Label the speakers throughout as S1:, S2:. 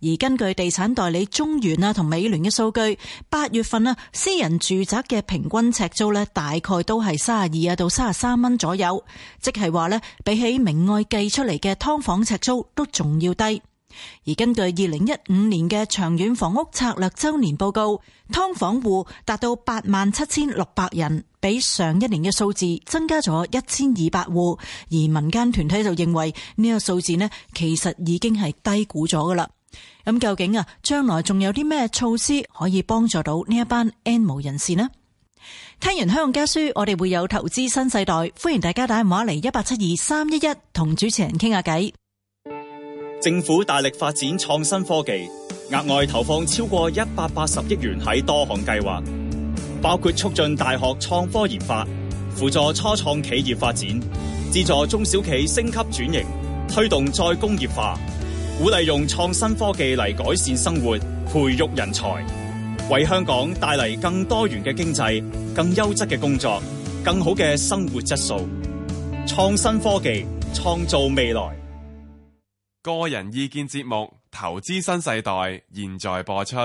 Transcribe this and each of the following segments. S1: 而根據地產代理中原啊同美聯嘅數據，八月份啊私人住宅嘅平均尺租呢，大概都係三十二啊到三十三蚊左右，即係話呢，比起明愛計出嚟嘅劏房尺租都仲要低。而根據二零一五年嘅長遠房屋策略周年報告，劏房戶達到八萬七千六百人，比上一年嘅數字增加咗一千二百戶。而民間團體就認為呢個數字呢，其實已經係低估咗噶啦。咁究竟啊，將來仲有啲咩措施可以幫助到呢一班 N 無人士呢？聽完香港家書，我哋會有投資新世代，歡迎大家打電話嚟一八七二三一一同主持人傾下偈。
S2: 政府大力發展創新科技，額外投放超過一百八十億元喺多項計劃，包括促進大學創科研發、輔助初創企業發展、資助中小企升級轉型、推動再工業化、鼓勵用創新科技嚟改善生活、培育人才，為香港帶嚟更多元嘅經濟、更優質嘅工作、更好嘅生活質素。創新科技創造未來。
S3: 個人意見節目《投資新世代》現在播出。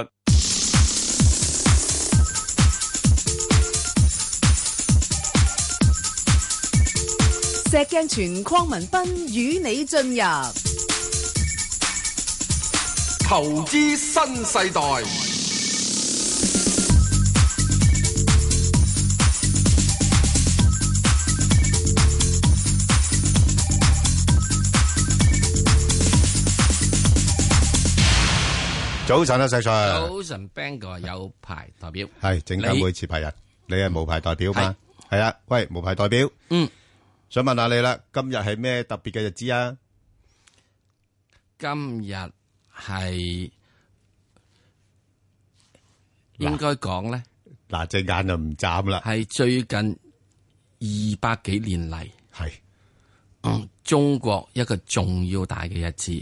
S4: 石鏡泉鄺民彬與你進入
S5: 投資新世代，
S6: 早晨啊，石Sir。
S7: 早晨 Bang 哥有牌代表，你
S6: 係，證監會持牌人，你係無牌代表嘛？係啊，喂，無牌代表，想問下你啦，今日係咩特別嘅日子啊？
S7: 今日係應該講咧，
S6: 嗱，隻眼就唔眨啦。
S7: 係最近二百幾年嚟、
S6: 係，咩咁重要？
S7: 嗯中國一個重要大嘅日子。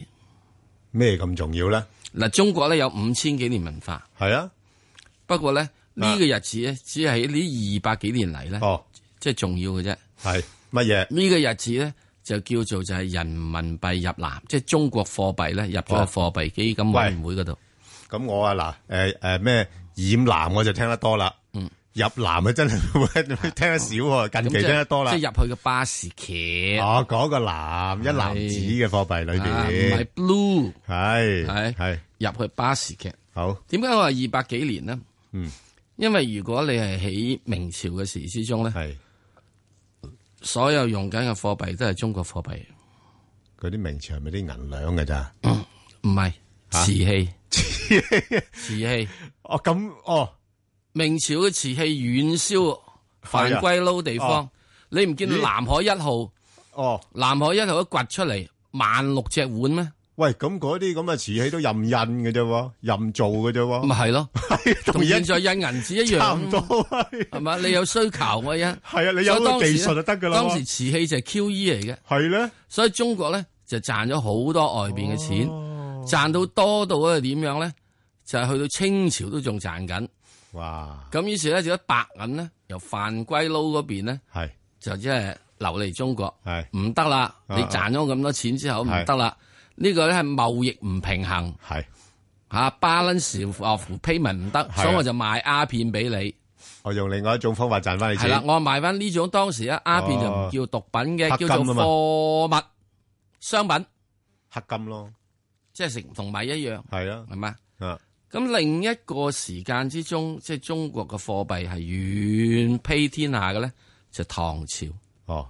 S7: 嗱，中國咧有五千幾年文化，
S6: 啊
S7: 不過咧呢、個日子咧，只係呢二百幾年嚟咧，
S6: 係啊，哦，
S7: 即係
S6: 係，乜嘢？
S7: 重要嘅啫。呢、個日子咧就叫做就係人民幣入籃，即係中國貨幣咧入咗貨幣基金委員會嗰度。
S6: 咁我啊嗱，誒誒咩染藍我就聽得多啦，嗯，入藍啊真係 聽得少喎，近期聽得多啦
S7: 即。係入去嘅巴士騎，啊
S6: 哦，嗰個藍一籃子嘅貨幣裏
S7: 唔係
S6: 邊，
S7: blue
S6: 係
S7: 係
S6: 係
S7: 入去巴士騎。
S6: 好
S7: 點解我話二百幾年呢？
S6: 嗯，
S7: 因為如果你係喺明朝嘅時之中咧，
S6: 係
S7: 所有用緊嘅貨幣都係中國貨幣，
S6: 嗰啲名詞係咪啲銀兩㗎咋？
S7: 唔係瓷器。瓷器，
S6: 哦咁哦，
S7: 明朝嘅瓷器遠銷番歸撈地
S6: 係啊
S7: 方，你唔見
S6: 咦
S7: 南海一號？
S6: 哦，
S7: 南海一號一掘出嚟萬六隻碗咩？
S6: 喂，咁嗰啲咁嘅瓷器都任印嘅啫喎，任做嘅啫喎，
S7: 咪係咯，
S6: 係
S7: 同
S6: 同
S7: 現
S6: 印
S7: 在印銀紙一樣，
S6: 差唔多啊，
S7: 係嘛？你有需求我一係
S6: 係啊，你有個技術就得㗎啦喎，
S7: 當時瓷器就係 QE 嚟嘅，
S6: 係咧，
S7: 所以中國咧就賺咗好多外邊嘅錢，
S6: 哦
S7: 賺到多到咧點樣咧？就係去到清朝都仲賺緊，
S6: 哇，
S7: 咁於是咧就一白銀咧由犯歸撈嗰邊咧
S6: 係
S7: 就即係流嚟中國，
S6: 係
S7: 唔得啦！
S6: 啊
S7: 你賺咗咁多錢之後唔
S6: 係
S7: 得啦，呢個咧係貿易唔平衡。
S6: 係。
S7: 吓 balance of payment 唔得，
S6: 啊
S7: 所以我就賣鴉片俾你。
S6: 我用另外一種方法賺翻你
S7: 係
S6: 錢。
S7: 啦，我賣翻呢種當時咧鴉片就唔叫毒品嘅，
S6: 哦黑金
S7: 叫
S6: 啊
S7: 做
S6: 嘛
S7: 貨物商品，
S6: 黑金咯，
S7: 即係食同米一樣，
S6: 係啊，
S7: 係咪？
S6: 啊
S7: 咁另一個時間之中，即係中國嘅貨幣係遠披天下嘅咧，就唐朝。
S6: 哦，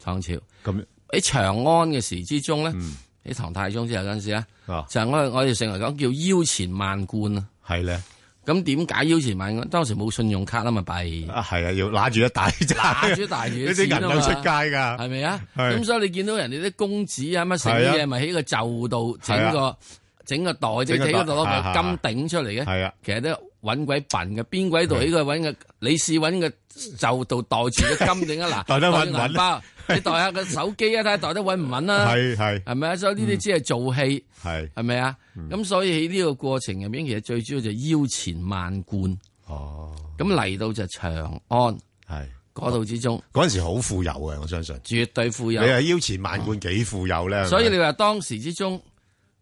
S7: 唐朝
S6: 咁嗯
S7: 喺長安嘅時之中咧，喺唐太宗之後嗰陣時咧，
S6: 啊，
S7: 就係我我哋成日講叫腰纏萬貫啊。
S6: 係咧，
S7: 咁點解腰纏萬貫？當時冇信用卡啊嘛，弊。
S6: 啊係啊，要揦住一大揸，
S7: 打住大
S6: 呢
S7: 魚
S6: 啲銀
S7: 錢啊
S6: 兩出街
S7: 嘛，
S6: 㗎，
S7: 係咪啊？
S6: 係
S7: 咁所以你見到人哋啲公子啊乜成啲
S6: 係啊
S7: 嘢，咪喺個袖度整
S6: 係
S7: 個整個袋，即
S6: 整個
S7: 係
S6: 袋
S7: 喺嗰度
S6: 係係
S7: 攞
S6: 係
S7: 個金頂出嚟嘅。
S6: 係啊，
S7: 其實都揾鬼笨嘅，邊鬼度喺個揾個，你試揾個袖度袋住個金頂啊嗱，
S6: 袋得
S7: 住
S6: 穩唔穩
S7: 銀包，你袋下個手機啊，睇下袋得穩唔穩 啦，
S6: 係係
S7: 係咪啊？所以呢啲只係做戲，
S6: 係，
S7: 係咪啊？
S6: 嗯
S7: 咁所以喺呢個過程入邊，其實最主要就係腰纏萬貫，
S6: 哦，
S7: 咁嚟到就長安
S6: 係
S7: 嗰度之中，
S6: 嗰陣時好富有嘅，我相信。
S7: 絕對富
S6: 你
S7: 有。
S6: 係腰纏萬貫幾富有咧？
S7: 所以
S6: 係咪
S7: 你話當時之中，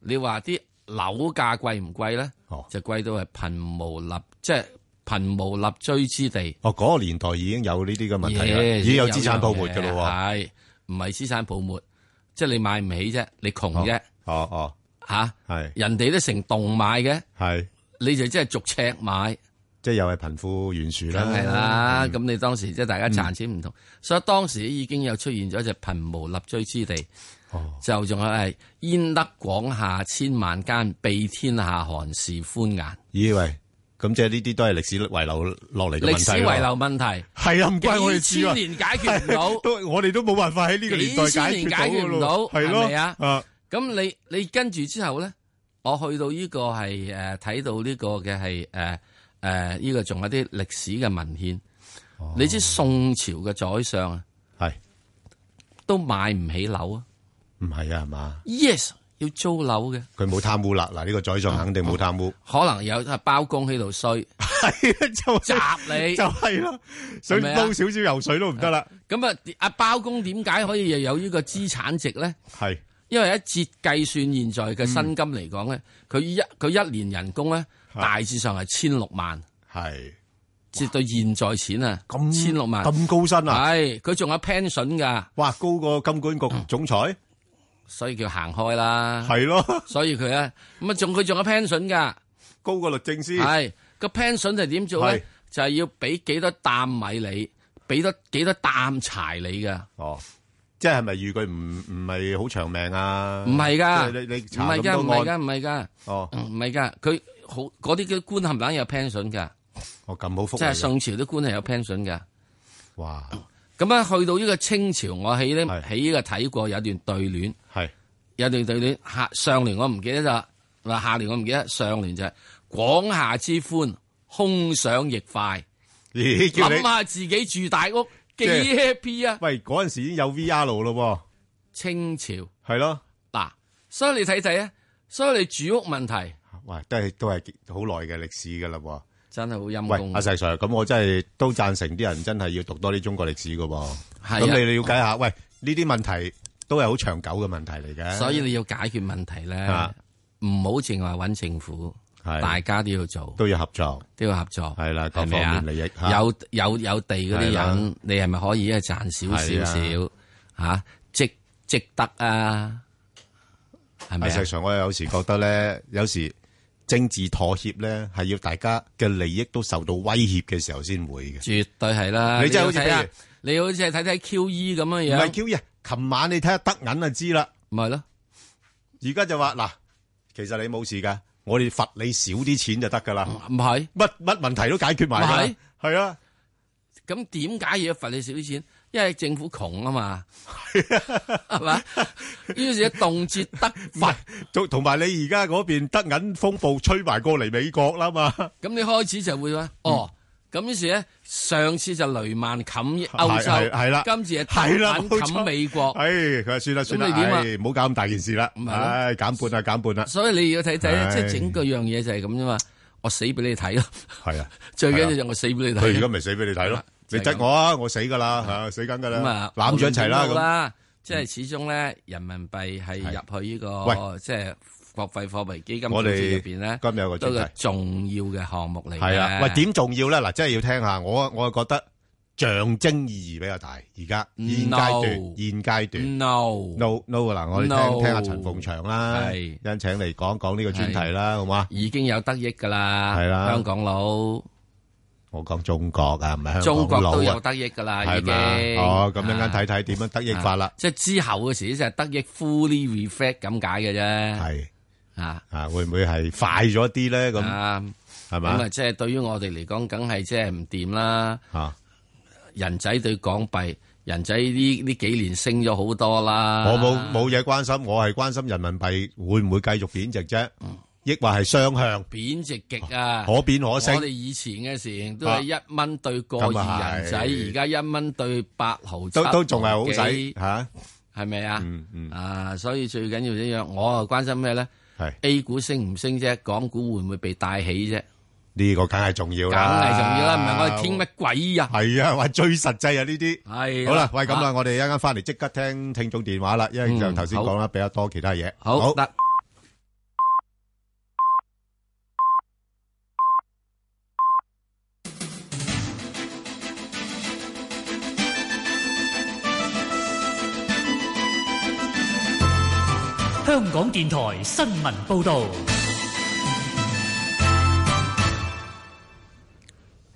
S7: 你話啲樓價貴唔貴咧？
S6: 哦
S7: 就貴到係貧無立，即係貧無立錐之地。
S6: 哦，嗰個年代已經有呢啲嘅問題啦，
S7: Yeah，
S6: 已經有資產泡沫嘅咯喎。
S7: 係唔係資產泡沫？即係你買唔起啫，你窮啫。
S6: 哦哦，
S7: 吓，
S6: 係
S7: 人哋都成棟買嘅，
S6: 係
S7: 你就即係逐尺買，
S6: 即係又係貧富懸殊啦。
S7: 梗係啦。咁你當時即係大家賺錢唔同，所以當時已經有出現咗一隻貧無立錐之地。
S6: 哦
S7: 就仲係焉得廣廈千萬間，避天下寒士歡顏。
S6: 咦喂，咁即係呢啲都係歷史遺留落嚟嘅問題
S7: 歷史遺留問題
S6: 係啊，唔關我哋事啊，
S7: 幾千年解決唔到
S6: 都我哋都冇辦法喺呢個年代
S7: 幾千
S6: 解
S7: 年
S6: 決
S7: 解決唔到，
S6: 到㗎咯喎，
S7: 係
S6: 係
S7: 咪
S6: 咯
S7: 啊？咁你你跟住之後咧，我去到呢個係誒睇到呢個嘅係誒誒呢個仲有啲歷史嘅文獻。你知宋朝嘅宰相啊，
S6: 係
S7: 都買唔起樓啊
S6: 唔係啊，係嘛？
S7: ？Yes，要租樓嘅，
S6: 佢冇貪污啦，嗱呢個宰相肯定冇貪污，
S7: 可能有包公喺度 衰，
S6: 就
S7: 襲你
S6: 就係啦， 想
S7: 係咪啊
S6: 撈少少油水都唔得啦，
S7: 咁啊，阿包公點解可以又有呢個資產值咧？
S6: 係
S7: 因為一折計算現在嘅薪金嚟講咧，佢一佢一年人工咧，大致上係千六萬，
S6: 係
S7: 折到現在錢啊，千六萬
S6: 咁高薪啊！
S7: 係佢仲有 pension 噶，
S6: 哇，高過金管局總裁
S7: 所以叫行開啦。
S6: 係咯，
S7: 所以佢咧咁啊，仲佢仲有 pension 噶，
S6: 高過律政司
S7: 係個 pension 就點做
S6: 係
S7: 咧？就係要俾幾多擔米你，俾多幾多擔柴你噶。
S6: 哦，即係咪預佢唔唔係好長命啊？
S7: 唔係㗎
S6: 即係你你
S7: 唔
S6: 查
S7: 係
S6: 咁
S7: 噶，唔
S6: 多
S7: 係
S6: 案
S7: 噶，唔係噶，
S6: 哦，
S7: 唔係噶，佢好嗰啲嘅官冚唪唥有 pension 噶，
S6: 我哦咁好福
S7: 即
S6: 利
S7: 係
S6: 嘅，
S7: 宋朝啲官係有 pension 噶。
S6: 哇，
S7: 咁啊，去到呢個清朝，我喺呢
S6: 係
S7: 喺呢個睇過有段對聯，
S6: 係
S7: 有段對聯下上聯我唔記得啦，嗱下聯我唔記得，上聯就係、廣廈之歡，空想亦快，
S6: 咦叫你
S7: 諗下自己住大屋幾
S6: 即係
S7: happy 啊！
S6: 喂嗰陣時已經有 VR 咯
S7: 清朝
S6: 喎，係咯，
S7: 嗱，所以你睇睇啊，所以你住屋問題
S6: 哇都係都係好耐嘅歷史㗎啦喎。
S7: 真係好陰
S6: 喂，
S7: 公
S6: 阿
S7: 啊。
S6: 石 Sir，咁我真係都贊成啲人真係要讀多啲中國歷史㗎喎。
S7: 係啊
S6: 咁你了解下，喂呢啲問題都係好長久嘅問題嚟嘅。
S7: 所以你要解決問題咧，
S6: 啊
S7: 唔好淨係揾政府，
S6: 係
S7: 大家都要做。
S6: 都要合作，
S7: 都要合作，
S6: 係啦各
S7: 係咪啊
S6: 方面利益嚇
S7: 有有有地嗰啲
S6: 係啦
S7: 人，你係咪可以啊賺少
S6: 係
S7: 少
S6: 啊
S7: 少吓，積積得啊？係咪
S6: 阿
S7: 啊
S6: 石 Sir，我有時覺得咧，有時政治妥協咧係要大家嘅利益都受到威脅嘅時候先會嘅。
S7: 絕對係啦！
S6: 你真係好
S7: 啊要
S6: 似
S7: 睇
S6: 譬
S7: 下
S6: 如，
S7: 你好似係睇睇 QE 咁
S6: 唔
S7: 樣
S6: 係
S7: 樣，
S6: Q E，嘢，琴晚你睇下德銀就知啦。
S7: 唔係咯？
S6: 而家就話嗱，其實你冇事㗎，我哋罰你少啲錢就得㗎啦，
S7: 唔係
S6: 乜乜問題都解決埋㗎啦。係啊，
S7: 咁點解要罰你少啲錢？因為政府窮啊嘛，係嘛？於是動輒得罰
S6: 唔係，，同同埋你而家嗰邊德銀風暴吹埋過嚟美國啦嘛，
S7: 咁你開始就會話哦。咁於是咧，上次就雷曼冚歐洲，
S6: 係係啦，
S7: 今次係
S6: 係啦，
S7: 德
S6: 冇
S7: 國
S6: 錯
S7: 冚美國，
S6: 唉，佢話算啦算啦，
S7: 咁你點啊
S6: 唉，唔好搞咁大件事啦，
S7: 咪咯
S6: 唉，減半啦減半啦，
S7: 所以你要 睇睇咧，
S6: 唉
S7: 即係整個樣嘢就係咁啫嘛。我死俾你睇咯，
S6: 係啊，
S7: 最緊
S6: 係
S7: 要
S6: 啊
S7: 就我死俾你睇。
S6: 佢而家咪死俾你睇咯，你
S7: 就係咁
S6: 窒我啊，我死㗎啦嚇，死緊㗎
S7: 咁
S6: 啦
S7: 啊，，
S6: 攬住一齊啦
S7: 無論點都好
S6: 咁，
S7: 啦。即係始終咧，人民幣係入去呢個
S6: 喂
S7: 即係國際貨幣基金
S6: 我
S7: 組
S6: 哋
S7: 織入邊咧，
S6: 今日有個
S7: 都
S6: 專題
S7: 係重要嘅項目嚟嘅。
S6: 係啊，喂，點重要咧？嗱，真係要聽下，我我覺得象徵意義比較大，而家現階段
S7: No
S6: 現階段。
S7: ？No，
S6: no no 嗱，我哋
S7: No
S6: 聽聽下陳鳳祥啦，
S7: 係
S6: 欣請嚟講講呢個專題啦，好嘛？
S7: 已經有得益㗎啦。
S6: 係啦
S7: 香港佬，
S6: 我講中國啊，唔係
S7: 中國
S6: 香港佬
S7: 都有
S6: 啊，
S7: 得益㗎啦，已
S6: 係
S7: 經
S6: 嘛？。哦，咁一
S7: 啊
S6: 陣間睇睇點樣得益法啦
S7: 啊，即係之後嘅時就係得益 fully reflect 咁解嘅啫。
S6: 係
S7: 啊
S6: 啊，會唔會係快咗啲咧？咁
S7: 啊，
S6: 係
S7: 咁啊，
S6: 嘛？
S7: 即係對於我哋嚟講，梗係即係唔掂啦。
S6: 啊，
S7: 人仔對港幣，人仔呢呢幾年升咗好多啦。
S6: 我冇冇嘢關心，我係關心人民幣會唔會繼續貶值啫，抑或係雙向
S7: 貶值極啊！
S6: 可貶可
S7: 我
S6: 升
S7: 哋以前嘅時都係一蚊對個二人仔，
S6: 咁啊係
S7: 而家一蚊對八毫七
S6: 都都仲係好
S7: 毫
S6: 使
S7: 幾
S6: 吓，
S7: 係咪啊
S6: 嗯？嗯
S7: 啊，所以最緊要一樣，我啊關心咩咧
S6: 係
S7: ？A 股升唔升啫？港股會唔會被帶起啫？
S6: 呢個梗係重要
S7: 梗
S6: 啦，
S7: 係重要啦，唔係我哋天乜鬼啊！
S6: 係啊，話最實際啊呢啲。
S7: 係
S6: 好啦，喂，咁啦，
S7: 啊
S6: 我哋一間翻嚟即刻聽聽眾電話啦，因為就
S7: 嗯
S6: 頭先
S7: 好
S6: 講啦，比較多其他嘢。
S7: 好得。
S8: 香港電台新聞報道。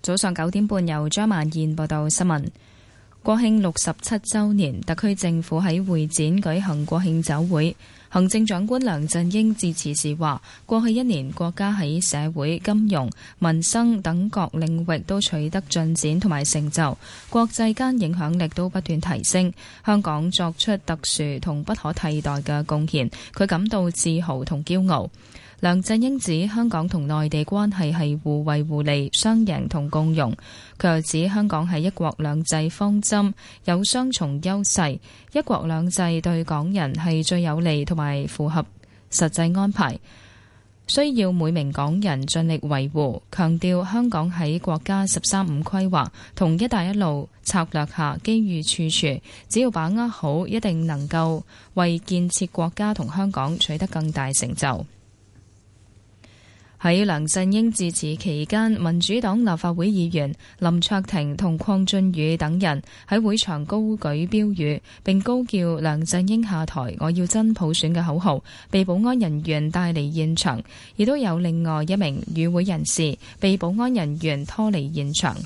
S9: 早上九點半，由張曼燕報道新聞。國慶六十七週年，特區政府喺會展舉行國慶酒會。行政長官梁振英致辭時話：過去一年，國家喺社會、金融、民生等各領域都取得進展同埋成就，國際間影響力都不斷提升。香港作出特殊同不可替代嘅貢獻，佢感到自豪同驕傲。梁振英指香港同內地關係係互惠互利、雙贏同共融。佢又指香港係一國兩制方針有雙重優勢，一國兩制對港人係最有利同埋符合實際安排，需要每名港人盡力維護。強調香港喺國家十三五規劃同「一帶一路」策略下機遇處處，只要把握好，一定能夠為建設國家同香港取得更大成就。喺梁振英致辭期間，民主黨立法會議員林卓廷同鄺俊宇等人喺會場高舉標語，並高叫梁振英下台，我要真普選嘅口號，被保安人員帶離現場，亦都有另外一名與會人士被保安人員拖離現場。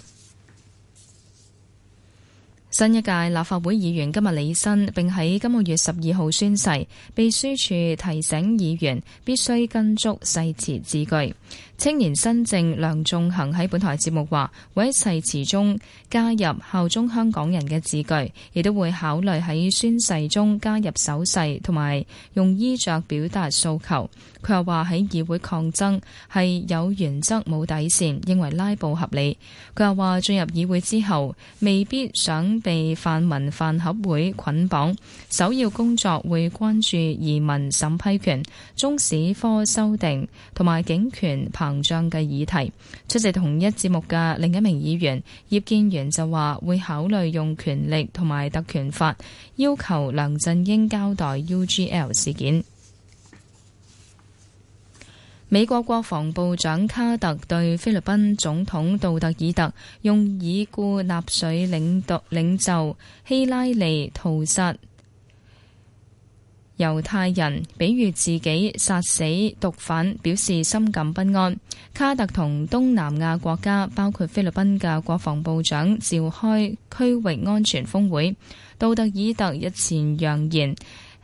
S9: 新一屆立法會議員今日履新，並喺今個月十二號宣誓。秘書處提醒議員必須跟足誓詞字句。青年新政梁頌恆喺本台節目話，會喺誓詞中加入效忠香港人嘅字句，亦都會考慮喺宣誓中加入手勢同埋用衣着表達訴求。佢又話喺議會抗爭係有原則冇底線，認為拉布合理。佢又話進入議會之後，未必想被泛民飯盒會捆綁，首要工作會關注移民審批權、中史科修訂同埋警權膨脹嘅議題。出席同一節目嘅另一名議員葉建源就話會考慮用權力同埋特權法要求梁振英交代 UGL 事件。美國國防部長卡特對菲律賓總統杜特爾特用已故納粹領導領袖希拉里屠殺猶太人，比喻自己殺死毒販，表示深感不安。卡特同東南亞國家，包括菲律賓嘅國防部長召開區域安全峰會。杜特爾特日前揚言，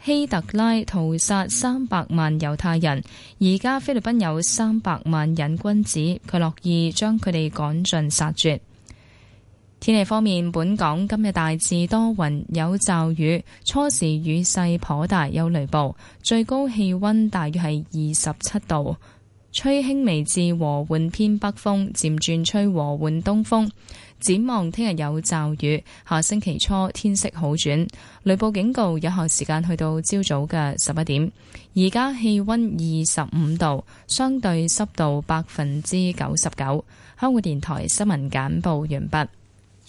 S9: 希特拉屠殺三百萬猶太人，而家菲律賓有三百萬癮君子，佢樂意將佢哋趕盡殺絕。天氣方面，本港今日大致多雲有驟雨，初時雨勢頗大，有雷暴，最高氣溫大約係二十七度，吹輕微至和緩偏北風，漸轉吹和緩東風。展望聽日有驟雨，下星期初天色好轉，雷暴警告有效時間去到朝早嘅十一點。而家氣溫二十五度，相對濕度百分之九十九。香港電台新聞簡報完畢。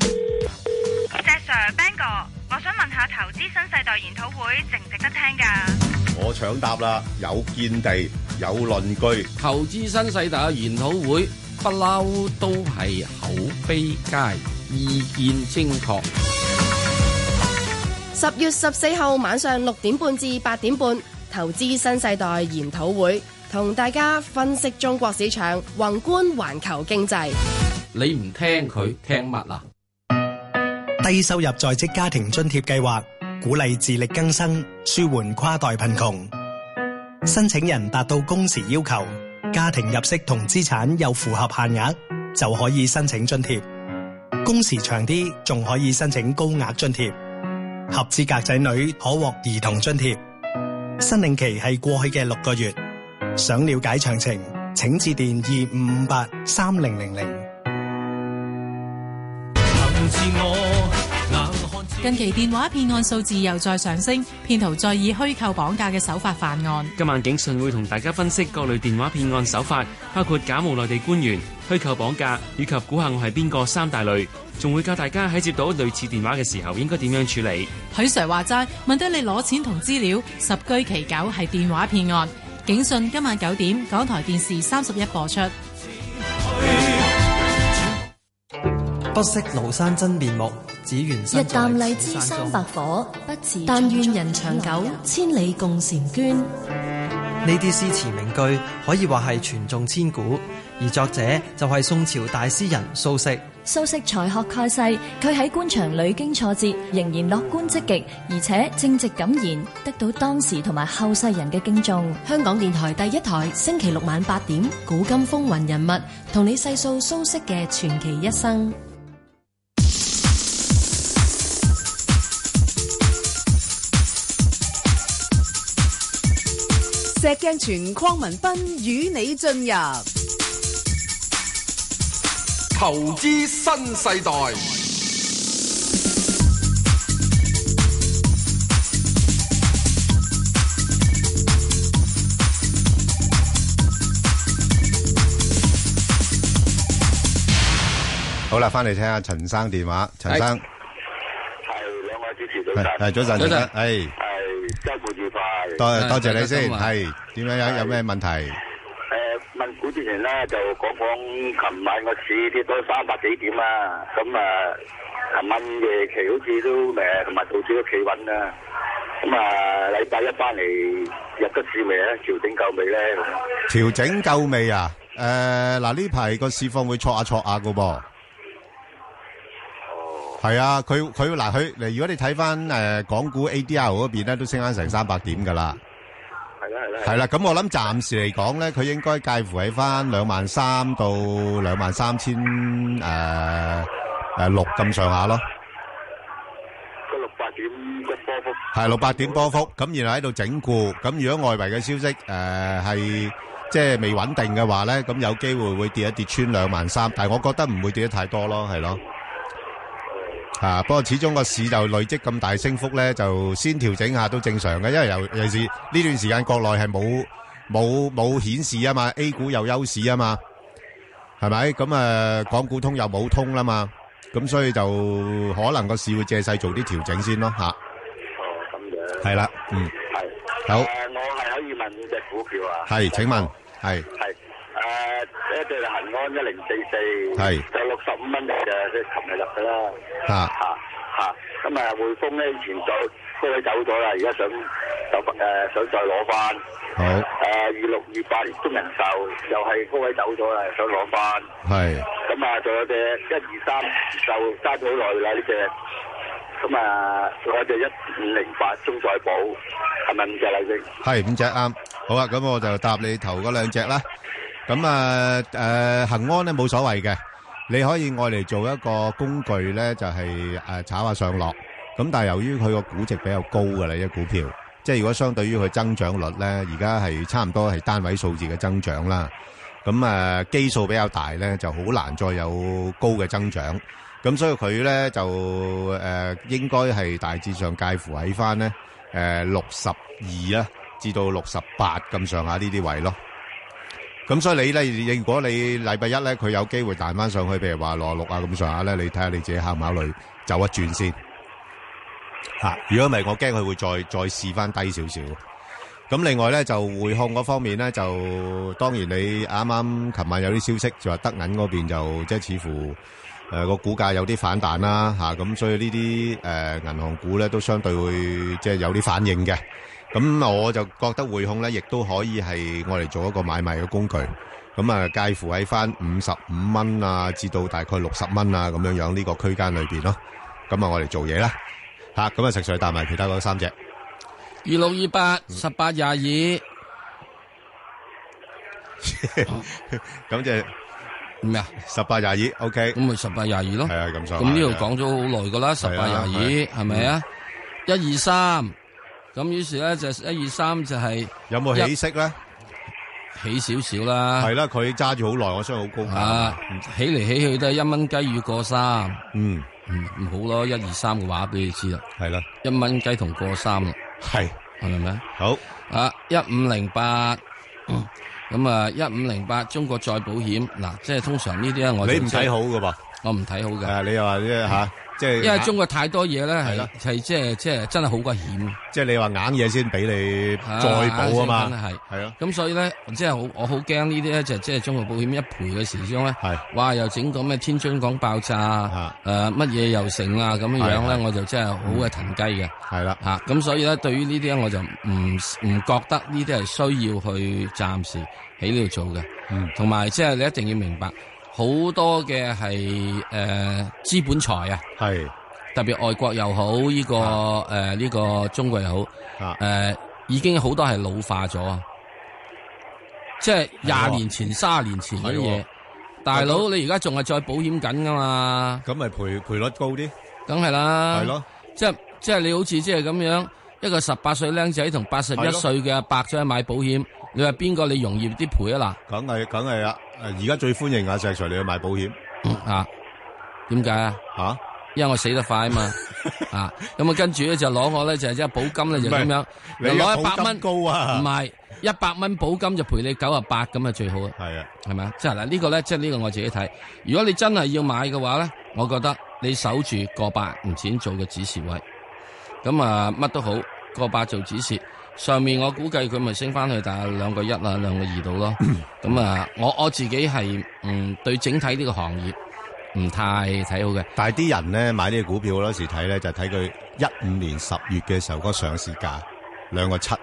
S10: 石 Sir、Ben 哥，我想問下投資新世代研討會值唔值得聽㗎？
S6: 我搶答啦，有見地，有論據。
S7: 投資新世代嘅研討會不嬲都係口碑佳，意見精確。
S11: 十月十四號晚上六點半至八點半，投資新世代研討會，同大家分析中國市場，宏觀環球經濟。
S7: 你唔聽佢聽乜啊？
S12: 低收入在職家庭津貼計劃鼓勵自力更生，舒緩跨代貧窮。申請人達到工時要求，家庭入息同資產又符合限額，就可以申請津貼。工時長啲，仲可以申請高額津貼。合資格仔女可獲兒童津貼，申領期係過去嘅六個月。想了解詳情，請致電二五五八三零零零。
S13: 近期電話騙案數字又再上升，騙徒再以虛構綁架嘅手法犯案。
S14: 今晚警訊會同大家分析各類電話騙案手法，包括假冒內地官員、虛構綁架以及估下我係邊個三大類，仲會教大家喺接到類似電話嘅時候應該點樣處理。
S13: 許 Sir 話齋，問得你攞錢同資料，十居其九係電話騙案。警訊今晚九點，港台電視三十一播出。
S15: 不識廬山真面目，只緣
S16: 一
S15: 身在
S16: 啖
S15: 此
S16: 荔枝
S15: 山
S16: 三
S15: 中
S16: 百火，不辭但
S15: 但
S16: 願
S15: 願
S16: 人
S15: 人
S16: 長
S15: 長
S16: 久
S15: 久，
S16: 千里共嬋娟。
S15: 呢啲詩詞名句可以話係傳頌千古，而作者就係宋朝大詩人蘇軾。
S16: 蘇軾才學蓋世，佢喺官場屢經挫折，仍然樂觀積極，而且正直敢言，得到當時同埋後世人嘅敬重。香港電台第一台星期六晚八點《古今風雲人物》，同你細數蘇軾嘅傳奇一生。
S4: 石鏡泉鄺民彬與你進入
S5: 投資新世代，
S6: 好啦，翻嚟聽下陳生電話。陳生，
S17: 係兩位主持
S6: 係
S17: 早
S6: 係
S17: 晨，
S6: 早晨，
S17: 早
S6: 陳生
S17: 晨，
S6: 係
S17: 係周末愉快，
S6: 多多謝你先，係點樣有有咩問題？
S17: 誒問股之前咧就講講琴晚個市跌到三百幾點啊，咁啊琴晚夜期好似都誒同埋道指都企穩啦，咁啊禮拜一翻嚟入咗市未咧？調整夠未咧？咁
S6: 調整夠未啊？誒嗱，呢排個市況會挫下挫下噶噃。係啊，佢佢嗱佢嗱，如果你睇翻誒港股 ADR 嗰邊咧，都升翻成三百點噶啦。
S17: 係啦係啦，
S6: 係啦，咁我諗暫時嚟講咧，佢應該介乎喺翻兩萬三到兩萬三千誒誒六咁上下咯。
S17: 個六百點嘅波幅
S6: 係600點波幅，咁然後喺度整固，咁如果外圍嘅消息，誒，係即係未穩定嘅話呢，咁有機會會跌一跌穿23,000，但係我覺得唔會跌得太多咯，係咯。啊，不過始終個市就累積咁大升幅呢，就先調整下都正常嘅，因為尤-尤其是呢段時間國內係冇-冇-冇顯示啊嘛，A股有優勢啊嘛，係咪？咁，誒，港股通又冇通啦嘛，咁所以就可能個市會借勢做啲調整先咯，吓。係
S17: Ờ, dạ.
S6: 啦，嗯，
S17: 係。
S6: 好
S17: 誒我係可以問只股票啊。
S6: 係，請問係
S17: 係誒一隻恒安一零四四，
S6: 係
S17: 就六十五蚊嚟嘅，即係琴日入嘅啦。
S6: 啊
S17: 嚇嚇，咁啊匯豐咧以前就高位走咗啦，而家想走翻誒想再攞翻。
S6: 好
S17: 誒二六二八中人壽又係高位走咗啦，想攞翻。
S6: 係
S17: 咁啊，仲有隻一二三就揸咗好耐啦呢只。咁啊，仲有隻一五零八中再保，係咪五隻嚟正？
S6: 係五隻啱，好啊，咁我就答你頭嗰兩隻啦。咁啊誒恒安咧冇所謂嘅，你可以愛嚟做一個工具咧，就係、誒炒下上落。咁但係由於佢個估值比較高㗎啦，呢只股票，即係如果相對於佢增長率咧，而家係差唔多係單位數字嘅增長啦。咁啊基數比較大咧，就好難再有高嘅增長。咁所以佢咧就誒、呃、應該係大致上介乎喺翻咧誒六十二啊至到六十八咁上下呢啲位咯。咁所以你咧，如果你禮拜一咧，佢有機會彈翻上去，譬如話羅六啊咁上下咧，你睇下你自己考唔考慮走一轉先嚇。如果唔係，我驚佢會再再試翻低少少。咁另外咧就匯控嗰方面咧，就當然你啱啱琴晚有啲消息就話德銀嗰邊就即係似乎誒個、股價有啲反彈啦嚇，咁、所以呢啲誒銀行股咧都相對會即係有啲反應嘅。咁我就覺得匯控咧，亦都可以係我嚟做一個買賣嘅工具。咁啊，介乎喺翻五十五蚊啊，至到大概六十蚊啊咁樣樣呢個區間裏邊咯。咁啊，我嚟做嘢啦嚇。咁啊，食水帶埋其他嗰三隻。
S7: 二六二八
S6: 嗯
S7: 十八廿二。
S6: 咁就
S7: 咩啊？
S6: 十八廿二，OK。
S7: 咁咪十八廿二咯。
S6: 係啊，咁上下。
S7: 咁呢度講咗好耐噶啦，十八
S6: 係啊
S7: 廿
S6: 係
S7: 二係咪啊？一二三，咁於是咧就一二三就係
S6: 有冇起色啊
S7: 起
S6: 咧？
S7: 少少啦。
S6: 係啦，佢揸住好耐，我相信好高價。
S7: 啊，起嚟起去都係一蚊雞與過三。
S6: 嗯，
S7: 唔好咯，一二三嘅話俾你知啦，
S6: 系啦，
S7: 一蚊雞同過三啦，
S6: 系
S7: 係咪咪？
S6: 好
S7: 啊，一五零八， 咁啊一五零八中國再保險嗱，即係通常呢啲咧我就
S6: 你唔
S7: 即係
S6: 睇好㗎噃？
S7: 我唔睇好嘅。
S6: 啊，你又話即係吓，即係
S7: 因為中國太多嘢咧，係係即係即係真係好鬼險。
S6: 即係你話硬嘢先俾你再補啊嘛，
S7: 係
S6: 係咯，
S7: 咁所以咧，即係好我好驚呢啲咧，就即係中國保險一賠嘅時鐘咧，哇又整個咩天津港爆炸啊，誒乜嘢又成啊咁樣樣
S6: 係
S7: 咧，我就真係好嘅騰雞嘅，
S6: 係啦
S7: 嚇咁所以咧，對於呢啲咧，我就唔唔覺得呢啲係需要去暫時喺呢度做嘅，
S6: 嗯
S7: 同埋即係你一定要明白。好多嘅係誒資本財啊，
S6: 係啊
S7: 特別外國又好，呢、個誒呢個中國又好，誒、呃已經好多係老化咗啊！即係廿年前、卅年前嗰啲
S6: 係
S7: 嘢
S6: 喎，
S7: 大佬你而家仲係再保險緊噶嘛？
S6: 咁咪賠賠率高啲？
S7: 梗係啦，
S6: 係咯，
S7: 即係即係你好似即係咁樣一個十八歲僆仔同八十
S6: 係
S7: 一
S6: 咯
S7: 歲嘅阿伯走去買保險，你話邊個你容易啲賠啊？
S6: 梗係梗係啦，誒而家最歡迎啊，石 Sir 你去買保險
S7: 啊？點解啊？
S6: 吓，
S7: 因為我死得快啊 嘛，啊，咁啊跟住咧就攞我咧就係即係保金咧就咁樣，
S6: 唔係你
S7: 又攞
S6: 嘅
S7: 一
S6: 保
S7: 百
S6: 金
S7: 蚊
S6: 高啊
S7: 唔係一百蚊保金就賠你九啊八咁啊最好啊，
S6: 係啊，
S7: 係咪啊？即係嗱呢個咧，即係呢個我自己睇。如果你真係要買嘅話咧，我覺得你守住個八唔錢做個指示位，咁啊乜都好，個八做指示。上面我估計佢咪升翻去大概兩個一啦，兩個二度 咯。咁啊，我我自己係嗯對整體呢個行業唔太睇好嘅。
S6: 但係啲人咧買呢個股票嗰時睇咧就睇佢一五年十月嘅時候嗰個上市價兩個七，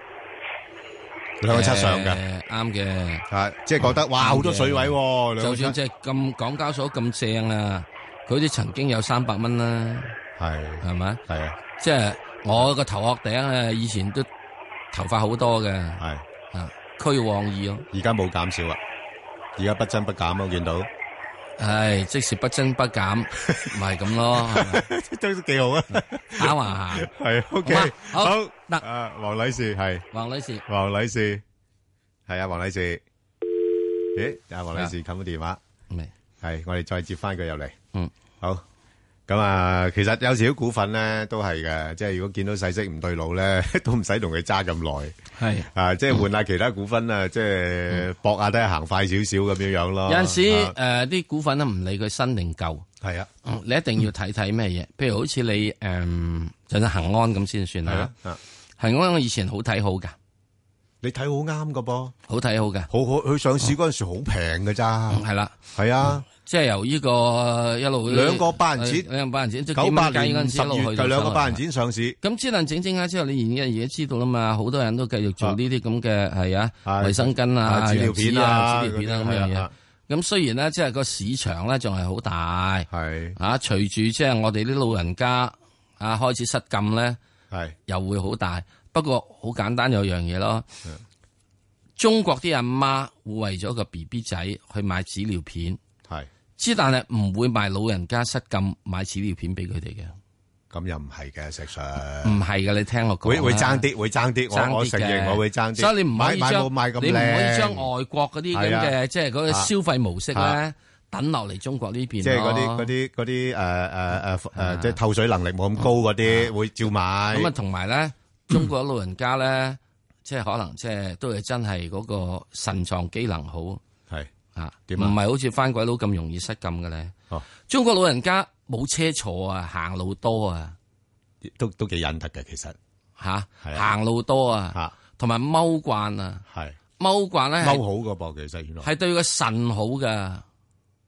S6: 兩個七上嘅。
S7: 誒啱嘅，
S6: 係即係覺得哇好多水位喎兩個
S7: 就算
S6: 七
S7: 即係咁港交所咁正啊，佢啲曾經有三百蚊啦，
S6: 係
S7: 係咪？
S6: 係
S18: à?
S6: 啊，
S7: 即係我個頭殼頂啊，以前都頭髮好多嘅，
S6: 係
S7: 啊，區旺二咯，
S6: 而家冇減少啦，而家不增不減啊我見到。
S7: 唉，即使不增不 減，咪咁咯，嗯
S6: 都幾好啊，
S7: 打橫行，
S6: 係 OK，
S7: 好嘛好
S6: 好
S7: 得
S6: 啊，黃女士係，
S7: 黃女士，
S6: 黃女士係啊，黃女士，咦，啊，黃女士冚咗電話，
S7: 未？
S6: 係，我哋再接翻佢入嚟，
S7: 嗯，
S6: 好。咁啊，其實有時啲股份咧都係嘅，即係如果見到細息唔對路 咧，都唔使同佢揸咁耐。
S7: 係
S6: 啊，即係換下其他股份啊，即係搏下睇下行快少少咁樣樣咯。
S7: 有陣時
S6: 啊
S7: 誒啲股份咧唔理佢新定舊，嗯
S6: 係啊，嗯
S7: 你一定要睇睇咩嘢，譬如好似你誒，就算恒安咁先算啦。
S6: 係啊
S7: 恒安我以前好睇好噶，
S6: 你睇好啱噶噃，
S7: 好睇好噶，
S6: 好好佢上市嗰陣時好平噶咋，
S7: 係啦，
S6: 係啊，
S7: 即係由呢個一路
S6: 兩個八人錢
S7: 誒兩個八人錢，即係
S6: 九八
S7: 幾蚊雞嗰
S6: 年
S7: 陣時
S6: 十
S7: 一路
S6: 月
S7: 去
S6: 就
S7: 到
S6: 兩個
S7: 手
S6: 八人錢上市，
S7: 咁只能整整下之後，你而家而家知道啦嘛，好多人都繼續做呢啲咁嘅係啊，衛生巾
S6: 啊
S7: 啊、
S6: 紙尿片啊
S7: 紙尿片啊
S6: 嗰啲
S7: 咁樣
S6: 係
S7: 嘢
S6: 啊。
S7: 咁雖然咧，即係個市場咧仲係好大，係啊，隨住即係我哋啲老人家啊開始失禁咧，
S6: 係
S7: 又會好大。不過好簡單有樣嘢咯，中國啲阿媽會為咗個 B B 仔去買紙尿片，
S6: 係
S7: 之但係唔會賣老人家失禁買紙尿片俾佢哋嘅。
S6: 咁又唔係嘅，石 Sir。
S7: 唔係嘅，你聽我講啦。
S6: 呃
S7: 啊
S6: 會會爭啲會爭啲我
S7: 爭
S6: 我承認
S7: 嘅
S6: 我會爭啲
S7: 所以你唔可以
S6: 買買
S7: 將
S6: 冇買咁
S7: 你唔可
S6: 靚
S7: 以將外國嗰啲
S6: 係
S7: 咁
S6: 啊
S7: 嘅，即係嗰個
S6: 啊
S7: 消費模式
S6: 啊
S7: 咧，等落嚟中國呢邊咯。
S6: 即係嗰啲嗰啲嗰啲誒誒誒誒，即係透水能力冇咁高嗰啲，會照買。
S7: 咁啊，同埋咧，
S6: 嗯
S7: 中國老人家咧，即係可能即係都係真係嗰個腎臟機能好，
S6: 係
S7: 啊，
S6: 點
S7: 唔
S6: 啊哦
S7: 係好似翻鬼佬咁容易失禁嘅咧。中國老人家冇車坐啊，行路多啊，
S6: 都都幾忍得嘅其實
S7: 吓，行路多啊，同埋踎慣啊，
S6: 係
S7: 踎慣咧，
S6: 踎好個噃，其實原來
S7: 係對個腎好噶。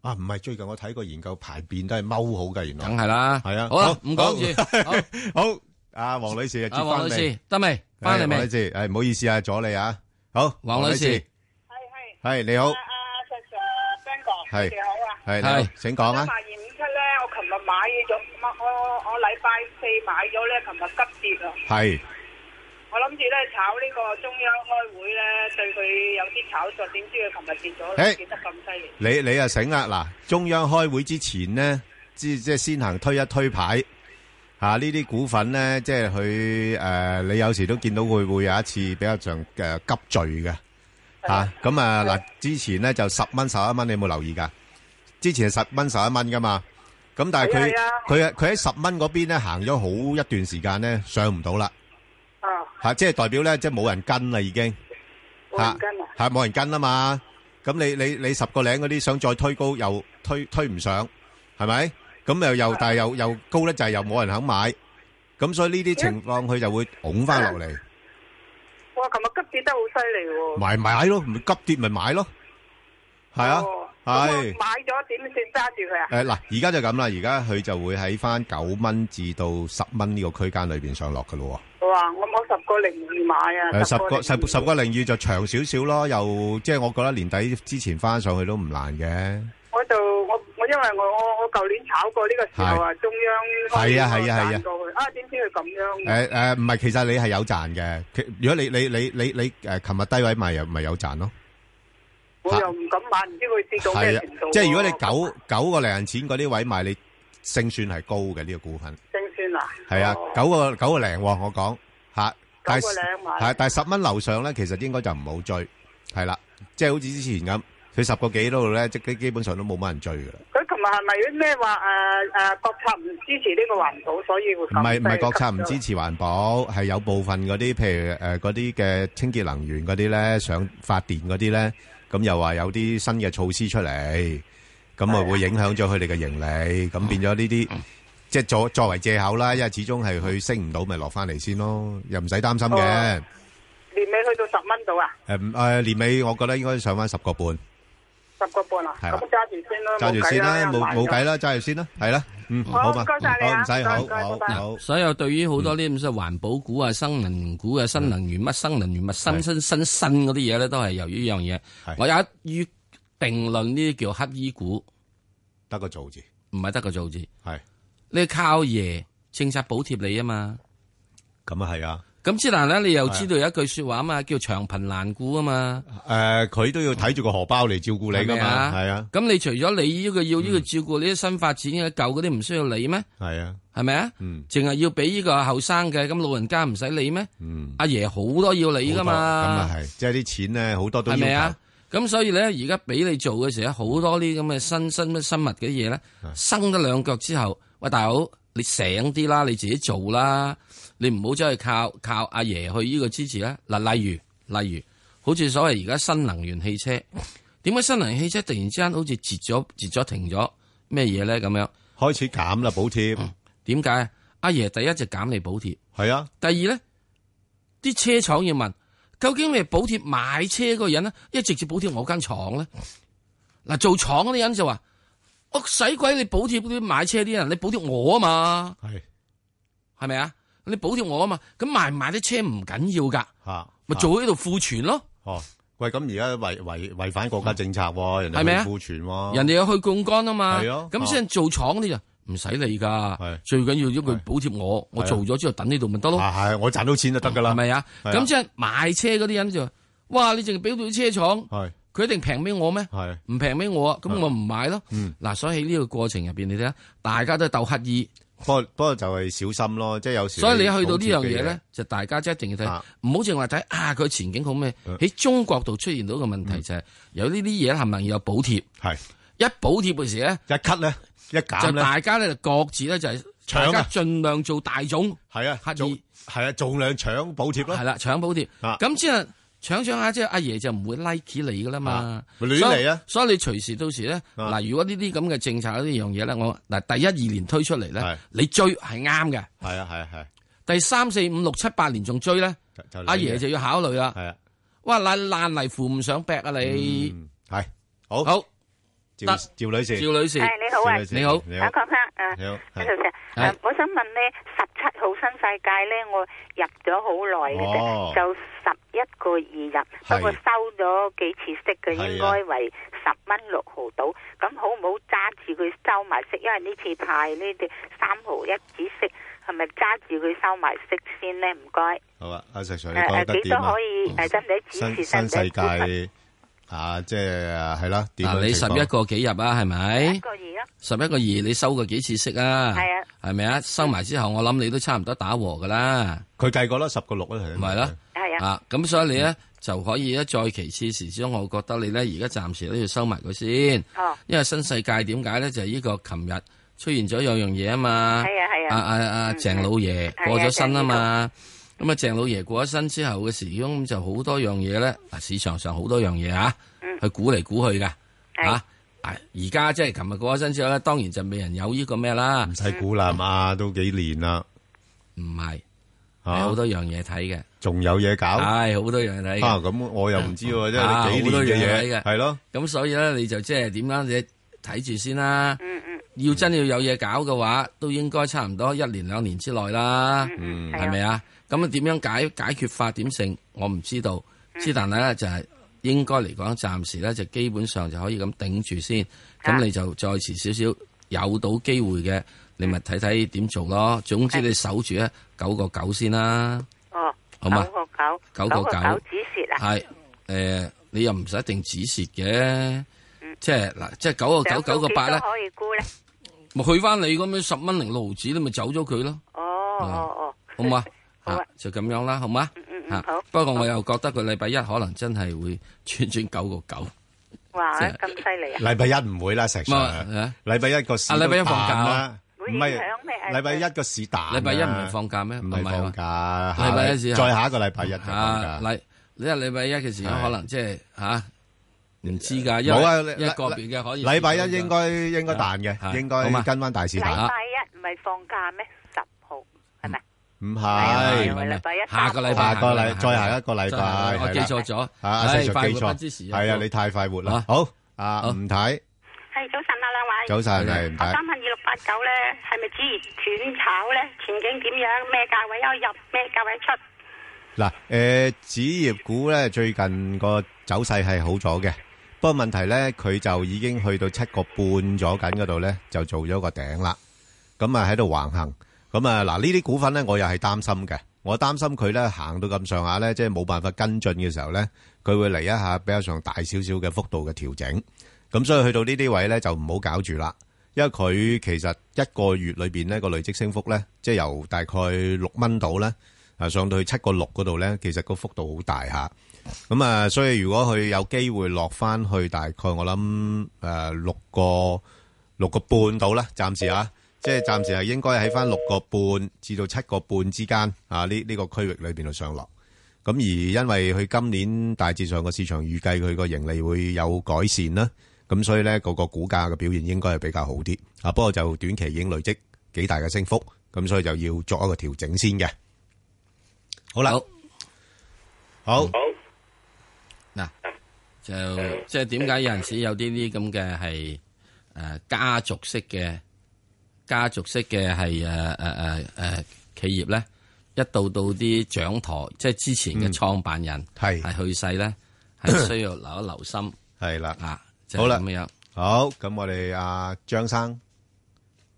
S6: 啊，唔係最近我睇過研究排便都係踎好嘅，原來
S7: 梗係啦
S6: 係啊，
S7: 好啦唔講
S6: 好
S7: 住
S6: 好，阿黃女士接
S7: 啊黃
S6: 翻
S7: 女
S6: 嚟
S7: 士，得未？翻嚟
S6: 係黃女
S7: 未？
S6: 士，誒唔好意思啊，阻你啊，好，
S7: 黃女士
S6: 係係，係你
S19: 啊
S6: 好，係
S19: 你哋好啊，
S6: 係你好，請講啊
S19: 一八，二五七咧，我琴日買咗，我我禮拜四買咗咧，琴日急跌啊！
S6: 係
S19: 我諗住咧炒呢個中央開會咧，對佢有啲炒作，點知佢琴日跌咗啦，
S6: 誒
S19: 跌得咁犀利。
S6: 你你啊醒啦，嗱，中央開會之前呢，即即係先行推一推牌。啊！呢啲股份咧，即係佢誒，你有時都見到佢會有一次比較上誒急聚嘅嚇。咁啊嗱，之前咧就十蚊、十一蚊，你有冇留意㗎？之前係十蚊、十一蚊噶嘛。咁咁但係佢-
S19: 係啊，係啊。
S6: 佢喺-佢喺10蚊嗰邊呢，行咗好一段時間呢，上唔到啦。
S19: 啊，
S6: 嚇，即係代表呢，即係冇人跟啦已經。
S19: 冇人跟啊，
S6: 嚇，係，冇人跟啊嘛。咁你-你-你10個零嗰啲想再推高又推-推唔上，係咪？咁又-又-但係又-又高得滯，又冇人肯買。咁所以呢啲情況，佢就會拱返落嚟。
S19: 哇，琴日急跌得好犀利喎，
S6: 咪買咯，咪急跌咪買咯。係啊，係。
S19: 買咗點算揸住佢啊？
S6: 诶，嗱，而家就咁啦，而家佢就會喺翻九蚊至到十蚊呢個區間裏边上落噶咯
S19: 哇！我我十個零二買
S6: 喎。
S19: 啊，
S6: 诶，十個十
S19: 零二
S6: 十个零二就長少少咯，又即係我覺得年底之前翻上去都唔難嘅。
S19: 我就我我因為我我我舊年炒過呢個時候啊，中央
S6: 係啊係啊係啊
S19: 賺過佢啊，點知佢咁樣
S6: 诶诶，唔係，其實你係有賺嘅。其如果你你你你你诶，琴日低位賣又咪有賺咯。
S19: 我又唔敢買，唔知佢跌到咩
S6: 係啊
S19: 程度喎。，
S6: 即係如果你九九个零錢嗰啲位賣，你勝算係高嘅呢個股份。
S19: 正算啊，
S6: 係啊，九個九個零喎，我講吓，但係
S19: 零買
S6: 係但係十蚊樓上咧，其實應該就唔好追，係啦，即係好似之前咁，佢十個幾嗰度咧，即基基本上都冇乜人追噶啦。
S19: 佢琴日係咪啲咩話誒誒國策唔支持呢個環保，所以會
S6: 唔係唔係國策唔支持環保，係有部分嗰啲譬如誒嗰啲嘅清潔能源嗰啲咧，想發電嗰啲咧，咁又話有啲新嘅措施出嚟，咁啊會影響咗佢哋嘅盈利，咁變咗呢啲即係作作為藉口啦，因為始終係佢升唔到，咪落翻嚟先咯，又唔使擔心嘅。
S19: 哦年尾去到十蚊度啊，
S6: 诶诶，年尾我覺得應該上翻十個半，
S19: 十個半啊，
S6: 係
S19: 咁
S6: 啦
S19: 揸住先啦，
S6: 揸住先啦，
S19: 冇
S6: 冇
S19: 計啦
S6: 冇計。啦，揸住先啦，係啦，嗯，
S19: 好
S6: 好嘛，
S19: 唔該晒你啊
S6: 好唔
S19: 唔
S6: 使，
S19: 該
S6: 好
S19: 唔該
S6: 好
S19: 拜拜
S6: 好，
S7: 所有對於好多呢啲咁嘅環保股啊、新能源股啊、新能源乜、新能源物、新新新新嗰啲嘢咧，都係由於呢樣嘢。我有一於定論呢啲叫乞衣股，
S6: 得個做字，
S7: 唔係得個做字，
S6: 係
S7: 你靠爺政策補貼你啊嘛。
S6: 咁啊係啊。
S7: 咁之但咧，你又知道有一句説話啊嘛，叫長貧難顧啊嘛。
S6: 诶，佢都要睇住個荷包嚟照顧你噶
S7: 係咪
S6: 嘛，係啊，。嗯
S7: 咁你除咗你呢個要呢個照顧呢啲新發展嘅舊嗰啲唔需要理咩？
S6: 係啊，
S7: 係咪啊？
S6: 嗯，
S7: 淨係要俾呢個後生嘅，咁老人家唔使理咩？
S6: 嗯，
S7: 阿爺好多要理噶嘛。
S6: 咁啊係，即係啲錢咧好多都
S7: 係咪
S6: 要
S7: 啊
S6: 求，？
S7: 咁所以咧，而家俾你做嘅時候，好多呢啲咁嘅新新生物嘅嘢咧，
S6: 啊
S7: 生咗兩腳之後，喂大佬，你醒啲啦，你自己做啦，你唔好走去靠靠阿爺去呢個支持啦。嗱，例如例如，好似所謂而家新能源汽車，點解新能源汽車突然之間好似截咗截咗停咗咩嘢咧？咁樣嗯
S6: 開始減啦補貼，
S7: 點解、啊阿爺第一就減你補貼，
S6: 係啊。
S7: 第二咧，啲車廠要問，究竟你係補貼買車嗰個人咧，一直接補貼我間廠咧？嗱，做廠嗰啲人就話：我使鬼你補貼啲買車啲人，你補貼我啊嘛，
S6: 係
S7: 係咪啊？你補貼我啊嘛，咁賣唔賣啲車唔緊要㗎，
S6: 吓，
S7: 咪做喺度庫存咯。
S6: 哦，喂，咁而家違違違反國家政策喎，人
S7: 係咪
S6: 哋
S7: 啊
S6: 去庫存喎，
S7: 人哋有去槓桿啊嘛，
S6: 係啊
S7: 咁先做廠嗰啲就唔使理㗎。最緊要一佢補貼我，我
S6: 係啊啊
S7: 做咗之後等呢度咪得咯。
S6: 係我賺到錢就得㗎啦，係
S7: 咪啊？
S6: 係啊
S7: 咁即係買車嗰啲人就話：哇！你淨係俾到啲車廠，
S6: 係
S7: 佢一定平俾我咩？
S6: 係嗯
S7: 唔平俾我啊，咁我唔買咯。嗱，所以喺呢個過程入邊，你睇下，大家都係鬥乞意。
S6: 不過不過就係小心咯，即係有時
S7: 所以你去到
S6: 補
S7: 呢
S6: 貼
S7: 樣
S6: 嘅
S7: 嘢咧，就大家即係一定要睇，唔好淨話睇啊佢前景好咩。喺中國度出現到嘅問題就係有呢啲嘢係咪有補貼？
S6: 嗯係
S7: 一補貼嘅時咧，
S6: 一 cut 咧，一減
S7: 就
S6: 呢
S7: 大家咧就各自咧就係
S6: 搶
S7: 大
S6: 啊
S7: 家盡量做大種，
S6: 係啊，
S7: 乞
S6: 做
S7: 意
S6: 係啊，重量搶補貼咯，啊
S7: 係啦，搶補貼。咁之後搶搶下之後，阿爺就唔會 like 你噶啦嘛
S6: 啊，咪亂嚟啊
S7: 所以！所以你隨時到時咧，嗱，如果呢啲咁嘅政策呢樣嘢咧，我嗱第一二年推出嚟咧，你追係啱嘅。
S6: 係啊，係啊，係。
S7: 第三四五六七八年仲追咧，
S6: 就啊
S7: 阿爺就要考慮啦。
S6: 係啊，
S7: 哇！爛爛泥扶唔上壁啊你！
S6: 係好
S7: 好，
S6: 趙
S7: 得
S6: 趙女士，
S7: 趙女士，
S10: 誒你好啊，
S7: 你好，
S6: 哎你
S10: 啊，
S6: 好
S10: 邝生，誒，
S6: 你好
S10: 陳 Sir，
S6: 係
S10: 誒我想問咧，十七號新世界咧，我入咗好耐嘅
S6: 哦
S10: 啫，就十一個二入，不過收咗幾次息嘅，
S6: 係啊
S10: 應該為十蚊六毫到。咁好唔好揸住佢收埋息？因為呢次派呢啲三毫一子息，係咪揸住佢收埋息先咧？唔該。
S6: 好啊，阿石 Sir，你
S10: 誒
S6: 覺得
S10: 誒，幾
S6: 點
S10: 多
S6: 啊
S10: 可？以呃誒？使唔使指
S6: 新
S10: 示？
S6: 新
S10: 使唔
S6: 世
S10: 使指示？
S6: 界 啊，即係係啦，點
S7: 嗱，你十一個幾入啊？係咪？
S10: 個二咯。
S7: 十一個二，你收過幾次息啊？
S10: 係啊，
S7: 係咪啊？收埋之後，我諗你都差唔多打和噶啦。
S6: 佢計過啦，十個六啦，
S7: 唔係啦，
S10: 係啊
S7: 啊，咁所以你咧就可以咧再其次時之，我覺得你咧而家暫時都要收埋佢先。
S10: 哦，
S7: 因為新世界點解咧就係呢個琴日出現咗有樣嘢啊嘛，
S10: 係啊係啊
S7: 阿阿阿鄭老爺
S10: 係啊
S7: 過咗身啊嘛，咁啊鄭老爺過咗身之後嘅時鐘就好多樣嘢咧，嗱市場上好多樣嘢啊，
S10: 嗯
S7: 去估嚟估去噶，啊啊而家即係琴日過咗身之後咧，當然就未人有呢個咩啦，唔
S6: 使估啦嘛，都幾年啦，啊
S7: 唔係，係好多樣嘢睇嘅，
S6: 仲有嘢搞，
S7: 係好多樣嘢睇嘅
S6: 啊，咁我又唔知喎，真
S7: 啊
S6: 係幾
S7: 好多
S6: 年
S7: 樣
S6: 嘅
S7: 嘢
S6: 嘢，係咯，
S7: 咁所以咧，你就即係點啦？你睇住先啦。要真要有嘢搞嘅話，都應該差唔多一年兩年之內啦。
S6: 嗯
S7: 係咪啊？咁啊點樣解解決法點成？我唔知道。之但係咧就係應該嚟講，暫時咧就基本上就可以咁頂住先。咁你就再遲少少有到機會嘅，你咪睇睇點做咯。總之你守住咧九個九先啦。
S10: 哦，
S7: 好嘛
S10: 九個九，
S7: 九個九
S10: 九止蝕啊，
S7: 系诶、誒你又唔使一定止蝕嘅，即係嗱，即係九哦個九嗯九個八
S10: 上高
S7: 咧
S10: 幾，多可以估咧。
S7: 咪去翻你咁樣十蚊零六毫子，你咪走咗佢 咯，
S10: 哦哦
S7: 好唔好啊？啊就咁樣啦，好嘛？啊不過我又覺得佢禮拜一可能真係會穿穿九個九，
S10: 哦，哇，
S7: 即係
S10: 咁犀利啊！
S6: 禮拜一唔會啦，石 Sir。禮拜一個市
S7: 啊，
S6: 都
S7: 禮拜一放假
S6: 淡啦。
S10: 會
S6: 唔係，
S10: 影響咩？
S6: 禮拜一個市淡啊。
S7: 禮拜一唔係放假咩？
S6: 唔
S7: 係
S6: 係
S7: 喎
S6: 放假，
S7: 禮拜一
S6: 下禮-
S7: 只
S6: 再下一個禮拜一就放假。
S7: 啊，禮你係禮拜一嘅時候
S6: 係
S7: 可能即係吓唔知㗎，因為
S6: 冇啊，
S7: 因為
S6: 禮-
S7: 個別嘅可以
S6: 禮拜一
S7: 跌到㗎
S6: 應該-應該彈嘅，
S7: 係，
S6: 應該
S7: 好嘛？
S6: 跟返大市彈。
S10: 禮拜一唔係放假咩？十號係咪？
S6: 唔係，
S7: 哎
S10: 係啊，係啊，禮拜一
S7: 下個禮拜，
S6: 下個
S7: 下個
S6: 禮-
S7: 禮拜，
S6: 再下一個禮拜，
S7: 再下一個禮拜，
S6: 係啦。
S7: 我記錯咗。
S6: 啊，
S7: 唉，
S6: 石Sir
S7: 快活
S6: 記錯。
S7: 不知時日
S6: 係啊，
S7: 過。
S6: 你太快活啦。好，啊，吳太，早晨，
S20: 系早晨啊，兩位。
S6: 係，
S20: 我
S6: 吳太。
S20: 想問二六八九咧，係咪止蝕短炒咧？前景點樣？咩價位有入？咩價位出？
S6: 嗱，诶，紙業股咧最近個走勢係好咗嘅，不過問題咧佢就已經去到七個半咗緊嗰度咧，就做咗個頂啦。咁啊喺度橫行，咁啊嗱呢啲股份咧我又係擔心嘅，我擔心佢咧行到咁上下咧，即係冇辦法跟進嘅時候咧，佢會嚟一下比較上大少少嘅幅度嘅調整。咁所以去到呢啲位咧就唔好搞住啦，因為佢其實一個月裏邊呢個累積升幅咧，即係由大概六蚊到咧。啊上到去七個六嗰度咧，其實個幅度好大下。咁啊，所以如果佢有機會落翻去大概我諗誒六個六個半到啦，暫時啊，即係暫時係應該喺翻六個半至到七個半之間啊，呢呢、個區域裏邊度上落。咁而因為佢今年大致上個市場預計佢個盈利會有改善啦，咁所以咧個個股價嘅表現應該係比較好啲。啊，不過就短期已經累積幾大嘅升幅，咁所以就要作一個調整先嘅。好啦，好，
S7: 嗱，就即係點解有陣時有啲啲咁嘅係誒家族式嘅家族式嘅係誒誒誒誒企業咧，一到到啲掌舵，即係之前嘅創辦人
S6: 嗯係
S7: 係去世咧， 係需要留一留心。
S6: 係啦，
S7: 啊，就係
S6: 好啦，
S7: 咁樣。
S6: 好，咁我哋，啊，張生。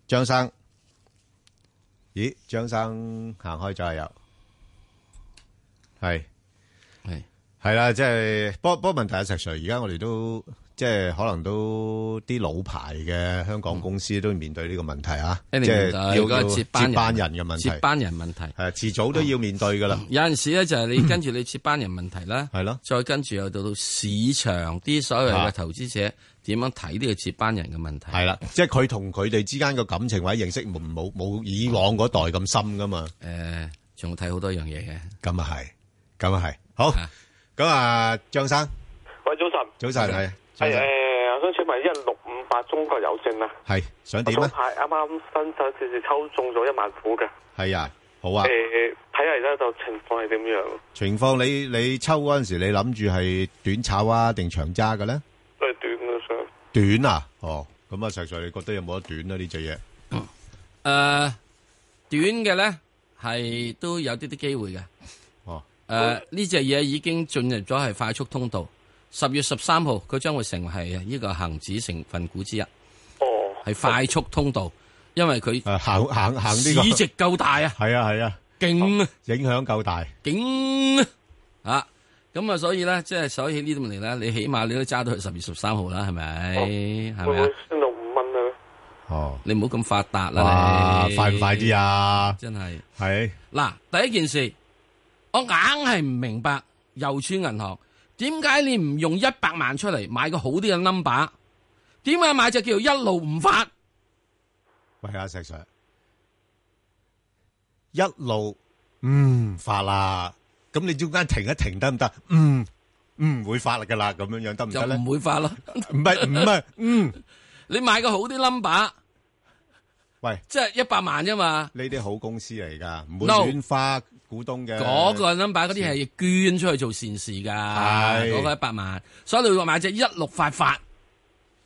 S6: 張生。咦，張生行開咗啊，又。係。係啦，即係，不過-啊不過問題係，石Sir，而家我哋都，即係可能都啲老牌嘅香港公司都面對呢個問題啊，
S7: 一定
S6: 即係
S7: 面對，
S6: 要
S7: 嗰
S6: -
S7: 個
S6: 要
S7: 接班人。
S6: 接班人嘅問題。啊
S7: 接班人問題。
S6: 係，遲早都要面對㗎啦。
S7: 有陣時咧就係你跟住你接班人問題啦，
S6: 係咯，
S7: 再跟住又到到市場啲所謂嘅投資者點樣睇呢個接班人嘅問題。
S6: 係啦，即係佢同佢哋之間嘅感情或者認識冇冇冇以往嗰代咁深噶嘛？
S7: 誒，仲睇好多樣嘢嘅。
S6: 咁啊係，咁啊係，好，咁啊，張生，
S21: 喂，早晨。
S6: 早晨係
S21: 系诶，誒我想請問一六五八中國有證啊，
S6: 係想點
S21: 我早
S6: 咧？
S21: 排啱啱新手試試抽中咗一萬股嘅，
S6: 係啊，好啊，
S21: 誒睇下而家就情況係點樣？
S6: 情況你你抽嗰陣時，你諗住係短炒啊定長揸嘅咧？
S21: 都係短嘅想。
S6: 短啊，哦，咁啊，石 Sir，你覺得有冇得短啊？呢只嘢？
S7: 誒、呃短嘅咧係都有啲啲機會嘅。
S6: 哦，
S7: 誒呢只嘢已經進入咗係快速通道。十月十三號，佢將會成為係呢個恒指成分股之一。
S21: 哦，
S7: 係快速通道，因為佢
S6: 啊行行行呢個
S7: 市值夠大啊！
S6: 係啊係啊，
S7: 勁啊，
S6: 影響夠大，
S7: 勁啊！咁啊，所以咧，即係所以呢度嚟咧，你起碼你都揸到去十月十三號啦，係咪？
S21: 會唔
S7: 係咪啊
S21: 會？升到五蚊啊？
S6: 哦，
S7: 你唔好咁發達啦
S6: 哇，
S7: 你
S6: 快唔快啲啊？
S7: 真係
S6: 係
S7: 嗱，第一件事，我硬係唔明白郵村銀行點解你唔用一百萬出嚟買個好啲嘅 number？點解買只叫做一路唔發？
S6: 喂阿石 Sir，一路嗯發啦，咁你中間停一停得唔得？嗯嗯會發啦噶啦，咁樣樣得唔得咧？
S7: 就唔會發啦，
S6: 唔 係唔係，嗯，
S7: 你買個好啲 number，
S6: 喂，
S7: 即係一百萬啫嘛。
S6: 呢啲好公司嚟噶，唔會
S7: No
S6: 亂發股東嘅。
S7: 嗰個 number 嗰啲係捐出去做善事㗎，
S6: 係
S7: 嗰個一百萬，所以你話買隻一六發發，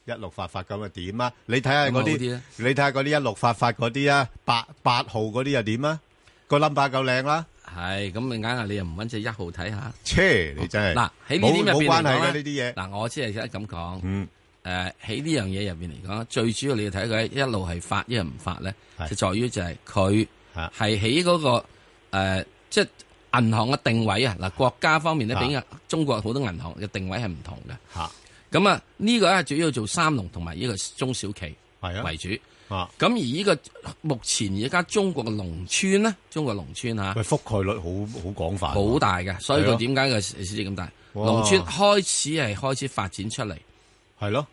S6: 一六發發咁啊點啊？你睇下嗰
S7: 咁好啲
S6: 啲
S7: 啊，
S6: 你睇下嗰啲一六發發嗰啲啊，八八號嗰啲又點啊？個 number 夠靚啦。
S7: 係咁，你啱下你又唔揾隻一號睇下？
S6: 切，你真係
S7: 嗱喺呢啲入
S6: 冇
S7: 邊嚟
S6: 冇關
S7: 講
S6: 係
S7: 咧
S6: 嘅呢啲嘢。
S7: 嗱，我只係得咁講。
S6: 嗯。
S7: 誒，喺呢樣嘢入邊嚟講，最主要你要睇佢一路係發，一係唔發咧，就在於就係佢係喺嗰個誒，即係銀行嘅定位啊。嗱，國家方面咧，比
S1: 啊
S7: 中國好多銀行嘅定位係唔同嘅。
S6: 嚇。
S7: 咁啊，呢個咧主要做三農同埋呢個中小企
S6: 係啊
S7: 為主。
S6: 啊。
S7: 咁而呢個目前而家中國嘅農村咧，中國農村嚇
S6: 喂，，覆蓋率好好廣泛喎，
S7: 好大嘅，所以
S6: 係
S7: 佢
S6: 咯
S7: 點解個市市值咁大？
S6: 哇
S7: 農村開始係開始發展出嚟，
S6: 係咯，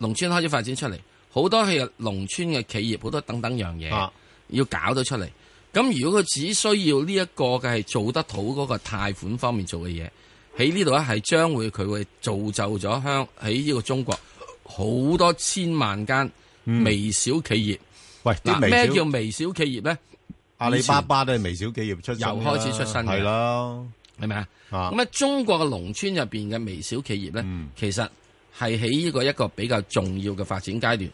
S7: 農村開始發展出嚟，好多係農村嘅企業，好多等等樣嘢、
S6: 啊
S7: 要搞到出嚟。咁如果佢只需要呢一個嘅係做得到嗰個貸款方面做嘅嘢，喺呢度咧係將會佢會造就咗香喺呢個中國好多千萬間微小企業。
S6: 嗯喂，
S7: 嗱
S6: 啲微
S7: 咩
S6: 小
S7: 叫微小企業咧？
S6: 阿里巴巴都係微小企業出身
S7: 由
S6: 㗎
S7: 開始出身嘅
S6: 係啦，
S7: 係咪啊？
S22: À.
S6: 啊
S7: 咁啊，中國嘅農村入邊嘅微小企業咧，其實係喺呢個一個比較重要嘅發展階段。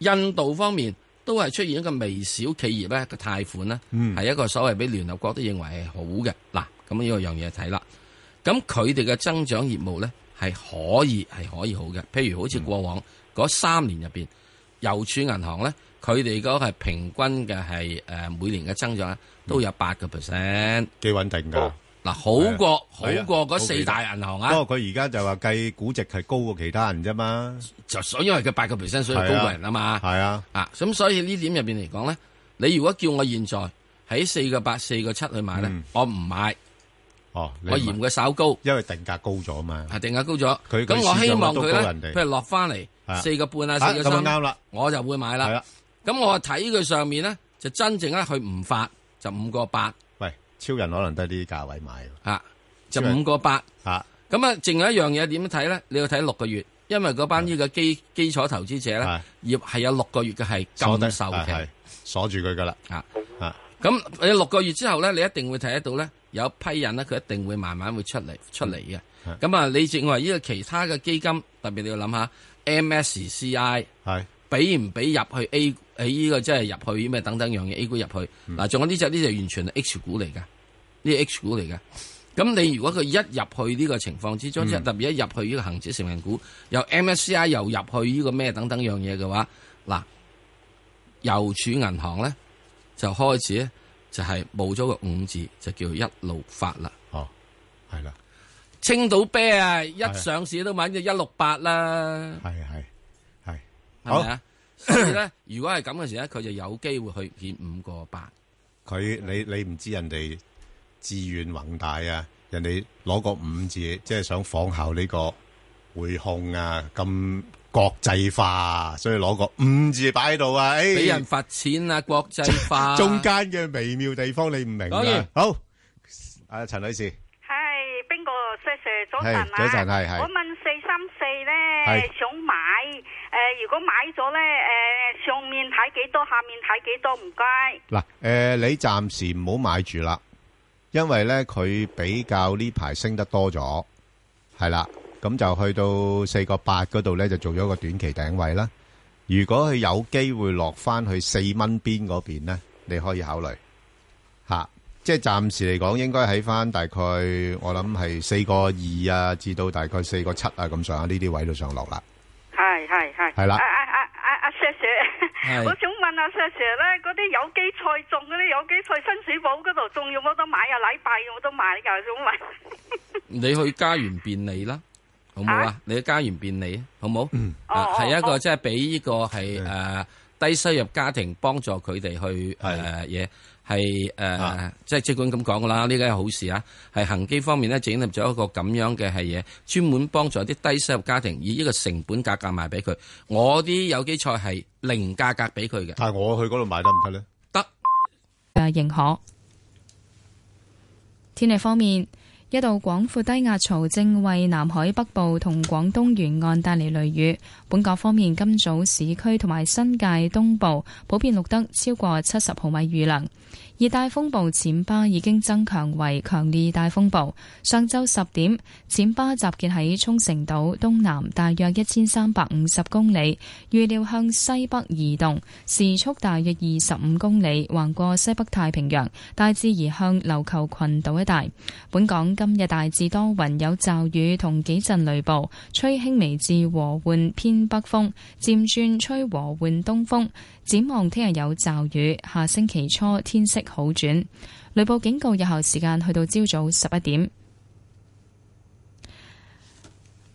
S7: 印度方面都係出現一個微小企業咧嘅貸款咧，係、
S1: 嗯
S7: 一個所謂俾聯合國都認為係好嘅。嗱，咁呢個樣嘢睇啦。咁佢哋嘅增長業務咧係可以係可以好嘅，譬如好似過往嗰三年入邊，郵儲銀行咧，佢哋嗰個係平均嘅係誒每年嘅增長咧都有八個 percent，
S6: 嗯幾穩定㗎。
S7: 嗱，好過好
S6: 係啊
S7: 過嗰
S6: 好
S7: 四
S6: 幾
S7: 大銀行啊！
S6: 不過佢而家就話計估值係高過其他人啫嘛，
S7: 就所以因為佢八個 percent 所以高過人啊嘛。
S6: 係啊，
S7: 啊，咁所以呢點入邊嚟講咧，你如果叫我現在喺四個八、四個七去買咧，我唔買，
S6: 嗯哦，你
S7: 我嫌佢稍高，
S6: 因為定價高咗嘛，
S7: 係定價高咗。
S6: 佢
S7: 咁我
S6: 佢市
S7: 希
S6: 場
S7: 望
S6: 率
S7: 佢
S6: 都高人
S7: 咧，
S6: 哋
S7: 譬如落翻嚟
S6: 係啊
S7: 四個半啊、
S6: 啊
S7: 四個三，
S6: 咁啱啦，
S7: 我就會買
S6: 係
S7: 啦
S6: 啊。
S7: 咁我睇佢上面咧，就真正咧佢唔發就五個八
S6: 喂，超人可能都係呢啲價位買㗎
S7: 啊，就
S6: 超人
S7: 五個八。
S6: 啊，
S7: 咁啊，淨有一樣嘢點樣睇咧？你要睇六個月，因為嗰
S6: 啊
S7: 班呢個基基礎投資者咧，業係有六個月嘅係
S6: 鎖啊得
S7: 禁售
S6: 啊係
S7: 期。
S6: 鎖住佢㗎啦，
S7: 啊
S6: 啊，
S7: 咁你六個月之後咧，你一定會睇得到咧，有一批人咧，佢一定會慢慢會出嚟出嚟嘅。
S6: 係
S7: 咁啊，你認為呢個其他嘅基金，特別你要諗下 MSCI
S6: 係
S7: 俾唔俾入去 A 喺呢個即係入去咩等等樣嘢 A 股入去
S6: 嗯
S7: 嗱，仲有呢只呢只完全係 H 股嚟㗎，呢個 H 股嚟㗎。咁你如果佢一入去呢個情況
S6: 嗯
S7: 之中，即係特別一入去呢個恒指成分股，又 MSCI 又入去呢個咩等等樣嘢嘅話，嗱，郵儲銀行咧就開始咧就係冇咗個五字，就叫一路發啦。
S6: 哦，係啦，
S7: 青島啤啊，一
S6: 係
S7: 上市都買咗一六八啦。
S6: 係係係，
S7: 係咪
S6: 好
S7: 啊？所以 咧，如果係咁嘅時咧，佢就有機會去見五個八。
S6: 佢你你唔知人哋志願宏大啊，人哋攞個五字，即係想仿效呢個匯控啊，咁國際化啊，所以攞個五字擺喺度啊，誒、
S7: 俾人罰錢啊，國際化
S6: 中間嘅微妙地方你唔明
S7: 當
S6: 啊
S7: 然。
S6: 好，阿陳女士，
S20: 系边个 Sir Sir 早晨啊？
S6: 係早晨係係
S20: 我问四三四咧
S6: 係，
S20: 想买诶、誒如果买咗咧，诶、上面睇几多，下面睇幾多？唔該。
S6: 嗱，誒、呃你暫時唔好買住啦，因為咧佢比較呢排升得多咗，係啦，咁就去到四個八嗰度咧就做咗個短期頂位啦。如果佢有機會落翻去四蚊邊嗰邊咧，你可以考慮嚇、即係暫時嚟講應該喺翻大概我諗係四個二啊，至到大概四個七啊咁上下呢啲位度上落啦。
S20: 係係係。
S6: 係啦
S20: 啊啊啊啊阿 Sir Sir，
S6: 係
S20: 我想問阿 Sir Sir 咧，嗰啲有機菜種嗰啲有機菜，新水埗嗰度仲有冇得買啊？禮拜我都買㗎，想問。
S7: 你去家園便利啦，
S6: 嗯
S7: 好冇啊？你去家園便利啊，好冇？啊，係一個即係俾呢個係誒低收入家庭幫助佢哋去誒嘢。係誒，
S6: 啊
S7: 即係即管咁講噶啦，呢個係好事啊！係恒基方面咧，整立咗一個咁樣嘅係嘢，專門幫助啲低收入家庭以呢個成本價格賣俾佢。我啲有機菜係零價格俾佢嘅。
S6: 但係我去嗰度買得唔得咧？
S9: 嘅認呃可。天氣方面，一道廣闊低壓槽正為南海北部同廣東沿岸帶嚟雷雨。本港方面，今早市區同埋新界東部普遍錄得超過七十毫米雨量。熱帶風暴暹巴已經增強為強烈熱帶風暴。上晝十點，暹巴集結喺沖繩島東南大約一千三百五十公里，預料向西北移動，時速大約二十五公里，橫過西北太平洋，大致移向琉球群島一帶。本港今日大致多雲，有驟雨同幾陣雷暴，吹輕微至和緩偏北風，漸轉吹和緩東風。展望聽日有驟雨，下星期初天色好轉。雷暴警告有效時間去到朝早十一點。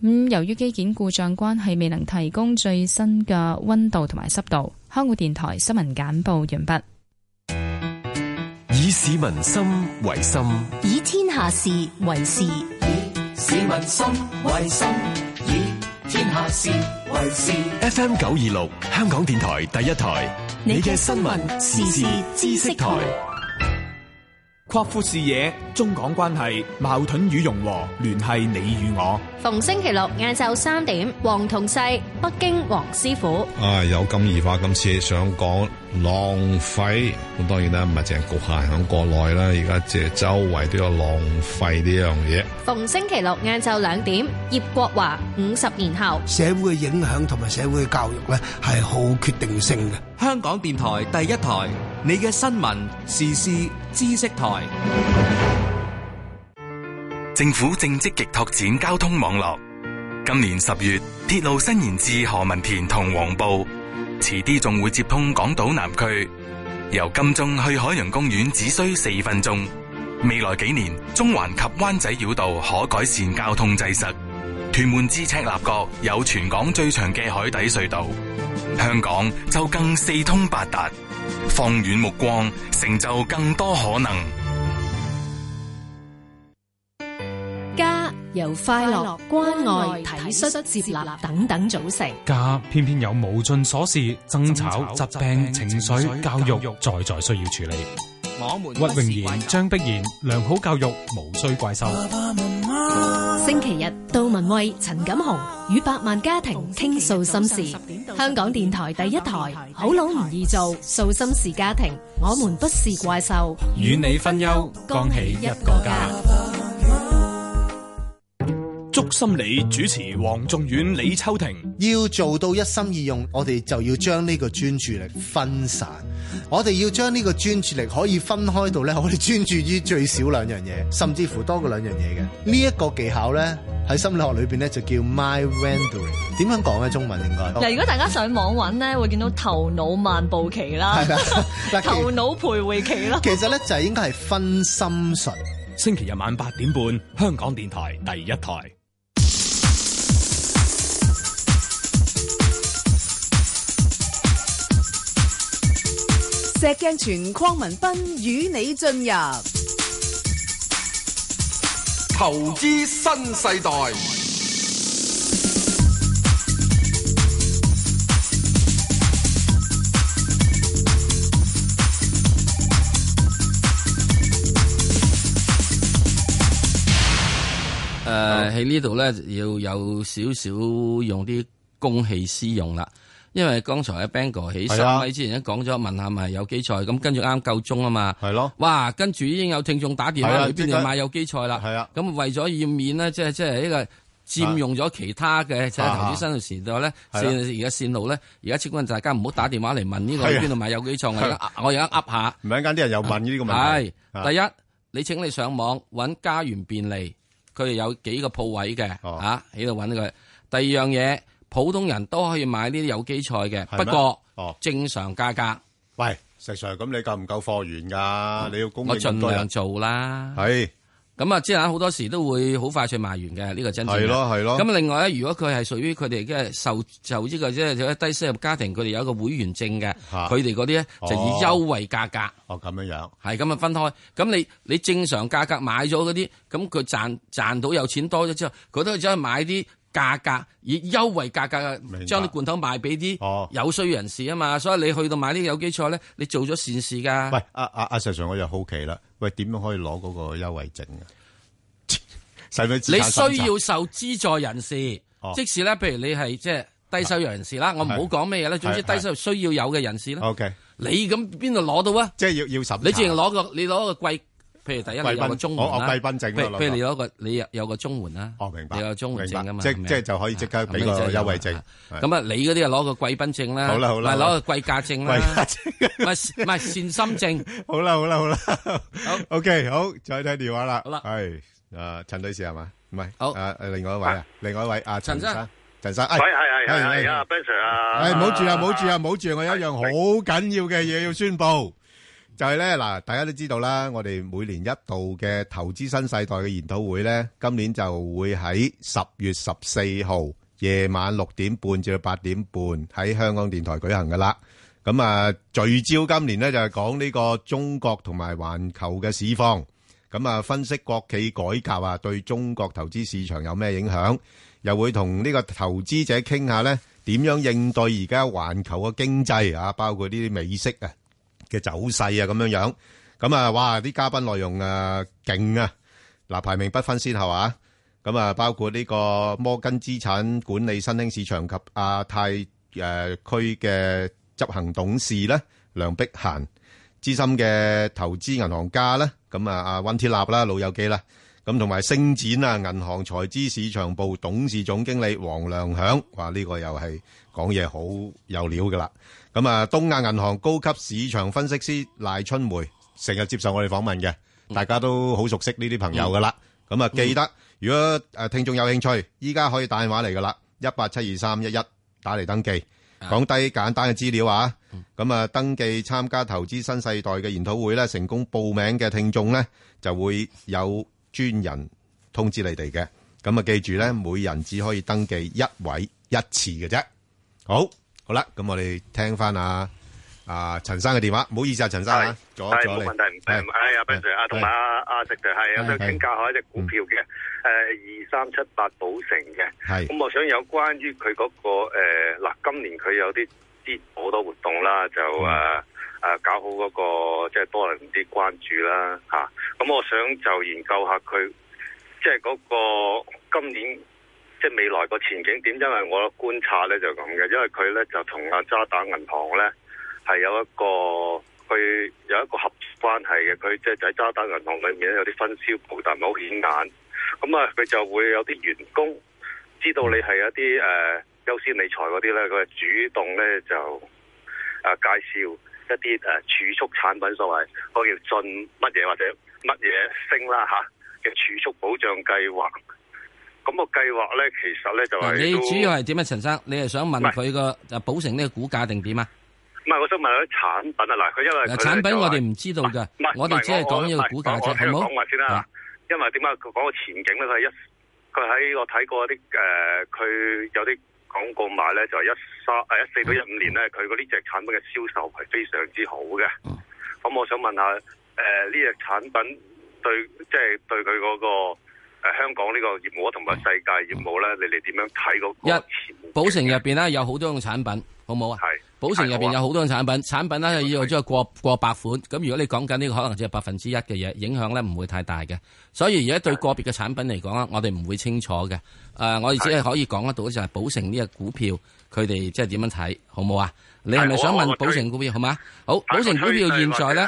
S9: 咁由於機件故障關係，未能提供最新嘅溫度同埋濕度。香港電台新聞簡報完畢。
S22: 以市民心為心，
S23: 以天下事為事，
S1: 市民心為心，以天下事為事。
S22: FM 九二六，香港電台第一台，你嘅新聞時事知識台。
S2: 擴闊視野，中港關係矛盾與融和，聯繫你與我。
S24: 逢星期六晏晝三點，黃同世，北京黃師傅。
S25: 啊，有感而發，今次想講浪費，咁當然啦，唔係淨係局限喺國內啦，而家即係周圍都有浪費呢樣嘢。
S24: 逢星期六晏晝兩點，葉國華五十年後。
S26: 社會嘅影響同埋社會嘅教育咧，係好決定性嘅。
S27: 香港電台第一台，你嘅新聞時事知識台。
S28: 政府正積極拓展交通網絡。今年十月，鐵路伸延至何文田同黃埔，遲啲仲會接通港島南區。由金鐘去海洋公園只需四分鐘。未來幾年，中環及灣仔繞道可改善交通擠塞。屯門至赤鱲角有全港最長嘅海底隧道，香港就更四通八達。放遠目光，成就更多可能。
S16: 家由快樂、關愛、體恤、接納等等組成。
S29: 家偏偏有無盡瑣事、爭吵、疾病、情緒、教育，在在需要處理。
S30: 我們
S29: 屈榮賢、張碧然，良好教育無需怪獸。
S16: 星期日，杜文蔚、陳錦雄與百萬家庭
S31: 哦
S16: 傾訴心事。香港電台第一台，好佬唔易做，訴心事家庭，我們不是怪
S32: 哦
S16: 獸，
S29: 與你分憂，剛起一個家。
S33: 祝心理主持黃仲遠、李秋婷，
S32: 要做到一心二用，我哋就要將呢個專注力分散。我哋要將呢個專注力可以分開到呢，我哋專注於最少兩樣嘢，甚至乎多過兩樣嘢嘅。呢一個技巧呢，喺心理學裏邊呢，就叫 mind wandering。點樣講呢？中文應該
S31: 嗱，如果大家上網揾呢，會見到頭腦漫步期啦，
S32: 係啦，嗱其
S31: 頭腦徘徊期啦。
S32: 其實呢，就係應該係分心術。
S33: 星期日晚八點半，香港電台第一台。
S4: 石鏡泉鄺民彬與你進入
S5: 投資新世代，
S7: 誒呃喺呢度咧，要有少少用啲公器私用啦。因為剛才阿 Bang 哥起
S6: 係啊
S7: 身位之前已經講咗，問下咪有機菜，咁跟住啱夠鐘啊嘛。
S6: 係咯。
S7: 哇！跟住已經有聽眾打電話
S6: 係啊
S7: 去邊
S6: 即
S7: 度
S6: 刻
S7: 買有機菜啦。
S6: 係啊。
S7: 咁為咗要免呢，即係即係呢個佔用咗其他嘅即係投資新嘅時代咧，
S6: 係啊
S7: 線而家線路咧，而家即管大家唔好打電話嚟問呢個
S6: 係啊
S7: 邊度買有機菜，我而
S6: 係
S7: 家我而家噏下。
S6: 唔係一間啲人又問呢個問題。啊
S7: 係第一，你請你上網揾家園便利，佢哋有幾個鋪位嘅
S6: 哦
S7: 啊，喺度揾佢。第二樣嘢，普通人都可以買呢啲有機菜嘅，
S6: 係咩
S7: 不過
S6: 哦
S7: 正常價格。哦
S6: 喂，石 Sir，咁你夠唔夠貨源㗎？你要供應
S7: 我
S6: 咁
S7: 盡
S6: 多
S7: 量
S6: 人
S7: 做啦。
S6: 係
S7: 咁啊，即係好多時都會好快脆賣完嘅呢個真正嘅
S6: 係咯係咯
S7: 咁啊另外咧，如果佢係屬於佢哋嘅受就呢個即係低收入家庭，佢哋有一個會員證嘅，佢哋嗰啲咧就以優惠價格。
S6: 哦，咁樣樣。
S7: 係咁啊，分開。咁你你正常價格買咗嗰啲，咁佢賺賺到有錢多咗之後，佢都走去買啲價格以優惠價格將啲罐頭賣俾
S6: 哦
S7: 啲有需人士啊嘛。所以你去到買呢個有機菜咧，你做咗善事㗎。
S6: 喂，阿阿阿石 Sir，我又好奇啦，喂，點樣可以攞嗰個優惠證啊？ 使唔使
S7: 你
S6: 資產審查？
S7: 需要受資助人士，
S6: 哦
S7: 即使咧，譬如你係即係低收入人士啦，我唔好講咩嘢啦，總之低收入需要有嘅人士啦。
S6: OK，
S7: 你咁邊度攞到啊？
S6: 即係要要審查
S7: 你淨係攞個你攞個貴，譬如第一
S6: 貴
S7: 你有個
S6: 賓
S7: 中
S6: 哦
S7: 援
S6: 哦
S7: 啦，
S6: 貴賓證啦
S7: 譬如
S6: 攞到
S7: 譬如你攞個你有有個中援啦，哦明白，你有個中援證噶嘛，
S6: 即
S7: 係咪啊
S6: 即係就可以即刻俾
S7: 咁
S6: 個
S7: 你就
S6: 優惠證。係
S7: 咁啊，你嗰啲就攞個貴賓證啦，
S6: 好啦好啦
S7: 咪
S6: 好
S7: 攞
S6: 啦
S7: 個貴價證啦，唔係唔係善心證。
S6: 好啦好啦好啦，好 OK，好，再聽電話啦。好啦，係誒陳女士係嘛？唔係，好誒誒，另外一位啊，另外一位啊，陳
S3: 陳生
S6: 生，陳生，哎
S3: 係係
S6: 哎哎
S3: 係係啊，Ben Sir 啊，
S6: 诶，唔好住啊，唔好住啊，唔好住！我有一樣好緊要嘅嘢要宣佈，就係咧嗱，大家都知道啦，我哋每年一度嘅投資新世代嘅研討會咧，今年就會喺十月十四號夜晚六點半至到八點半喺香港電台舉行噶啦。咁啊，聚焦今年咧就係講呢個中國同埋環球嘅市況。咁啊，分析國企改革啊，對中國投資市場有咩影響？又會同呢個投資者傾下咧，點樣應對而家環球嘅經濟啊，包括呢啲美息啊嘅走勢啊，咁樣樣。咁啊，哇！啲嘉賓內容啊，勁啊！嗱，排名不分先後啊。咁啊，包括呢個摩根資產管理新興市場及亞太誒區嘅執行董事咧，梁碧嫻。資深嘅投資銀行家啦，咁啊阿温鐵立啦，老友記啦，咁同埋星展啊銀行財資市場部董事總經理黃良響，哇呢、個又係講嘢好有料噶啦，咁啊東亞銀行高級市場分析師賴春梅成日接受我哋訪問嘅，大家都好熟悉呢啲朋友噶啦，咁啊記得如果誒聽眾有興趣，依家可以打電話嚟噶啦，一八七二三一一打嚟登記。講低簡單嘅資料啊，咁啊登記參加投資新世代嘅研討會咧，成功報名嘅聽眾咧就會有專人通知你哋嘅。咁啊記住咧，每人只可以登記一位一次嘅啫。好，好啦，咁我哋聽翻啊啊陳生嘅電話，唔好意思啊，陳生啊，阻
S3: 係
S6: 阻
S3: 冇
S6: 你
S3: 問，題，唔使唔係啊，Ben Sir 啊，同埋阿阿石 Sir 係，我想
S6: 係
S3: 請教下一隻股票嘅，誒二三七八寶城嘅，
S6: 係
S3: 咁我想有關於佢嗰個誒嗱，今年佢有啲啲好多活動啦，就誒誒搞好嗰個即係多人啲關注啦嚇，咁我想就研究下佢即係嗰個今年。即係未來個前景點？因為我觀察咧就咁嘅，因為佢咧就同阿渣打銀行咧係有一個佢有一個合作關係嘅，佢即係就喺渣打銀行裏面咧有啲分銷部，但唔係好顯眼。咁啊，佢就會有啲員工知道你係一啲誒、呃、優先理財嗰啲咧，佢係主動咧就誒、呃介紹一啲誒、呃、儲蓄產品，所謂嗰叫進乜嘢或者乜嘢升啦嚇嘅儲蓄保障計劃。咁、個計劃咧，其實咧就係、
S7: 你
S3: 都
S7: 主要係點啊，陳生？你係想問佢個就寶城呢個股價定點啊？
S3: 唔係，我想問下啲產品啊，嗱，佢因為
S7: 嗱
S3: 佢
S7: 產品
S3: 就係
S7: 我哋唔知道㗎
S3: 唔係，
S7: 我哋只係講呢個股價
S3: 我
S7: 啫，
S3: 我聽
S7: 好
S3: 佢
S7: 啊冇
S3: 講？埋先啦。因為點解佢講個前景咧？佢係一佢喺我睇過啲誒，呃佢、有啲廣告賣咧，就係一三誒一四到一五年咧，佢嗰呢隻產品嘅銷售係非常之好嘅。
S7: 嗯
S3: 咁、我想問下誒呢隻產品對即係對佢嗰、個、呃、香港呢個業務同埋世界業務咧，你哋點樣睇嗰、個？
S7: 一寶城入邊咧有好多種產品，好冇啊？寶城入邊有好多種產品，產品咧要即係過過百款。咁如果你講緊呢個，可能只係百分之一嘅嘢，影響咧唔會太大嘅。所以而家對個別嘅產品嚟講啊，我哋唔會清楚嘅。誒、啊我哋只係可以講得到就係寶城呢個股票，佢哋即係點樣睇，好冇啊？你係咪
S3: 係
S7: 想
S3: 我啊
S7: 問
S3: 我
S7: 寶城股票好嘛？好，寶城股票現在咧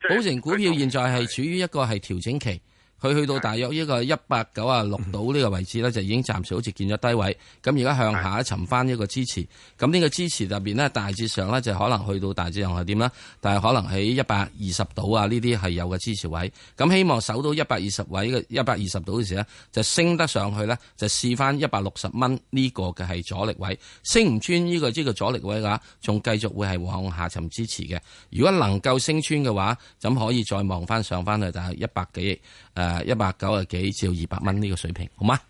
S3: 係，
S7: 寶城股票現在係處於一個係調整期。佢去到
S3: 嗯
S7: 大約呢個一百九啊六度呢個位置咧，就已經暫時好似見咗低位。咁而家向下尋翻一個支持。咁呢個支持入邊呢，大致上呢，就可能去到大致上係點啦？但係可能喺一百二十度啊呢啲係有個支持位。咁希望守到一百二十位嘅一百二十度嘅時呢，就升得上去呢，就試翻一百六十蚊呢個嘅係阻力位。升唔穿呢、個呢、個阻力位嘅話，仲繼續會係往下尋支持嘅。如果能夠升穿嘅話，咁可以再望翻上翻去大約一百幾誒。呃誒一百九啊幾至到二百蚊呢個水平，好嗎？
S3: 誒，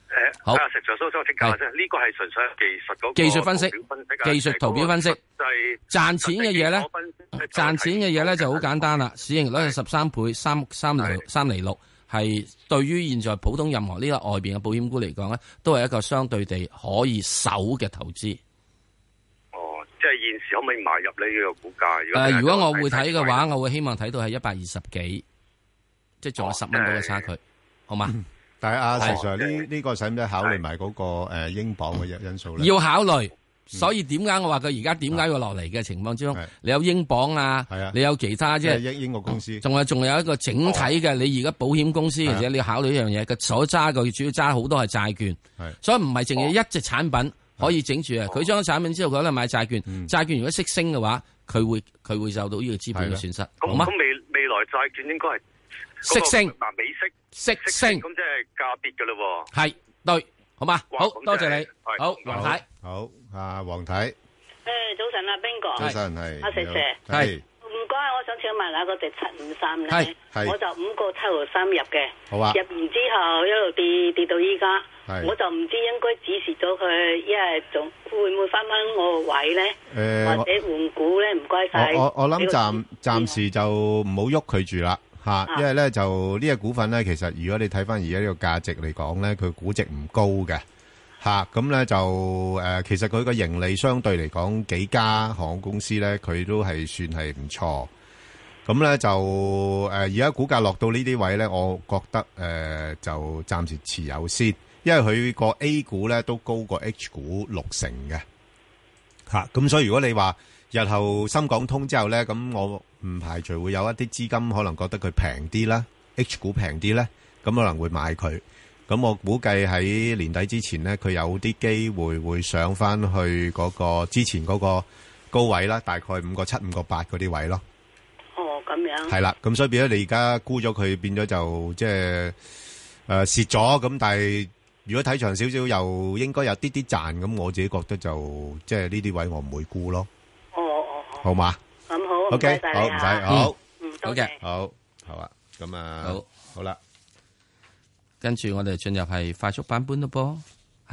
S7: 好
S3: 啊，石 Sir，蘇蘇，即教先，呢個係純粹係技術嗰個
S7: 技術分析
S3: 圖表分析啊
S7: 技術圖表分析
S3: 係嗰個
S7: 賺錢嘅嘢咧
S3: 實際分析，
S7: 賺錢嘅嘢咧就好簡單啦。市盈率係十三倍，三三厘三厘六，係對於現在普通任何呢個外邊嘅保險股嚟講咧，都係一個相對地可以守嘅投資。
S3: 哦，即係現時可唔可以買入呢個股價？
S7: 誒、如果我會睇嘅話，我會希望睇到係一百二十幾，即係仲有
S3: 哦
S7: 十蚊到嘅差距，好嘛？
S6: 嗯但係阿
S7: 係。
S6: 啊 Sir，呢-呃呢個使唔使考慮埋嗰個，誒，英鎊嘅因-嗯啊因素咧？
S7: 要考慮。所以點解我話佢而家點解要落嚟嘅情況之中，你有英鎊啊，你有其他即係
S6: 英英國公司，
S7: 仲有仲有一個整體嘅，你而家保險公司，
S6: 哦係啊
S7: 而且你要考慮一樣嘢，佢所揸嘅主要揸好多係債券
S6: 係，
S7: 所以唔係淨係一隻產品
S6: 哦
S7: 可以整住啊。佢將產品之後佢喺度買債
S6: 嗯
S7: 券，債券如果息升嘅話，佢會佢會受到呢個資本嘅損失，
S3: 咁
S7: 好嗎
S3: 咁？未未來債券應該係
S7: 息升
S3: 嗱美息
S7: 息升
S3: 咁即係價跌嘅咯喎。
S7: 係對，好嘛？
S3: 哇
S7: 好
S3: 咁
S7: 多
S3: 真
S7: 謝
S3: 係
S7: 你
S3: 係，
S7: 好
S3: 唔該
S7: 黃太。
S6: 好，啊，黃太，
S8: 誒，早晨啊，Ben 哥，
S6: 早晨，係，
S8: 阿石
S6: 你好。
S8: Sir，
S6: 係，
S8: 唔該，我想請問下嗰隻七五三
S6: 係
S8: 咧，
S6: 係
S8: 我就五個七號三入嘅，
S6: 好啊
S8: 入完之後一路跌跌到依家
S6: 係，
S8: 我就唔知應該指示咗佢，一係仲會唔會翻翻我個位咧，
S6: 誒，
S8: 或者換股咧？唔該晒。
S6: 我-我-我諗
S8: 俾個
S6: 暫-暫時就唔好喐佢住啦，嚇，
S8: 啊
S6: 呃呃因為呢，就呢隻股份呢，其實如果你睇返而家呢個價值嚟講呢，佢估值唔高嘅，嚇，咁呢，就，誒，其實佢個盈利相對嚟講，幾家航空公司呢，佢都係算係唔錯。咁呢，就，誒，而家股價落到呢啲位呢，我覺得，誒，就暫時持有先，因為佢個 A 股呢，都高過 H 股六成嘅，嚇，咁所以如果你話日後深港通之後呢，咁我唔排除會有一啲資金可能覺得佢平啲啦，H 股平啲呢，咁可能會買佢。咁我估計喺年底之前呢，佢有啲機會會上翻去嗰個之前嗰個高位啦，大概五個七、五個八嗰啲位咯。
S8: 哦，咁樣
S6: 係啦，咁所以變咗你而家沽咗佢，變咗就即係诶蚀咗，咁但係如果睇長少少，又應該有啲啲賺，咁我自己覺得就即係呢啲位我唔會沽咯。
S8: 哦哦，哦
S6: 好嘛？
S8: 咁好，唔
S6: OK，
S8: 該晒你
S6: 好，唔使，
S8: 啊
S6: 好。
S8: 嗯，多謝。
S6: 好，好啊，咁啊，
S7: 好，
S6: 好啦，
S7: 跟住我哋進入係快速版本咯噃，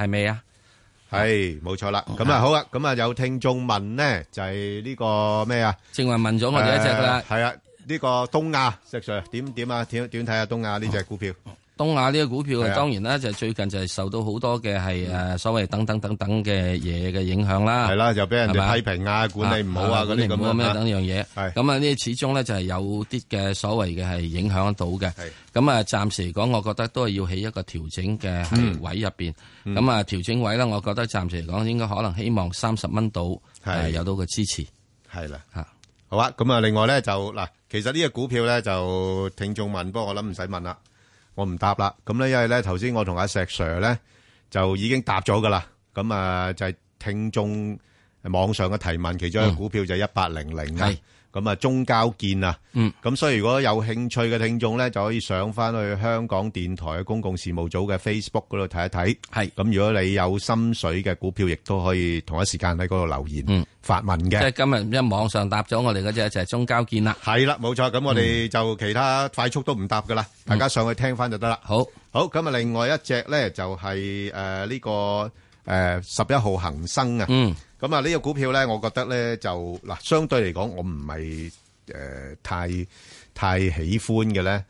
S7: 係咪啊？哦
S6: 係冇錯啦。咁啊，好啊，咁啊，有聽眾問咧，就係呢個咩啊？
S7: 正話問咗我哋一隻㗎啦
S6: 誒係啊，呢個東亞石 Sir 點點啊？點點睇下東亞呢只股票？
S7: 東亞呢個股票
S6: 係啊
S7: 啊，當然啦，就最近就係受到好多嘅係誒所謂等等等等嘅嘢嘅影響啦。
S6: 嗯係啦就俾人哋
S7: 係嘛
S6: 批評啊管理唔好啊嗰啲
S7: 管理唔好
S6: 咁樣
S7: 咩
S6: 啊
S7: 等樣嘢。咁啊，呢始終咧就係有啲嘅所謂嘅係影響到嘅。咁啊，暫時嚟講，我覺得都係要起一個調整嘅係
S10: 嗯
S7: 位入邊。
S10: 嗯
S7: 咁啊，調整位咧，我覺得暫時嚟講應該可能希望三十蚊到誒
S6: 係
S7: 有到個支持。
S6: 係啦，
S7: 嚇。
S6: 好啊，咁啊，另外咧就嗱，其實呢只股票咧就聽眾問，不過我諗唔使問啦，我唔答啦。咁咧，因為咧頭先我同阿石 Sir 咧就已經答咗噶啦。咁啊，就係聽眾網上嘅提問，其中一個股票就一八零零啊。咁啊，中交建啊。
S7: 嗯。
S6: 咁所以如果有興趣嘅聽眾咧，就可以上翻去香港電台嘅公共事務組嘅 Facebook 嗰度睇一睇。
S7: 係。
S6: 咁如果你有心水嘅股票，亦都可以同一時間喺嗰度留言、
S7: 嗯、
S6: 發問
S7: 即
S6: 嘅。
S7: 係今日一網上答咗我哋嗰只就係中交建啦。嗯
S6: 係啦，冇錯。咁我哋就其他快速都唔答噶啦，大家上去聽翻就得啦。
S7: 嗯好，
S6: 好。咁啊，另外一隻咧就係誒呢個誒十一號恒生啊。
S7: 嗯。
S6: 咁啊，呢個股票咧，我覺得
S33: 呃
S6: 咧就嗱，相對嚟講，我唔係誒太太喜歡嘅咧，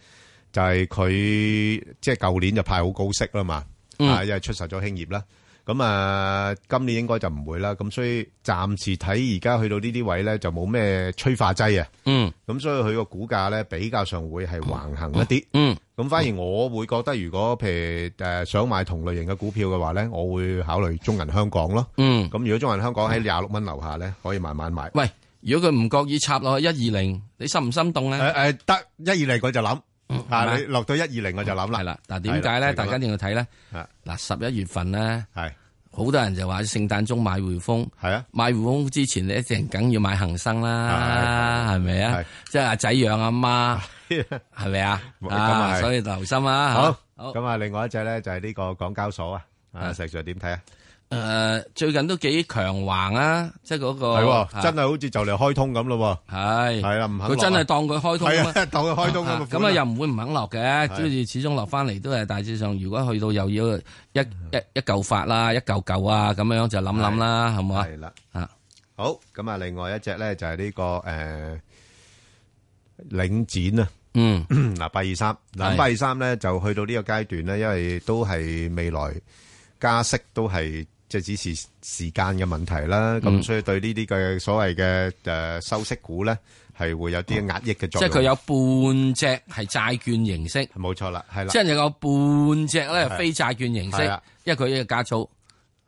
S6: 就係佢即係舊年就派好高息啦嘛，
S11: 嗯
S6: 啊，因為出售咗興業啦。咁啊，今年應該就唔會啦。咁所以暫時睇而家去到呢啲位咧，就冇咩催化劑啊。
S7: 嗯。
S6: 咁所以佢個股價咧比較上會係橫行一啲。
S7: 嗯。
S6: 咁反而我會覺得，如果譬如誒、呃想買同類型嘅股票嘅話咧，我會考慮中銀香港咯。
S7: 嗯
S6: 咁如果中銀香港喺廿六蚊樓下咧，可以慢慢買。
S7: 喂，如果佢唔覺意插落去一二零，你心唔心動咧？
S6: 誒誒，得一二零我就諗，
S7: 係
S6: 啊
S7: 嘛
S6: 你落到一二零我就諗啦。係啦，
S7: 嗱，點解咧？大家一定要睇咧
S6: 啊。
S7: 嗱，十一月份咧，
S6: 係
S7: 好多人就話聖誕鐘買匯豐，
S6: 係啊，
S7: 買匯豐之前你一定梗要買恒生啦，係咪啊？即係阿仔養阿 媽， 係咪啊？
S6: 咁啊
S7: 啊，
S6: 係
S7: 所以留心啊。
S6: 好
S7: 好，
S6: 咁啊，另外一隻咧就係呢個港交所啊。啊，石 Sir 點睇啊？
S7: 诶、最近都幾強橫啊，即係嗰個
S6: 係喎
S7: 啊
S6: 真係好似就嚟開通咁咯喎。
S7: 係
S6: 係啦，唔肯
S7: 佢真係
S6: 當
S7: 當佢開通啊嘛
S6: 係啊當佢開通咁啊
S7: 咁啊
S6: 款啊
S7: 又唔會唔肯落嘅，跟住始終落翻嚟都係大致上，如果去到又要一一一嚿發啦，一嚿嚿啊咁樣就諗諗啦，好唔好啊？
S6: 係啦，
S7: 啊，
S6: 好，咁啊，另外一隻呢，就係呢個，誒，領展啊。嗱，823嗱，
S9: 係。
S6: 823呢，就去到呢個階段呢，因為都係未來加息都係，即係只是時間嘅問題啦，咁
S7: 嗯。即
S6: 呃所以對呢啲嘅所謂嘅，誒，收息股呢，係會有啲壓抑嘅作用。
S7: 係佢有半隻係債券形式，
S6: 冇錯啦，係啦
S7: 即係有半隻咧
S6: 係
S7: 非債券形式
S6: 係啊，
S7: 因為佢嘅加租。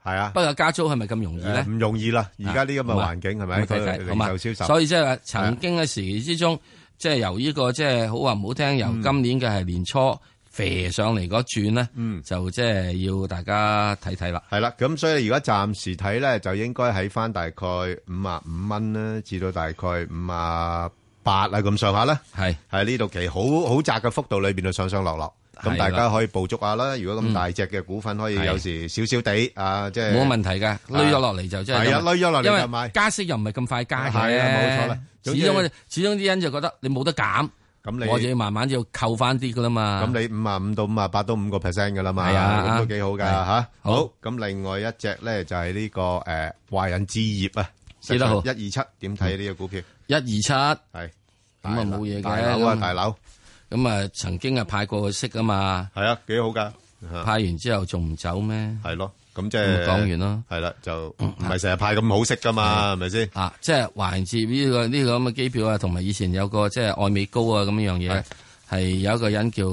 S6: 係啊，
S7: 不過加租係咪咁容易咧？
S6: 誒唔容易啦，而家呢咁嘅環境係咪
S7: 咁啊睇睇
S6: 佢
S7: 好嘛
S6: 零售銷售
S7: 所以即係話曾經嘅時期之中，即係由呢個即係好話唔好聽，由
S6: 嗯
S7: 今年嘅係年初肥上嚟嗰轉咧，就即係要大家睇睇啦。
S6: 係啦，咁所以而家暫時睇咧，就應該喺翻大概五啊五蚊啦，至到大概五啊八啊咁上下啦。
S7: 係
S6: 喺呢度期好好窄嘅幅度裏邊度上上落落，咁
S7: 係
S6: 大
S7: 啦
S6: 家可以捕捉下啦。如果咁
S7: 嗯
S6: 大隻嘅股份，可以
S7: 係
S6: 有時少少地啊，即係
S7: 冇問題㗎，攣咗落嚟就即係
S6: 係啊，攣咗落
S7: 因
S6: 嚟
S7: 為
S6: 就買。
S7: 加息又唔係咁快加嘅，
S6: 係啦冇錯啦
S7: 始
S6: 總之
S7: 終我哋始終啲人就覺得你冇得減，
S6: 咁你
S7: 我就要慢慢要扣翻啲㗎啦嘛。
S6: 咁你五啊五到五啊八都五個 percent 噶啦嘛，
S7: 係啊
S6: 咁都幾好㗎
S7: 係
S6: 吓。
S7: 好
S6: 好，咁另外一隻咧就係呢個誒華人置業啊，
S7: 記得好
S6: 一二七點睇呢個股票？
S7: 一二七
S6: 係
S7: 咁啊冇嘢嘅，
S6: 大樓啊大樓。
S7: 咁啊，曾經啊派過佢息啊嘛，
S6: 係啊，幾好噶。
S7: 派完之後仲唔走咩？
S6: 係咯，咁即係
S7: 講完咯。嗯
S6: 係啦，就唔係成日派咁好息噶嘛，係咪先？
S7: 啊，即係環接呢個呢個咁嘅機票啊，同埋以前有個即係愛美高啊咁樣嘢，係有一個人叫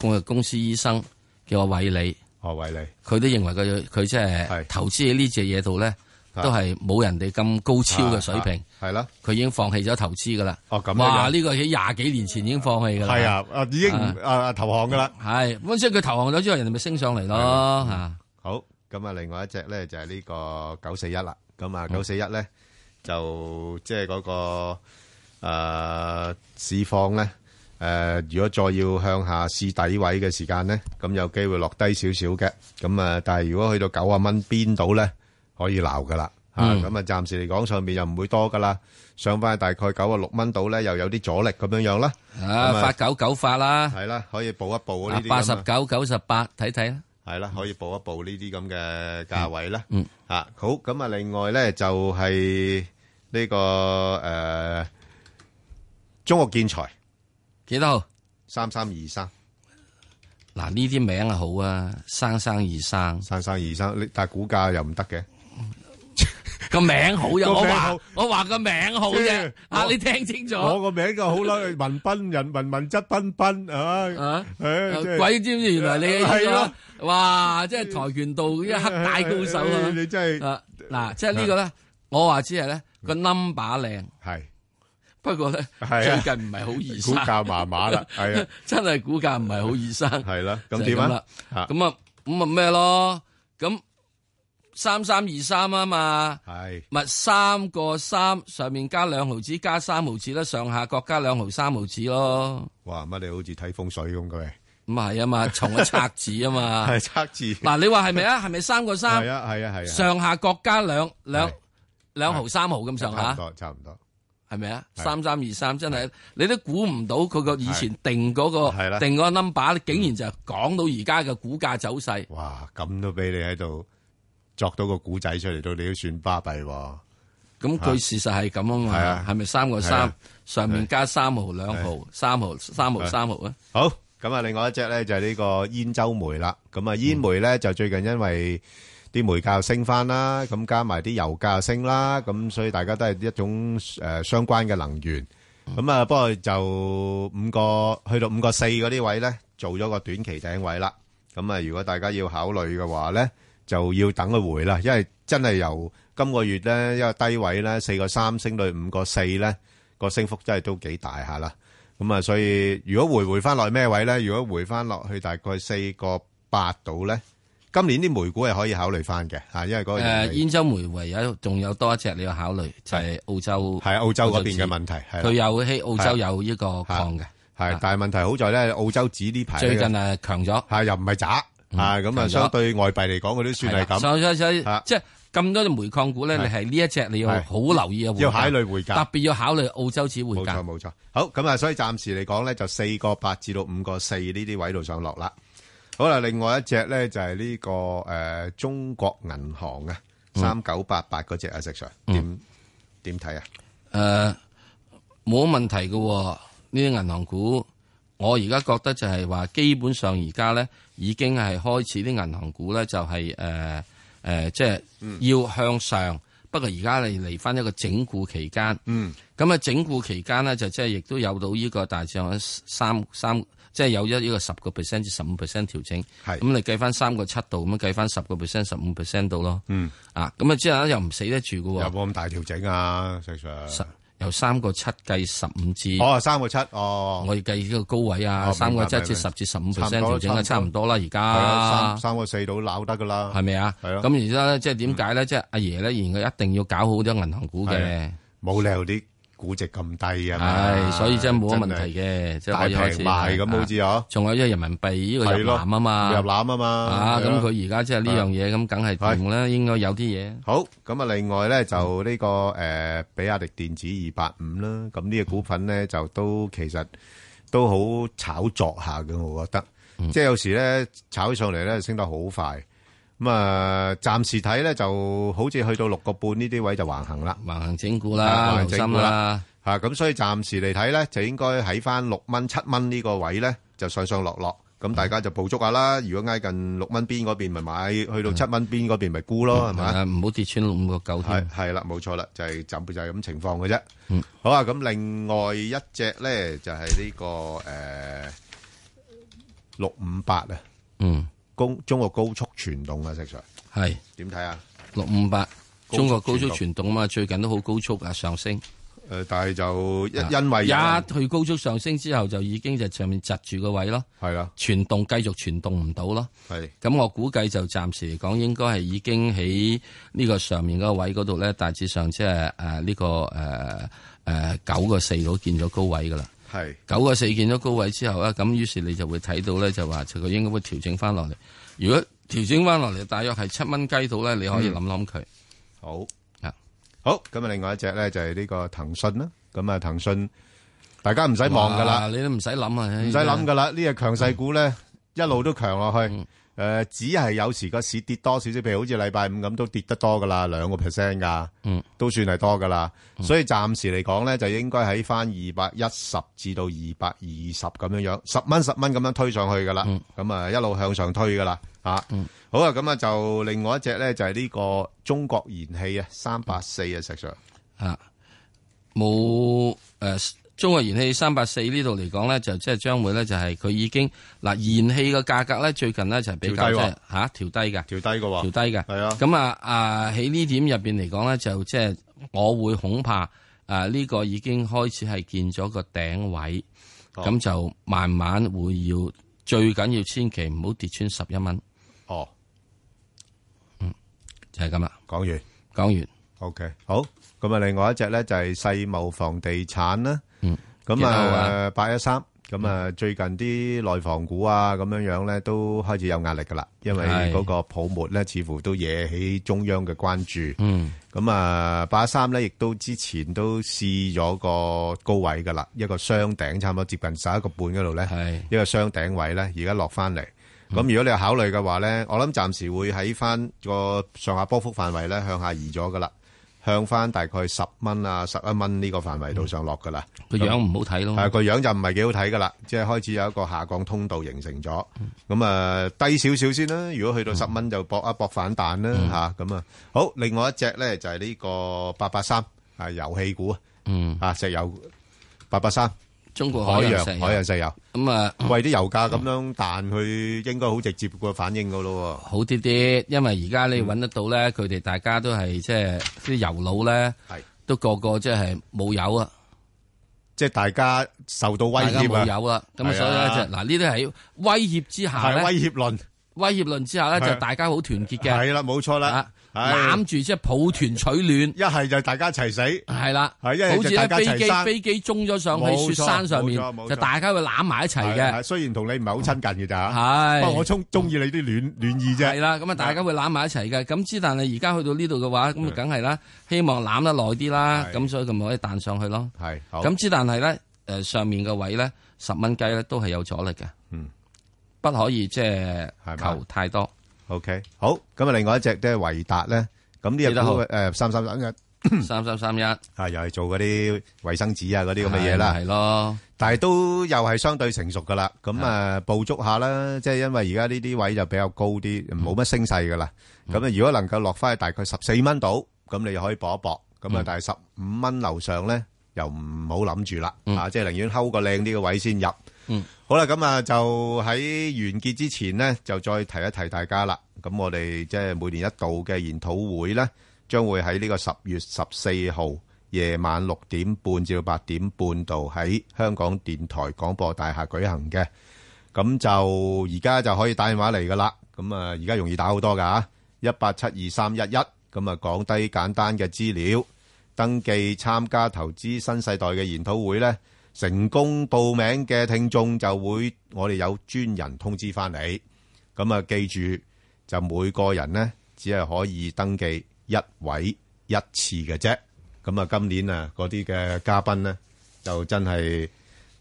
S7: 公公司醫生叫阿偉利，
S6: 何偉利，
S7: 佢都認為佢佢即係投資喺呢只嘢度咧，
S6: 啊
S7: 都係冇人哋咁高超嘅水平，
S6: 係啦，
S7: 佢已經放棄咗投資噶啦。
S6: 哦咁樣
S7: 哇！呢個喺廿幾年前已經放棄噶啦。
S6: 係啊啊已經唔啊投降噶啦。
S7: 係咁即係佢投降咗之後，人哋咪升上嚟咯嚇。
S6: 好，咁啊，另外一隻咧就係呢個九四一啦。咁啊，九四一咧就即係嗰個誒市況咧。誒、如果再要向下試底位嘅時間咧，咁有機會落低少少嘅。咁啊，但係如果去到九啊蚊邊度咧，可以鬧噶啦。嚇、
S10: 嗯
S6: 咁啊，暫時嚟講上面又唔會多噶啦。上翻去大概九啊六蚊度咧，又有啲阻力咁樣樣啦。
S7: 啊，
S6: 咁
S7: 發九九發啦，
S6: 係啦，可以補一補呢
S7: 啊
S6: 啲咁啊
S7: 八十九九十八睇睇啊啦。
S6: 系啦，可以報一報呢啲咁嘅價位啦。
S7: 嗯，
S6: 啊好，咁啊，另外咧就係呢個诶中國建材
S7: 幾多號？
S6: 三三二三。
S7: 嗱，呢啲名啊好啊，生生意生，
S6: 生生意生，你但系股價又唔得嘅。
S7: 個名好有
S6: 個
S7: 我
S6: 名
S7: 話
S6: 好
S7: 我話個名好啫，啊你聽清楚，
S6: 我個名就好 啦，文彬人文文質彬彬啊
S7: 啊！
S6: 唉真係
S7: 鬼知唔知原來你嘅意
S6: 係
S7: 思
S6: 咯
S7: 啊？哇！即係跆拳道一黑帶高手啊！
S6: 你真嗯
S7: 係嗱，即係呢個咧，我話只係咧個 number 靚
S6: 係。
S7: 不過咧，
S6: 係
S7: 最
S6: 啊
S7: 近唔係好易生，
S6: 股價麻麻啦係啊，
S7: 真係股價唔係好易生，
S6: 係啦咁
S7: 就係
S6: 點啊
S7: 啦
S6: 啊
S7: 咁啊，咁啊咩咯？咁三三二三啊嘛，
S6: 係
S7: 咪三個三上面加兩毫子加三毫子啦，上下各加兩毫三毫子咯。
S6: 哇！乜你好似睇風水咁嘅喂？
S7: 咁啊係啊嘛，從一拆字啊嘛，
S6: 係測字。
S7: 嗱，你話係咪啊？ 係咪三個三？
S6: 係啊係啊係啊
S7: 上下各加兩兩兩毫三毫咁上
S6: 差唔
S7: 下，
S6: 多，差唔多。
S7: 係咪啊？
S6: 係
S7: 三三二三真係，你都估唔到佢個以前定嗰個定嗰個 number，竟然就講到而家嘅股價走勢。
S6: 嗯哇！咁都俾你喺度作到個古仔出嚟，到你都算巴閉喎。
S7: 咁佢事實係咁啊嘛
S6: 係啊，
S7: 係咪三個
S6: 係
S7: 三
S6: 啊
S7: 上面加三毫兩毫
S6: 係
S7: 三毫三毫三毫啊？
S6: 好，咁啊，另外一隻咧就係呢個煙州煤啦。咁啊，煙煤咧就最近因為啲煤價又升翻啦，咁加埋啲油價又升啦，咁所以大家都係一種誒、呃相關嘅能源。咁啊，不過就五個去到五個四嗰啲位咧，做咗個短期頂位啦。咁啊，如果大家要考慮嘅話咧，就要等佢回啦，因為真係由今個月咧一個低位咧四個三升到五個四咧，個升幅真係都幾大下啦。咁啊，所以如果回回翻落去咩位咧？如果回翻落去大概四個八度咧，今年啲煤股係可以考慮翻嘅嚇，因為嗰個盈利
S7: 誒，煙州煤唯有仲有多一隻你要考慮，就係澳洲
S6: 係啊澳洲嗰邊嘅問題係啦
S7: 佢有喺澳洲
S6: 係
S7: 有呢個礦嘅。啊
S6: 係，但係問題好在咧，澳洲紙呢排
S7: 最近係強咗，
S6: 係又唔係渣，啊，咁啊，
S7: 咗
S6: 相對外幣嚟講，佢都算係
S7: 係啦所以
S6: 咁。
S7: 所以所以即係咁多隻煤礦股咧，你係呢一隻你要
S6: 係
S7: 好留意啊，
S6: 要考慮匯價
S7: 特別要考慮澳洲紙匯價。
S6: 冇錯，冇錯。好，咁啊，所以暫時嚟講咧，就四個八至到五個四呢啲位度上落啦。好啦，另外一隻咧就係呢、個誒、呃中國銀行啊，三九八八嗰只啊，石 Sir 點點睇啊？
S7: 誒，呃冇問題嘅喎，呢啲銀行股，我而家覺得就係話，基本上而家咧已經係開始啲銀行股咧就係誒誒，即係
S6: 嗯
S7: 要向上。不過而家你嚟翻一個整固期間，
S6: 嗯，
S7: 咁啊整固期間咧就即係亦都有到呢個大致上三三，即係有一呢個十個 percent 至十五 percent 調整。
S6: 係
S7: 咁你計翻三個七度，咁樣計翻十個 percent、十五 percent 度咯。
S6: 嗯，
S7: 啊，咁啊之後咧又唔死得住嘅喎。
S6: 有冇咁大調整啊，石 Sir？
S7: 由三個七計十五至
S6: 哦，三個七哦，
S7: 我要計呢個高位啊，
S6: 哦
S7: 三個
S6: 明白
S7: 七
S6: 明白
S7: 至十至十五
S6: 差唔
S7: percent
S6: 多
S7: 調整啊，差唔多啦，而
S6: 係啊
S7: 家
S6: 三三個四度撈得噶啦，
S7: 係咪啊？
S6: 係咯。嗯
S7: 咁而家咧，即係點解咧？即係阿爺咧，仍然佢一定要搞好咗銀行股
S6: 係
S7: 嘅
S6: 啊，冇理由啲估值咁低啊嘛。
S7: 係，所以真係冇乜問
S6: 真係
S7: 題嘅，即係
S6: 大
S7: 可以開
S6: 平
S7: 始啊
S6: 賣咁好似嗬。
S7: 仲有因為人民幣呢個入籃啊嘛，
S6: 係咯入籃啊嘛
S7: 啊
S6: 係
S7: 咁
S6: 啊
S7: 佢而家即係呢樣嘢咁，梗係掂啦，應該有啲嘢。
S6: 好，咁啊，另外咧就呢、個誒、呃比亞迪電子二八五啦，咁呢個股份咧就都其實都好炒作下嘅，我覺得，即係有時咧炒起上嚟咧升得好快，咁啊暫時睇咧就好似去到六個半呢啲位就橫行啦，
S7: 橫行整固
S6: 啊
S7: 啦，
S6: 橫
S7: 留
S6: 行整
S7: 心
S6: 固
S7: 啦。
S6: 嚇咁、所以暫時嚟睇咧就應該喺翻六蚊七蚊呢個位咧就上上落落。咁大家就捕捉下啦，如果挨近六蚊邊嗰邊咪買，去到七蚊邊嗰邊咪沽咯，係咪
S7: 啊唔好跌穿五個九添。嗯
S6: 系啦，冇錯啦，就係就就係咁情況嘅啫。好啊，咁另外一隻咧就係呢個诶六五八啊，
S7: 嗯，
S6: 高中國高速傳動啊，石 Sir
S7: 係
S6: 點睇啊？
S7: 六五八，
S6: 高速
S7: 中國高速
S6: 傳動
S7: 傳動啊嘛，最近都好高速啊上升。啊
S6: 诶，但係呃就因因為
S7: 一去高速上升之後，就已經就上面窒住個位咯。
S6: 係啦，
S7: 傳動繼續傳動唔到咯。
S6: 係
S7: 咁我估計就暫時嚟講，應該係已經喺呢個上面嗰個位嗰度咧，大致上即係誒呢個誒誒九個四度見咗高位噶啦。
S6: 係
S7: 九個四見咗高位之後咧，咁於是你就會睇到咧，就話佢應該會調整翻落嚟。如果調整翻落嚟，大約係七蚊雞度咧，你可以諗諗佢。
S6: 好
S7: 啊，
S6: 好咁啊，另外一隻咧就係呢個騰訊啦。咁啊，騰訊大家唔使望噶
S7: 哇
S6: 啦，
S7: 你都唔使諗啊，
S6: 唔使諗噶啦，呢只強勢股
S7: 嗯
S6: 咧一路都強落去。诶、只係有時個市跌多少少，譬如好似禮拜五咁，都跌得多噶啦，兩個 percent 噶，
S7: 嗯
S6: 都算係多噶啦。所以暫時嚟講咧，就應該喺翻二百一十至到二百二十咁樣樣，十蚊十蚊咁樣推上去噶
S7: 嗯
S6: 啦。咁啊、一路向上推噶啦，啊，好啊，咁啊就另外一隻咧就係呢個中國燃氣啊，三八四啊，石 Sir
S7: 啊，冇誒、呃中國燃氣三八四呢度嚟講咧，就即係將會咧就係佢已經嗱燃氣嘅價格咧最近咧就係比較
S6: 調低
S7: 即
S6: 喎
S7: 係嚇調低嘅，調
S6: 低嘅喎，
S7: 調低嘅，
S6: 係啊，
S7: 咁啊啊喺呢點入邊嚟講咧，就即係我會恐怕啊呢、個已經開始係見咗個頂位，
S6: 哦
S7: 咁、就慢慢會要最緊要千祈唔好跌穿十一蚊，
S6: 哦，
S7: 就係咁啦。
S6: 講完，
S7: 講完。
S6: OK，好，咁啊另外一隻咧就係世茂房地產啦。
S7: 嗯，
S6: 咁
S7: 幾好
S6: 啊，
S7: 啊
S6: 八一三，咁啊，最近啲內房股啊，咁樣樣咧都開始有壓力噶啦，因為
S7: 係
S6: 嗰個泡沫咧，似乎都惹起中央嘅關注。
S7: 嗯，
S6: 咁啊，八一三咧，亦都之前都試咗個高位噶啦，一個雙頂，差唔多接近十一個半嗰度咧，一個雙頂位咧，而家落翻嚟。
S7: 嗯
S6: 咁如果你有考慮嘅話咧，我諗暫時會喺翻個上下波幅範圍咧向下移咗噶啦，向翻大概十蚊啊、十一蚊呢個範圍度上落噶啦。
S7: 嗯個樣唔好睇咯
S6: 係個樣就唔係幾好睇噶啦，即係開始有一個下降通道形成咗。咁啊，低少少先啦。如果去到十蚊就搏一搏反彈啦嚇。咁啊，好。另外一隻咧就係呢個八八三啊，油氣股啊，
S7: 嗯
S6: 啊石油八八三，
S7: 中國
S6: 海
S7: 啊海
S6: 洋
S7: 洋石油
S6: 海洋石油。
S7: 咁啊，
S6: 為啲油價咁樣彈，佢應該好直接個反應噶咯喎。
S7: 嗯
S6: 嗯
S7: 好啲啲，因為而家你揾得到咧，佢哋大家都係即係啲油佬咧，都個個即係冇油啊，
S6: 即係大家受到威
S7: 大家
S6: 脅啊，
S7: 冇油啦。咁啊
S6: 係啊
S7: 所以咧就嗱呢啲喺威脅之下
S6: 係
S7: 咧，
S6: 威脅論，
S7: 威脅論之下咧
S6: 係啊
S7: 就大家好團結嘅。
S6: 係啦，冇錯啦。
S7: 攬住即係抱團取暖。
S6: 一係就大家一齊死，
S7: 係啦，
S6: 係一
S7: 好
S6: 係
S7: 似
S6: 就大
S7: 咧飛
S6: 家一齊
S7: 機
S6: 生。
S7: 飛機中咗上去雪山上面
S6: 冇錯冇錯冇，錯
S7: 就大家會攬埋一齊嘅。
S6: 係雖然同你唔係好親近嘅咋，
S7: 係
S6: 不過我中中意你啲暖暖意啫。
S7: 係啦，咁啊大家會攬埋一齊嘅。咁之但係而家去到呢度嘅話，咁啊梗係啦，希望攬得耐啲啦。咁所以佢咪可以彈上去咯。
S6: 係好
S7: 咁之但係咧，誒上面嘅位咧，十蚊雞咧都係有阻力嘅。
S6: 嗯，
S7: 不可以即係求太多。
S6: OK，好，咁啊，另外一隻即係維達咧，咁呢只
S7: 記得好
S6: 股誒三三三一，
S7: 三三三一
S6: 啊，又係做嗰啲衛生紙啊嗰啲咁嘅嘢啦，
S7: 係咪係咯，
S6: 但係都又係相對成熟噶啦，咁啊捕捉下啦，即係因為而家呢啲位就比較高啲，冇乜升勢噶啦，
S7: 嗯
S6: 咁啊如果能夠落翻去大概十四蚊度，咁你可以搏一搏，咁啊
S7: 嗯
S6: 但係十五蚊樓上咧又唔好諗住啦，啊即係寧願睺個靚啲嘅位先入。
S7: 嗯。
S6: 好啦，咁啊就喺完結之前呢，就再提一提大家啦。咁我哋即係每年一度嘅研討會呢，將會喺呢個十月十四號夜晚六點半至到八點半度喺香港電台廣播大廈舉行嘅。咁就而家就可以打電話嚟噶啦。咁啊，而家容易打好多噶一八七二三一一。咁啊，講低簡單嘅資料，登記參加投資新世代嘅研討會呢，成功報名嘅聽眾就會我哋有專人通知翻你。咁啊，記住就每個人呢，只係可以登記一位一次嘅啫。咁啊，今年啊嗰啲嘅嘉賓呢，就真係〜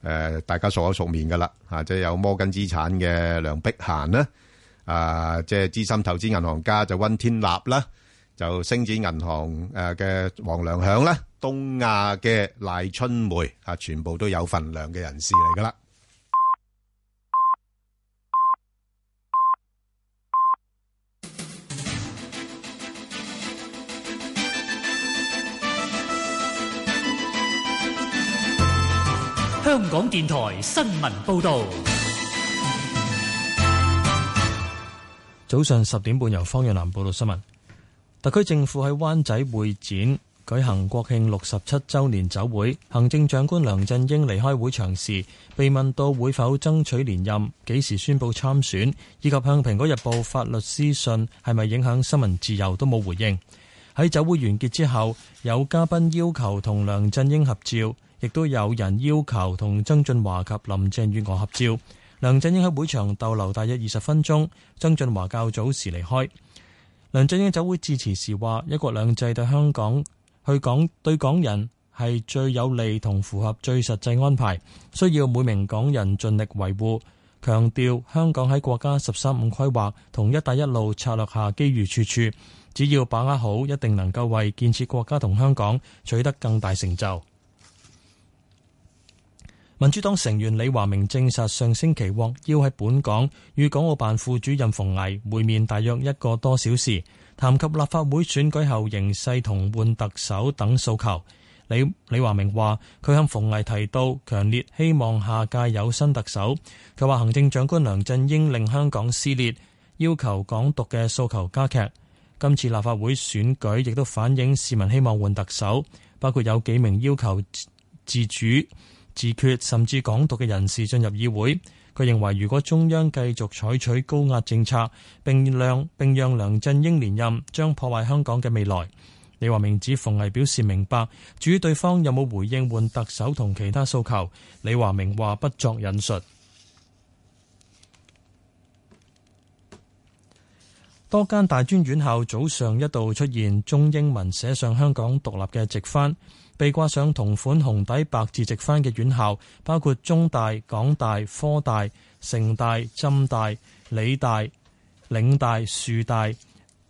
S6: 誒、大家熟口熟面噶啦，啊，即係有摩根資產嘅梁碧嫻啦，啊，即係資深投資銀行家就温天立啦，就星展銀行誒嘅黃良響啦，東亞嘅賴春梅啊，全部都有份量嘅人士嚟噶啦。
S9: 香港電台新聞報道，
S10: 早上十點半，由方若南報道新聞。特區政府喺灣仔會展舉行國慶六十七週年酒會，行政長官梁振英離開會場時，被問到會否爭取連任、幾時宣佈參選，以及向《蘋果日報》發律師信係咪影響新聞自由，都冇回應。喺酒會完結之後，有嘉賓要求同梁振英合照，亦都有人要求同曾俊華及林鄭月娥合照。梁振英喺會場逗留大約二十分鐘，曾俊華較早時離開。梁振英酒會致辭時話：一國兩制對香港去港對港人係最有利同符合最實際安排，需要每名港人盡力維護。強調香港喺國家十三五規劃同「一帶一路」策略下機遇處處，只要把握好，一定能夠為建設國家同香港取得更大成就。民主黨成員李華明證實上星期獲邀喺本港與港澳辦副主任馮毅會面，大約一個多小時，談及立法會選舉後形勢同換特首等訴求。李李華明話：佢向馮毅提到，強烈希望下屆有新特首。佢話行政長官梁振英令香港撕裂，要求港獨嘅訴求加劇。今次立法會選舉亦都反映市民希望換特首，包括有幾名要求自自主、自決甚至港獨嘅人士進入議會。佢認為，如果中央繼續採取高壓政策，並讓並讓梁振英連任，將破壞香港嘅未來。李華明指馮毅表示明白，至於對方有冇回應換特首同其他訴求，李華明話不作引述。多間大專院校早上一度出現中英文寫上香港獨立嘅直幡，被掛上同款紅底白字直幡嘅院校包括中大、港大、科大、城大、浸大、理大、嶺大、樹大、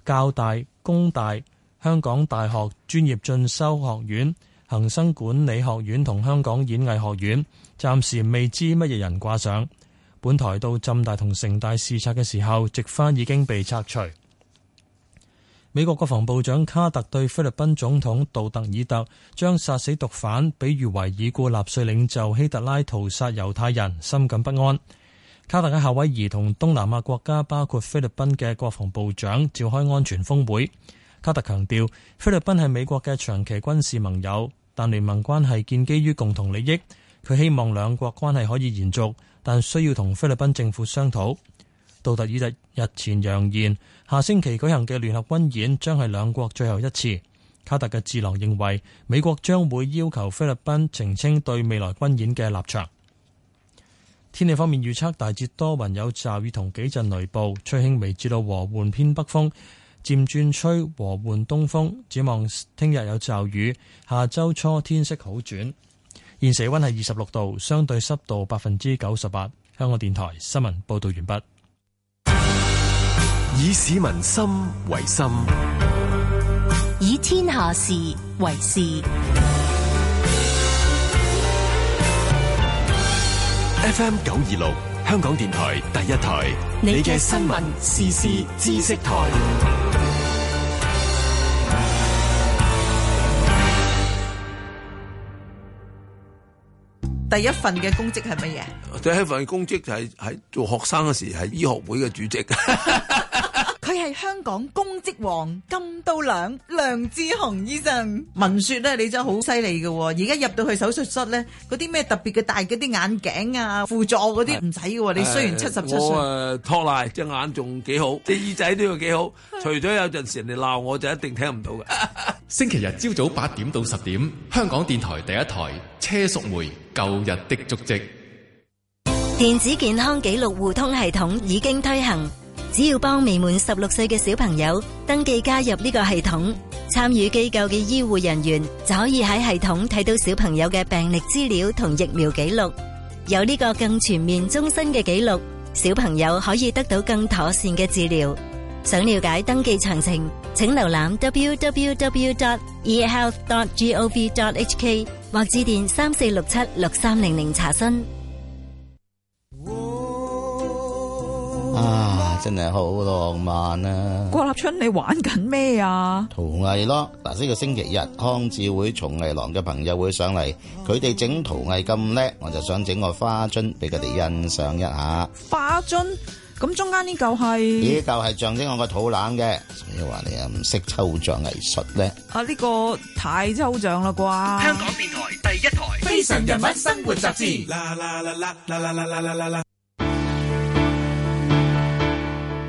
S10: 教大、工大、香港大學專業進修學院、恒生管理學院同香港演藝學院，暫時未知乜嘢人掛上。本台到浸大同城大視察嘅時候，直幡已經被拆除。美國國防部長卡特對菲律賓總統杜特爾特將殺死毒販，比喻為已故納粹領袖希特拉屠殺猶太人，深感不安。卡特喺夏威夷同東南亞國家，包括菲律賓嘅國防部長召開安全峰會。卡特強調，菲律賓係美國嘅長期軍事盟友，但聯盟關係建基於共同利益。佢希望兩國關係可以延續，但需要同菲律賓政府商討。杜特爾特日前揚言，下星期舉行嘅聯合軍演將係兩國最後一次。卡特嘅智囊認為，美國將會要求菲律賓澄清對未來軍演嘅立場。天氣方面預測大致多雲有驟雨同幾陣雷暴，吹輕微至到和緩偏北風，漸轉吹和緩東風。展望聽日有驟雨，下周初天色好轉。現時氣温係二十六度，相對濕度百分之九十八。香港電台新聞報導完畢。
S22: 以市民心為心，
S1: 以天下事為事。
S22: FM 九二六，香港電台第一台，你嘅新聞、時事、知識台。
S23: 第一份嘅公職係乜嘢？
S11: 第一份公職就係喺做學生嗰時係醫學會嘅主席。
S23: 佢係香港公職王金刀梁梁志雄醫生。聞說咧，你真係好犀利嘅。而家入到去手術室咧，嗰啲咩特別嘅大嗰啲眼鏡啊、輔助嗰啲唔使嘅。你雖然七 十七歲，
S11: 我誒托賴隻眼仲幾好，隻耳仔都要幾 好。除咗有陣時人哋鬧我，就一定聽唔到嘅。
S12: 星期日朝早八點到十點，香港電台第一台車淑梅《舊日的足跡》。
S34: 電子健康記錄互通系統已經推行。只要幫未滿十六歲嘅小朋友登記加入呢個系統，參與機構嘅醫護人員就可以喺系統睇到小朋友嘅病歷資料同疫苗記錄。有呢個更全面終身嘅記錄，小朋友可以得到更妥善嘅治療。想了解登記詳情，請瀏覽 e www.ehealth.gov.hk 或致電三四六七六三零零查詢。
S18: 啊，真係好浪漫啊！
S23: 郭立春，你玩緊咩啊？
S18: 陶藝咯，嗱，呢個星期日康智會松藝廊嘅朋友會上嚟，佢哋整陶藝咁叻，我就想整個花樽俾佢哋欣賞一下。
S23: 花樽，咁中間呢嚿係？
S18: 呢嚿係象徵我個肚腩嘅，所以話你啊唔識抽象藝術咧。
S23: 啊，呢個太抽象啦啩！
S15: 香港電台第一台《非常人物生活雜誌》。啦啦啦啦啦啦啦啦啦啦！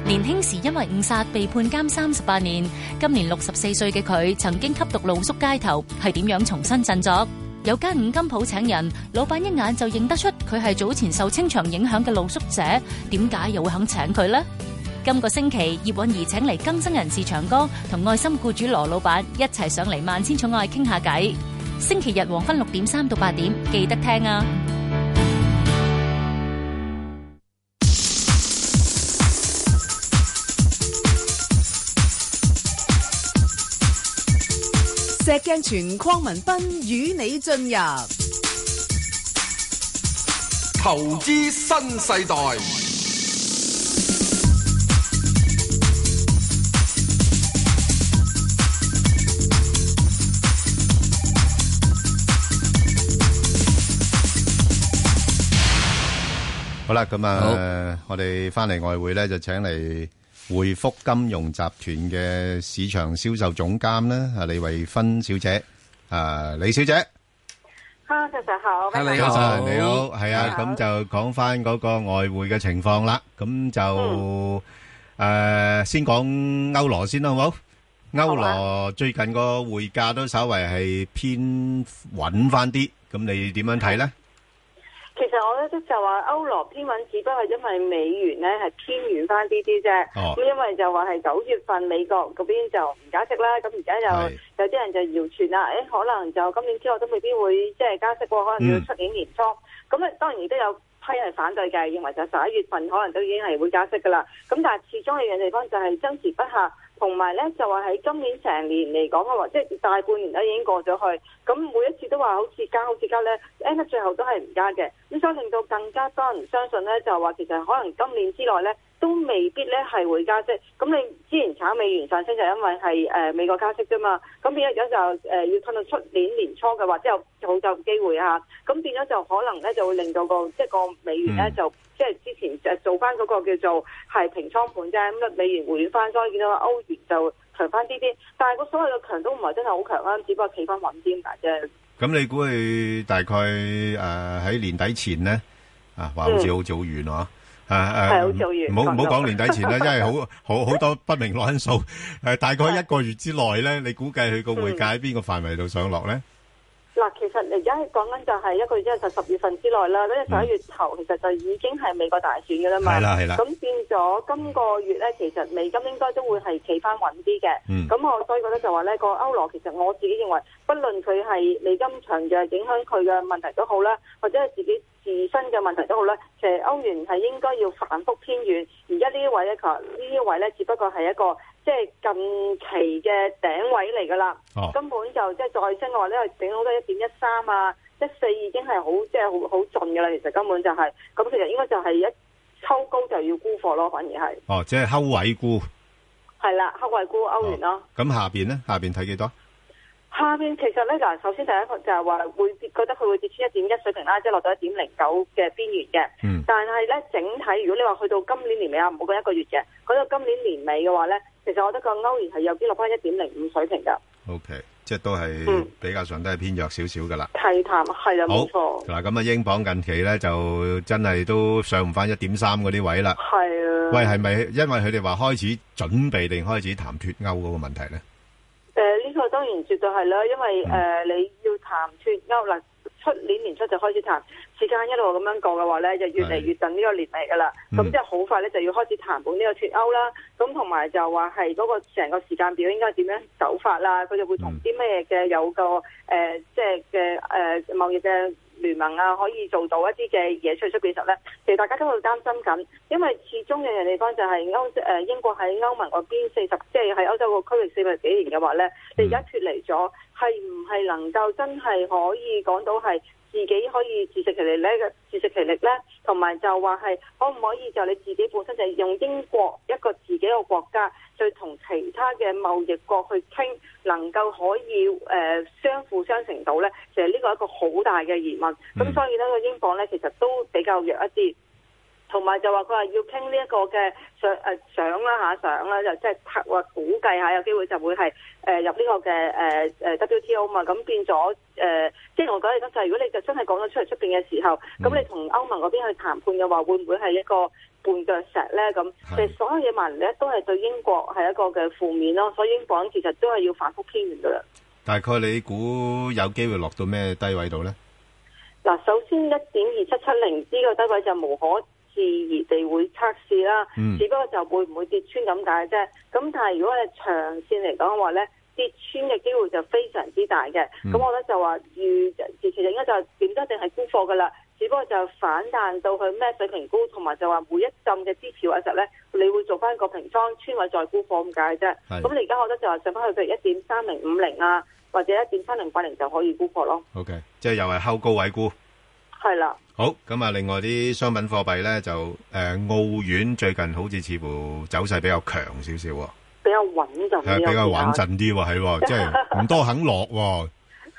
S35: 年輕時因為誤殺被判監三十八年，今年六十四歲嘅佢曾經吸毒露宿街頭，係點樣重新振作？有間五金鋪請人，老闆一眼就認得出佢係早前受清場影響嘅露宿者，點解又會肯請佢呢？今個星期葉韻儀請嚟更生人士長哥同愛心僱主羅老闆一齊上嚟萬千寵愛傾下偈。星期日黃昏六點三到八點，記得聽啊！
S4: 石鏡泉鄺民彬與你進入
S5: 投資新世代。
S6: 好啦，咁啊，我哋翻嚟外匯咧，就請嚟。匯福金融集團嘅市場銷售總監啦，啊李慧芬小姐，啊李小姐，
S36: hello，早晨好，
S6: 你好，你好，係啊，咁就講翻嗰個外匯嘅情況啦，咁就誒先講歐羅先啦，好冇？歐羅最近個匯價都稍為係偏穩翻啲，咁你點樣睇咧？
S36: 其實我覺得就話歐羅偏穩，只不過因為美元咧係偏軟翻啲啲啫。咁、
S6: 哦、
S36: 因為就話係九月份美國嗰邊就唔加息啦，咁而家就有啲人就謠傳啦，誒、欸、可能就今年之內都未必會即係加息喎，可能要出年年初。咁啊、當然亦都有批係反對嘅，認為就十一月份可能都已經係會加息噶啦。咁但係始終有樣地方就係爭持不下。同埋咧就話喺今年成年嚟講嘅話，即係大半年咧已經過咗去，咁每一次都話好似加好似加咧，end up 最後都係唔加嘅，咁所以令到更加多人相信咧就話其實可能今年之內咧都未必咧係會加息。咁你之前炒美元上升就因為係誒、呃、美國加息啫嘛，咁變咗而家就誒、呃、要褪到出年年初嘅話之後好有機會嚇，咁變咗就可能咧就會令到個即係個美元咧就。即係之前就做翻嗰個叫做係平倉盤啫，咁美元回軟翻，所以見到歐元就強翻啲啲，但係個所謂嘅強都唔係真係好強啦，只不過企翻穩啲咁解啫。
S6: 咁你估佢大概誒喺年底前咧啊？話好似好早遠喎，誒，誒，
S36: 係，好，做完，
S6: 唔好-
S36: 講咗。
S6: 唔好講年底前啦，因為好-好-好多不明朗因素。誒，大概一個月之內呢，你估計佢個匯價喺邊個範圍度上落呢？
S36: 嗱，其實而家講緊就係一個月之後就十月份之內啦，跟住十一月頭其實就已經係美國大選嘅啦嘛。
S2: 嗯係啦係啦
S36: 咁變咗今個月咧，其實美金應該都會係企翻穩啲嘅。
S2: 嗯
S36: 咁我所以覺得就話咧，個歐羅其實我自己認為，不論佢係美金長弱影響佢嘅問題都好啦，或者係自己自身嘅問題都好啦，其實歐元係應該要反覆偏軟。而家呢啲位咧，其實呢啲位咧，只不過係一個即係近期嘅頂位嚟㗎啦。
S2: 哦
S36: 根本就即係再升嘅話咧，頂好多一點一三啊，一四已經係好即係好好盡嘅啦。其實根本就係、咁，其實應該就係一抽高就要沽貨咯，反而係
S6: 哦，即係睺位沽。咁下邊呢？下邊睇幾多？哦
S36: 係啦，黑位沽歐元咯。下面其實咧嗱，首先第一個就係話會跌，覺得佢會跌穿一點一水平啦，即係落到一點零九嘅邊緣嘅。
S6: 嗯
S36: 但係咧，整體如果你話去到今年年尾啊，唔好講一個月嘅，去到今年年尾嘅話咧，其實我覺得個歐元係有機落翻一點零五水平㗎，
S6: OK，即係都係
S36: 嗯。
S6: 比較上都係偏弱少少㗎啦。
S36: 睇淡係啦，
S6: 好，啊
S36: 冇錯，
S6: 嗱，咁啊，英鎊近期呢，就真係都上唔返1.3嗰啲位啦。
S36: 係啊。
S6: 喂，係咪-因為佢哋話開始準備定開始談脫歐嗰個問題呢？
S36: 誒、呃呢、個當然絕對係啦，因為誒、呃你要談脱歐嗱，出年年初就開始談，時間一路咁樣過嘅話咧，就越嚟越近呢個年嚟㗎啦。咁、即係好快咧就要開始談判呢個脱歐啦。咁同埋就話係嗰個成個時間表應該點樣走法啦，佢就會同啲咩嘅有個誒、即係嘅誒貿易嘅。聯盟啊，可以做到一啲嘅嘢出出嘅時候咧，其實大家都會擔心緊，因為始終有樣地方就係歐誒、呃英國喺歐盟嗰邊四十，即係喺歐洲個區域四十幾年嘅話咧，你而家脱離咗，係唔係能夠真係可以講到係？自己可以自食其力咧，自食其力咧，同埋就話係可唔可以就你自己本身就係用英國一個自己嘅國家，再同其他嘅貿易國去傾，能夠可以誒、呃相輔相成到咧，其實呢個係一個好大嘅疑問。咁、所以呢個英鎊咧其實都比較弱一啲。同埋就話佢話要傾呢一個嘅想誒想啦嚇想啦，就即係拍話估計下有機會就會係誒、呃入呢個嘅誒誒 WTO 嘛，咁變咗誒、呃即係我覺得就係如果你就真係講咗出嚟出邊嘅時候，咁你同歐盟嗰邊去談判嘅話，會唔會係一個絆腳石咧？咁其實所有嘢埋嚟咧，都係對英國係一個嘅負面咯，所以英鎊其實都係要反覆偏軟噶啦。
S6: 大概你估有機會落到咩低位度呢？
S36: 嗱，首先一點二七七零呢個低位就無可置疑地會測試啦，
S2: 嗯
S36: 只不過就會唔會跌穿咁解啫。咁但係如果係長線嚟講嘅話咧，跌穿嘅機會就非常之大嘅。咁、
S2: 嗯
S36: 我覺得就話預其實應該就點都一定係沽貨噶啦，只不過就反彈到去咩水平沽，同埋就話每一浸嘅支持位嘅時候咧，你會做翻個平倉穿位再沽貨咁解啫。
S6: 係
S36: 咁你而家我覺得就話上翻去譬如一點三零五零啊，或者一點三零八零就可以沽貨咯。
S6: OK，即係又係睺高位沽。好，咁啊，另外啲商品貨幣呢，就，誒，澳元最近啊
S36: 係啦。
S6: 好似似乎走勢比較強少少喎。
S36: 比較穩陣啲，
S6: 係，比較
S36: 我覺得。
S6: 穩陣啲喎，係喎，即係唔多肯落喎。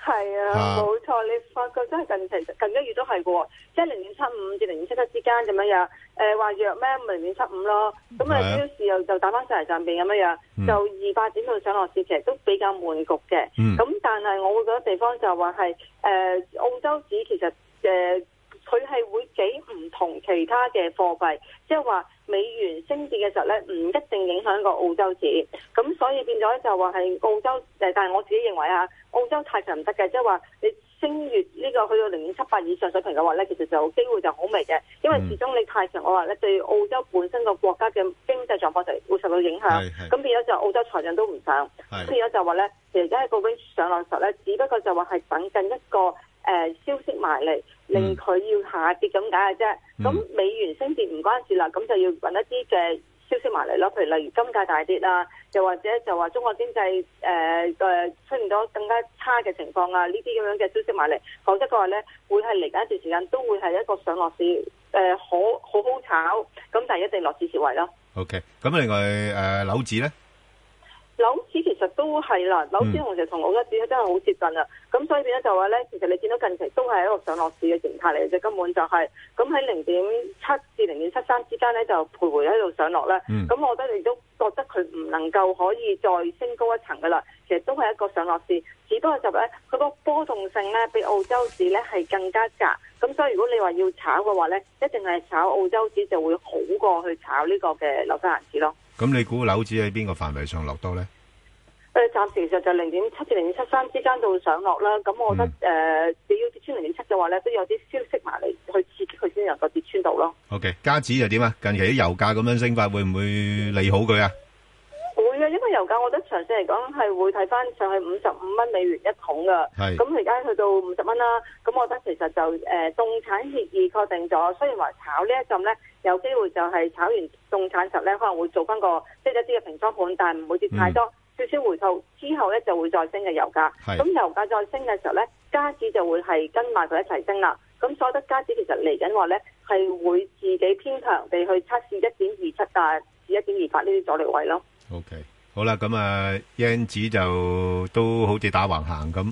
S36: 係
S6: 啊
S36: 啊，冇錯，你發覺真係近期近一月都係嘅喎，即係零點七五至零點七七之間咁樣樣。誒話弱咩？咪零點七五咯。咁啊，
S2: 係啊
S36: 標市又就打翻上嚟上邊咁樣樣，就二百點到上落市，其實都比較悶局嘅。
S2: 嗯
S36: 咁但係我會覺得地方就話係誒澳洲紙其實誒。佢係會幾唔同其他嘅貨幣，即係話美元升跌嘅時候咧，唔一定影響個澳洲紙。咁所以變咗咧就話係澳洲誒，但係我自己認為啊，澳洲太強唔得嘅，即係話你升越呢個去到零點七八以上水平嘅話咧，其實就機會就好微嘅，因為始終你太強嘅話咧，對澳洲本身個國家嘅經濟狀況就會受到影響
S2: 係係。
S36: 咁變咗就澳洲財長都唔想，
S2: 係
S36: 咁變咗就話咧，其實而家喺個 range 上落實咧，只不過就話係等緊一個誒、呃消息埋嚟，令佢要下跌咁解嘅啫。
S6: 嗯
S36: 咁、美元升跌唔關事啦，咁就要揾一啲嘅消息埋嚟咯，譬如例如金價大跌啊，又或者就話中國經濟誒誒出現咗更加差嘅情況啊，呢啲咁樣嘅消息埋嚟，否則嘅話咧，會係嚟緊一段時間都會係一個上落市誒、呃好好好炒，咁但係一定落市蝕位咯。
S6: OK，咁另外，誒，樓指呢？
S36: 樓市其實實都係啦，紐市紅其實同澳一指真係好接近啦。咁所以變咗就話咧，其實你見到近期都係一個上落市嘅形態嚟嘅啫，根本就係咁喺零點七至零點七三之間咧就徘徊喺度上落啦。
S2: 嗯
S36: 咁、我覺得你都覺得佢唔能夠可以再升高一層噶啦，其實都係一個上落市，只不過就咧佢個波動性咧比澳洲市咧係更加窄。咁所以如果你話要炒嘅話咧，一定係炒澳洲市就會好過去炒呢個嘅紐西蘭市咯。
S6: 咁你估樓指喺邊個範圍上落到咧？
S36: 誒、暫呃時其實就零點七至零點七三之間度上落啦。咁我覺得誒、你要跌穿零點七嘅話咧，都有啲消息埋嚟去刺激佢先能夠跌穿到咯。
S6: OK，加指又點啊？近期啲油價咁樣升法，會唔會利好佢啊？
S36: 會啊，因為油價我覺得長線嚟講係會睇翻上去五十五蚊美元一桶噶。
S6: 係
S36: 咁而家去到五十蚊啦，咁我覺得其實就誒、凍產協議確定咗，雖然話炒呢一陣咧有機會就係炒完凍產時候咧，可能會做翻個即係一啲嘅平倉盤，但係唔會跌太多。少少回吐之後咧，就會再升嘅油價。
S19: 係
S36: 咁油價再升嘅時候咧，加指就會係跟埋佢一齊升啦。咁所以得加指其實嚟緊話咧，係會自己偏強地去測試一點二七啊至一點二八呢啲阻力位咯。
S6: 好啦，咁啊，yen 指就都好似打橫行咁，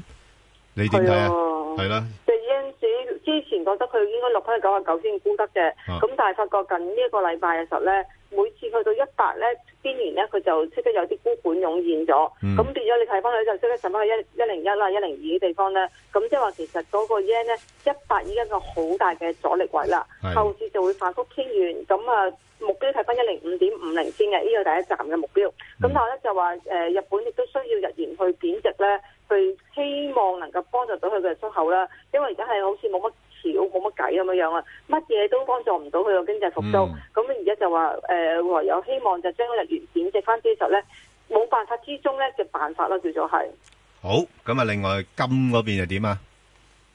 S6: 你點睇啊？係啦，
S36: 即係 yen 指之前覺得佢應該落翻去九啊九先沽得嘅，咁、但係發覺近呢一個禮拜嘅時候咧，每次去到一百咧邊緣咧，佢就即刻有啲沽盤湧現咗，咁、
S2: 嗯
S36: 變咗你睇翻佢就即刻上翻去一一零一啦、一零二嘅地方咧，咁即係話其實嗰個 yen 咧一百已經係一個好大嘅阻力位啦，
S2: 係
S36: 後市就會反覆偏軟，咁啊目標睇翻一零五點五零先嘅，呢個第一站嘅目標。咁、但係咧就話誒、日本亦都需要日元去貶值咧，去希望能夠幫助到佢嘅出口啦，因為而家係好似冇乜。橋冇乜計咁樣樣啊，乜嘢都幫助唔到佢個經濟復甦。咁而家就話誒、唯有希望就將個日元貶值翻啲時候咧，冇辦法之中咧嘅辦法啦，叫做係。
S6: 好，咁啊，另外金嗰邊又點啊？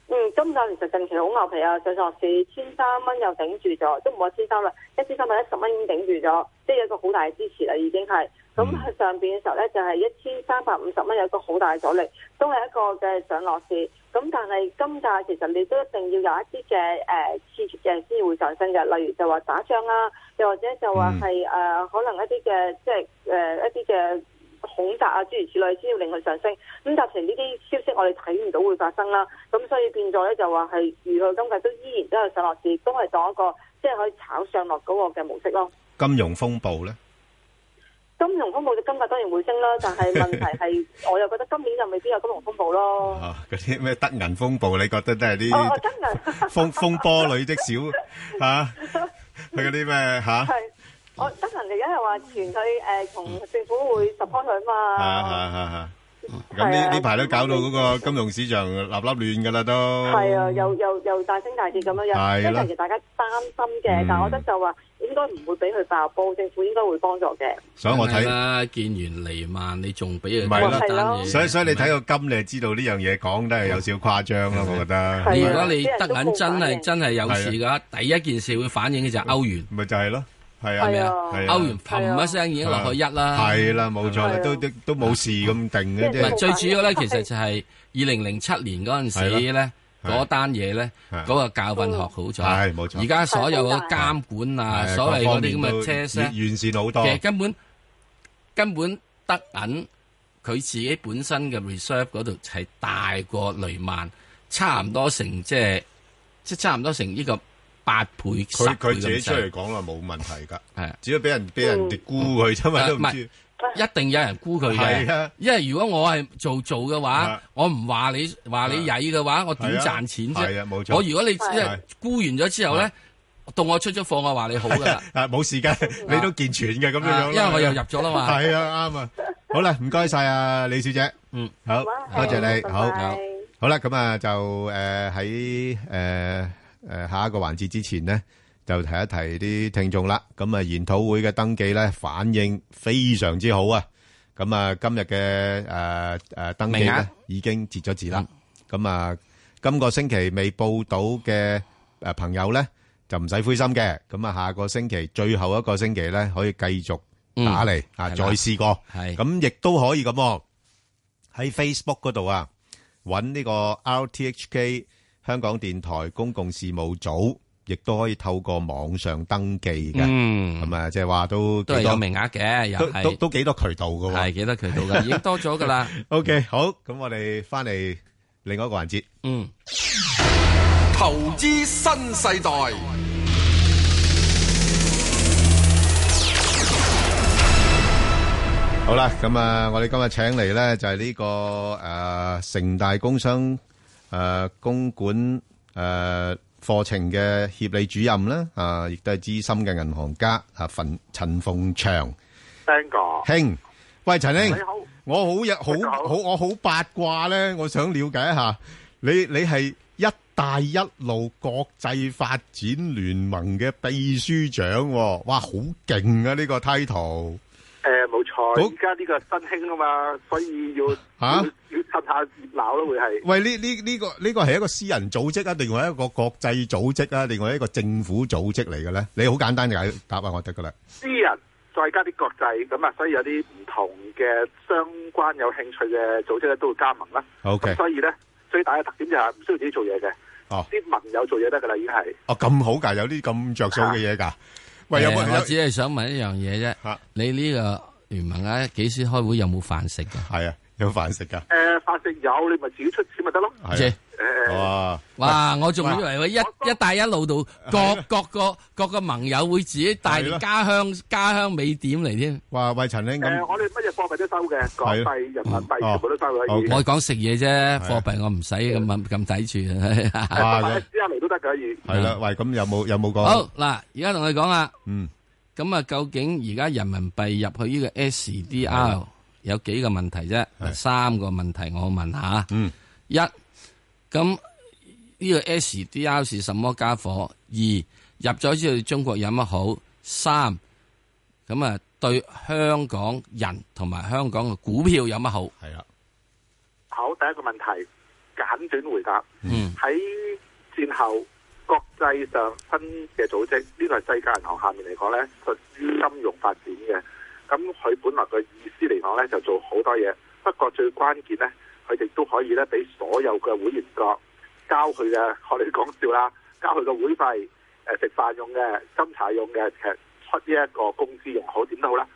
S36: 嗯，金價其實近期好牛皮啊，上上落市千三蚊又頂住咗，都唔係千三啦，一千三百一十蚊已經頂住咗，即係有一個好大嘅支持啦，已經係。咁喺上邊嘅時候咧，就係一千三百五十蚊有一個好大嘅阻力，都係一個嘅上落市。咁但係金價其實你都一定要有一啲嘅誒刺激嘅先至會上升嘅，例如就話打仗啦，又或者就話係誒可能一啲嘅即係誒、一啲嘅。恐襲啊，諸如此類，先要令佢上升。咁搭成呢啲消息，我哋睇唔到會發生啦。咁所以變咗咧，就話係如佢今日都依然都係上落市，都係當一個即係可以炒上落嗰個嘅模式咯。
S6: 金融風暴咧？
S36: 金融風暴嘅金價當然會升啦，但係問題係，我又覺得今年就未必有金融風暴咯。
S6: 啊，嗰啲咩德銀風暴，你覺得都係
S36: 哦，
S6: 啲
S36: 哦金銀
S6: 風風波裏的 小啊？係嗰啲咩吓？
S36: 係。我德銀而家係話傳佢誒同政府會 support 佢啊嘛，
S6: 啊，係，係，係。咁呢-
S36: 係啊，
S6: 呢排都搞到嗰個金融市場立立亂㗎啦，都。
S36: 係啊，又又又大升大跌咁樣樣，
S6: 哦係
S36: 即
S6: 啦
S36: 係其實大家擔心嘅，但係我覺得就話應該唔會俾佢爆煲，政府應該會幫助嘅。
S6: 所以我睇
S7: 梗係啦，見完黎曼，你仲俾佢
S6: 咪係
S7: 多
S6: 咯
S7: 一單嘢
S6: 所以-所以你睇個金，你就知道呢樣嘢講得係有少誇張咯，啊我覺得。
S7: 如果你德銀真係真係有事嘅話，第一件事會反映嘅就係歐元。
S6: 咪就係咯，係
S7: 啊，咪啊？
S6: 係啊。
S7: 歐元砰一聲已經落去一啦。
S6: 係啦，冇錯啦，啊都-都-都冇事咁定嘅，
S7: 唔
S6: 即係。
S7: 係最主要咧，其實就係二零零七年嗰陣時
S6: 係
S7: 咧
S6: 啦，
S7: 嗰單嘢咧，嗰個教訓學好咗。
S6: 係冇錯
S7: 而家所有嘅監管啊，
S6: 係
S7: 所謂嗰啲咁嘅
S6: 各方面都
S7: test 啊
S6: 完-完善好多。
S7: 其實根本根本德銀佢自己本身嘅 reserve 嗰度係大過雷曼，差唔多成即係即係差唔多成呢個八倍十倍咁
S6: 佢-
S7: 滯
S6: 佢自己出嚟講話冇問題㗎，
S7: 係。
S6: 只要俾人-俾人哋沽佢啫嘛，
S7: 啊
S6: 都唔
S7: 唔係，
S6: 知。
S7: 一定有人估佢
S6: 係
S7: 嘅
S6: 啊，
S7: 因為如果我係做做嘅話，我唔話你話你曳嘅話，我點
S6: 係啊
S7: 賺錢
S6: 係啊
S7: 啫？
S6: 冇錯
S7: 我如果你即係
S6: 係
S7: 估完咗之後咧，到我出咗貨，我話你好噶啦，
S6: 啊，冇事㗎， 你都健全嘅，咁樣
S7: 啊
S6: 樣啦。
S7: 因為我又入咗啦嘛。
S6: 係啊，啱啊。好啦，唔該晒啊，李小姐。
S7: 嗯
S6: 好，多謝你，
S7: 好，
S6: 好。
S7: 拜拜。
S6: 好啦，咁啊，就，誒，喺，誒，下一個環節之前呢，就提一提啲聽眾啦。咁啊，研討會嘅登記呢，反應非常之好啊。咁啊，今日嘅，誒，誒，登記呢，
S20: 名額？
S6: 已經截咗止啦。咁啊，今個星期未報到嘅，誒，朋友呢，就唔使灰心嘅。咁啊，下個星期最後一個星期呢，可以繼續
S20: 嗯。
S6: 打嚟，啊，
S20: 係啦。
S6: 再試過。咁亦都可以咁喎，喺Facebook嗰度啊，搵呢個 RTHK 香港電台公共事務組亦都可以透過網上登記嘅，
S7: 嗯
S6: 咁啊，即係話都
S7: 都係
S6: 幾多
S7: 有名額嘅又
S6: 都
S7: 係
S6: 都都幾多渠道嘅喎，
S7: 係幾多渠道㗎已經多咗㗎啦。
S6: OK，好，咁我哋翻嚟另外一個環節，
S7: 嗯，
S5: 投資新世代，
S6: 好啦，咁啊，我哋今日請嚟咧就係呢個诶城大工商诶公管诶課程嘅協理主任啦，啊，亦都係資深嘅銀行家啊，馮陳鳳祥。
S2: 聽過，
S6: 兄，喂，陳兄，
S2: 你好
S6: 我好有好好我好八卦咧，我想了解一下，你你係一帶一路國際發展聯盟嘅秘書長喎、哇，好勁啊！呢、個 title
S2: 誒冇錯，
S6: 好
S2: 而家呢個新興啊嘛，所以要
S6: 吓、
S2: 要要趁下熱鬧咯，會係。
S6: 喂，呢呢呢個呢、個係一個私人組織啊，定係一個國際組織啊，定係一個政府組織嚟嘅咧？你好簡單解答啊，我得噶啦。
S2: 私人再加啲國際咁啊，所以有啲唔同嘅相關有興趣嘅組織咧都會加盟啦。
S6: OK
S2: 咁所以咧最大嘅特點就係唔需要自己做嘢嘅，
S6: 哦
S2: 啲盟友做嘢得㗎啦，已經係。
S6: 哦，咁好㗎，有啲咁着數嘅嘢㗎。喂，有冇
S7: 誒我
S6: 有
S7: 只係想問一樣嘢
S6: 啊
S7: 啫，你呢個聯盟啊幾時開會有冇飯食㗎？
S6: 係啊，有飯食㗎。啊
S2: 誒發食有你咪自己出錢咪得咯。
S7: 即係
S6: 哇！
S7: 哇！
S2: 喂
S7: 我仲以為佢一一帶一路度各
S6: 啊
S7: 各個各個盟友會自己帶
S2: 係咯
S7: 啲家鄉家鄉美點嚟添。
S6: 哇！喂，陳兄
S2: 誒、
S19: Ờ,
S2: 我哋乜嘢貨幣都收嘅，港
S7: 係
S2: 幣、人民幣全部都收嘅。已經
S7: 我講食嘢啫，貨幣我唔使咁敏咁抵住。
S2: 誒買 S R 嚟都得㗎，已經
S6: 啊係啦，喂，咁有冇有冇講？
S7: 啊好嗱，而家同你講啦，
S6: 嗯，
S7: 咁啊，究竟而家人民幣入去呢個 SDR 有幾個問題啫？三個問題我問下，
S6: 嗯，
S7: 一咁呢個 SDR 是什麼家伙？二入咗之後中國有乜好？三咁啊，對香港人同埋香港嘅股票有乜好？
S6: 系啦，
S2: 好，第一個問題簡短回答。
S7: 嗯
S2: 喺戰後國際上新嘅組織，呢個係世界銀行下面嚟講呢，屬於金融發展嘅。咁佢本來嘅意思嚟講呢，就做好多嘢。不過最關鍵呢，佢哋都可以呢，俾所有嘅會員國交佢嘅，我哋講笑啦，交佢嘅會費，誒食飯用嘅、斟茶用嘅，其實出呢一個工資用好點都好啦。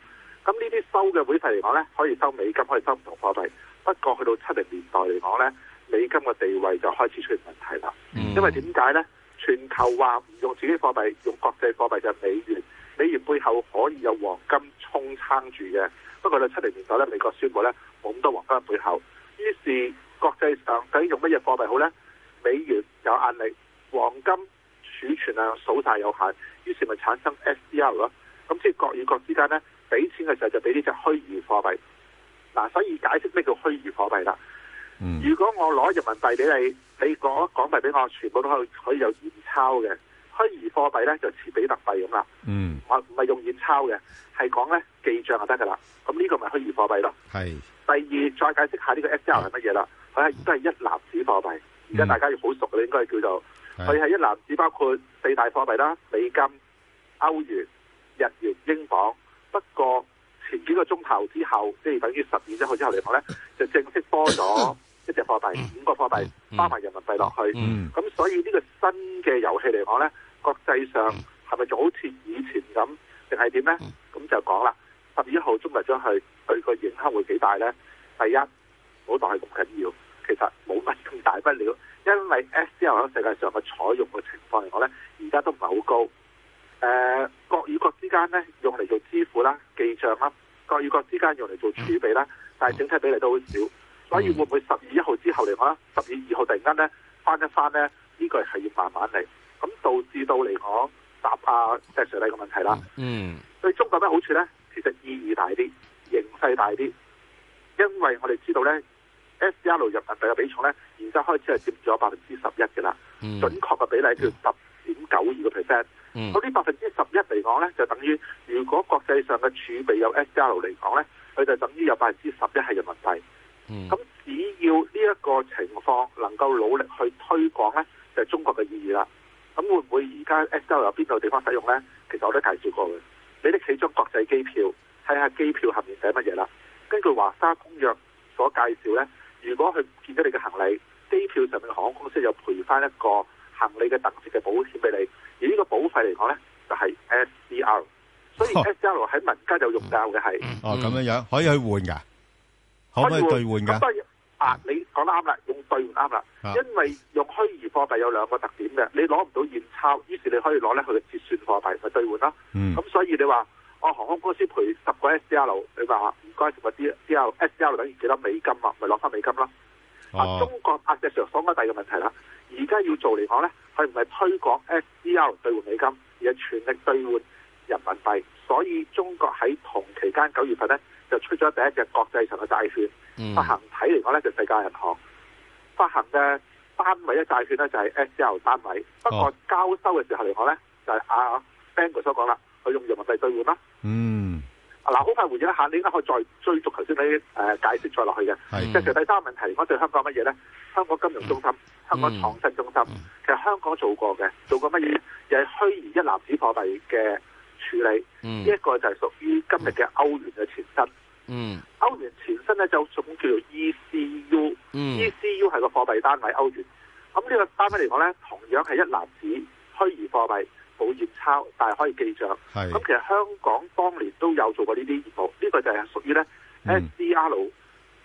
S2: 咁呢啲收嘅會費嚟講呢，可以收美金，可以收唔同貨幣。不過去到七零年代嚟講呢，美金嘅地位就開始出現問題啦。因為點解呢？全球話唔用自己貨幣，用國際貨幣就係美元。美元背後可以有黃金沖撐住嘅。不過到七零年代呢，美國宣布呢冇咁多黃金喺背後，於是國際上究竟用乜嘢貨幣好呢？美元有壓力，黃金儲存量數晒有限，於是咪產生 SDR 咯。咁即係國與國之間呢，俾錢嘅時候就俾呢隻虛擬貨幣。嗱，所以解釋咩叫虛擬貨幣啦。如果我攞人民幣俾你，你講港幣俾我，全部都可以可以有現鈔嘅。虛擬貨幣咧就似比特幣咁啦，
S6: 嗯，
S2: 我唔係用現鈔嘅，係講咧記帳就得噶啦。咁呢個咪虛擬貨幣咯。
S6: 係
S2: 第二，再解釋下呢個
S6: 啊
S2: SDR 係乜嘢啦？佢係都係一籃子貨幣，
S6: 嗯
S2: 而家大家要好熟嘅應該係叫做佢係一籃子，包括四大貨幣啦，美金、歐元、日元、英鎊。不過前幾個鐘頭之後，即係等於十二之後之後嚟 講咧，就正式多咗一隻貨幣，五個貨幣包埋人民幣落去。
S6: 嗯
S2: 咁所以呢個新嘅遊戲嚟講呢，國際上
S6: 嗯
S2: 係咪就好似以前咁，定係點呢？咁就講啦，十二號中日將去，佢個影響會幾大呢？第一，唔好當係咁緊要，其實冇乜咁大不了，因為 SDR 喺世界上嘅採用嘅情況嚟講呢，而家都唔係好高。誒、國與國之間咧用嚟做支付啦、記帳啦，國與國之間用嚟做儲備啦，但係整體比例都好少，所以會唔會十月一號之後嚟講咧，十月二號突然間咧翻一翻咧，呢、個係要慢慢嚟，咁導致到嚟講答啊石 Sir 你個問題啦。
S7: 嗯
S2: 對中國咩好處呢？其實意義大啲，形勢大啲，因為我哋知道呢 S D R 人民幣嘅比重呢，而家開始係佔咗百分之十一嘅啦，
S19: 嗯
S2: 準確嘅比例叫十點九二個 percent。
S19: 嗯
S2: 咁呢百分之十一嚟講呢，就等於如果國際上嘅儲備有 S D R 嚟講呢，佢就等於有百分之十一係人民幣。咁只要呢一個情況能夠努力去推廣呢，就係、中國嘅意義啦。咁會唔會而家 S D R 有邊度地方使用呢？其實我都介紹過嘅。你拎起張國際機票，睇下機票下面寫乜嘢啦。根據華沙公約所介紹呢，如果佢見到你嘅行李，機票上面嘅航空公司又賠翻一個行李嘅特設嘅保險俾你，而呢個保費嚟講咧就係 S D R，所以 S D R 喺民間有用教嘅係。
S6: 哦，咁樣樣，可以去換㗎？可唔可以兌換㗎？嗯
S2: 咁當然啊，你講得啱啦，用兌換啱啦
S6: 啊，
S2: 因為用虛擬貨幣有兩個特點嘅，你攞唔到現鈔，於是你可以攞咧佢嘅折算貨幣去兌換啦。
S6: 嗯
S2: 咁所以你話，哦，航空公司賠十個 SDR，你話唔該十個 D D R SDR 等於幾多美金啊？咪攞翻美金咯。
S6: 哦
S2: 啊，中國阿石 Sir 講緊第二個問題啦，而家要做嚟講咧，佢唔係推廣 SDR 兌換美金，而係全力兌換人民幣。所以中國喺同期間九月份咧就出咗第一隻國際上嘅債券，
S19: 嗯
S2: 發行體嚟講咧就世界銀行發行嘅單位嘅債券咧就係 SDR 單位，不過交收嘅時候嚟講咧就係阿 Bang 哥所講啦，佢用人民幣兌換啦。
S6: 嗯，
S2: 嗱，好快回應一下，你應該可以再追逐頭先你誒、呃解釋再落去嘅。
S6: 係
S2: 即係其實第三個問題，我對香港乜嘢咧？香港金融中心、香港創新中心，其實香港做過嘅，做過乜嘢？又係虛擬一籃子貨幣嘅處理，
S7: 嗯
S2: 呢一、個就係屬於今日嘅歐元嘅前身。
S7: 嗯
S2: 歐元前身咧就總叫做 E ECU，ECU、
S7: 嗯
S2: ECU E 係個貨幣單位歐元。咁呢個單位嚟講咧，同樣係一籃子虛擬貨幣，冇現鈔，但係可以記帳。
S6: 係
S2: 咁其實香港當年都有做過呢啲業務，呢、個就係屬於咧 SDR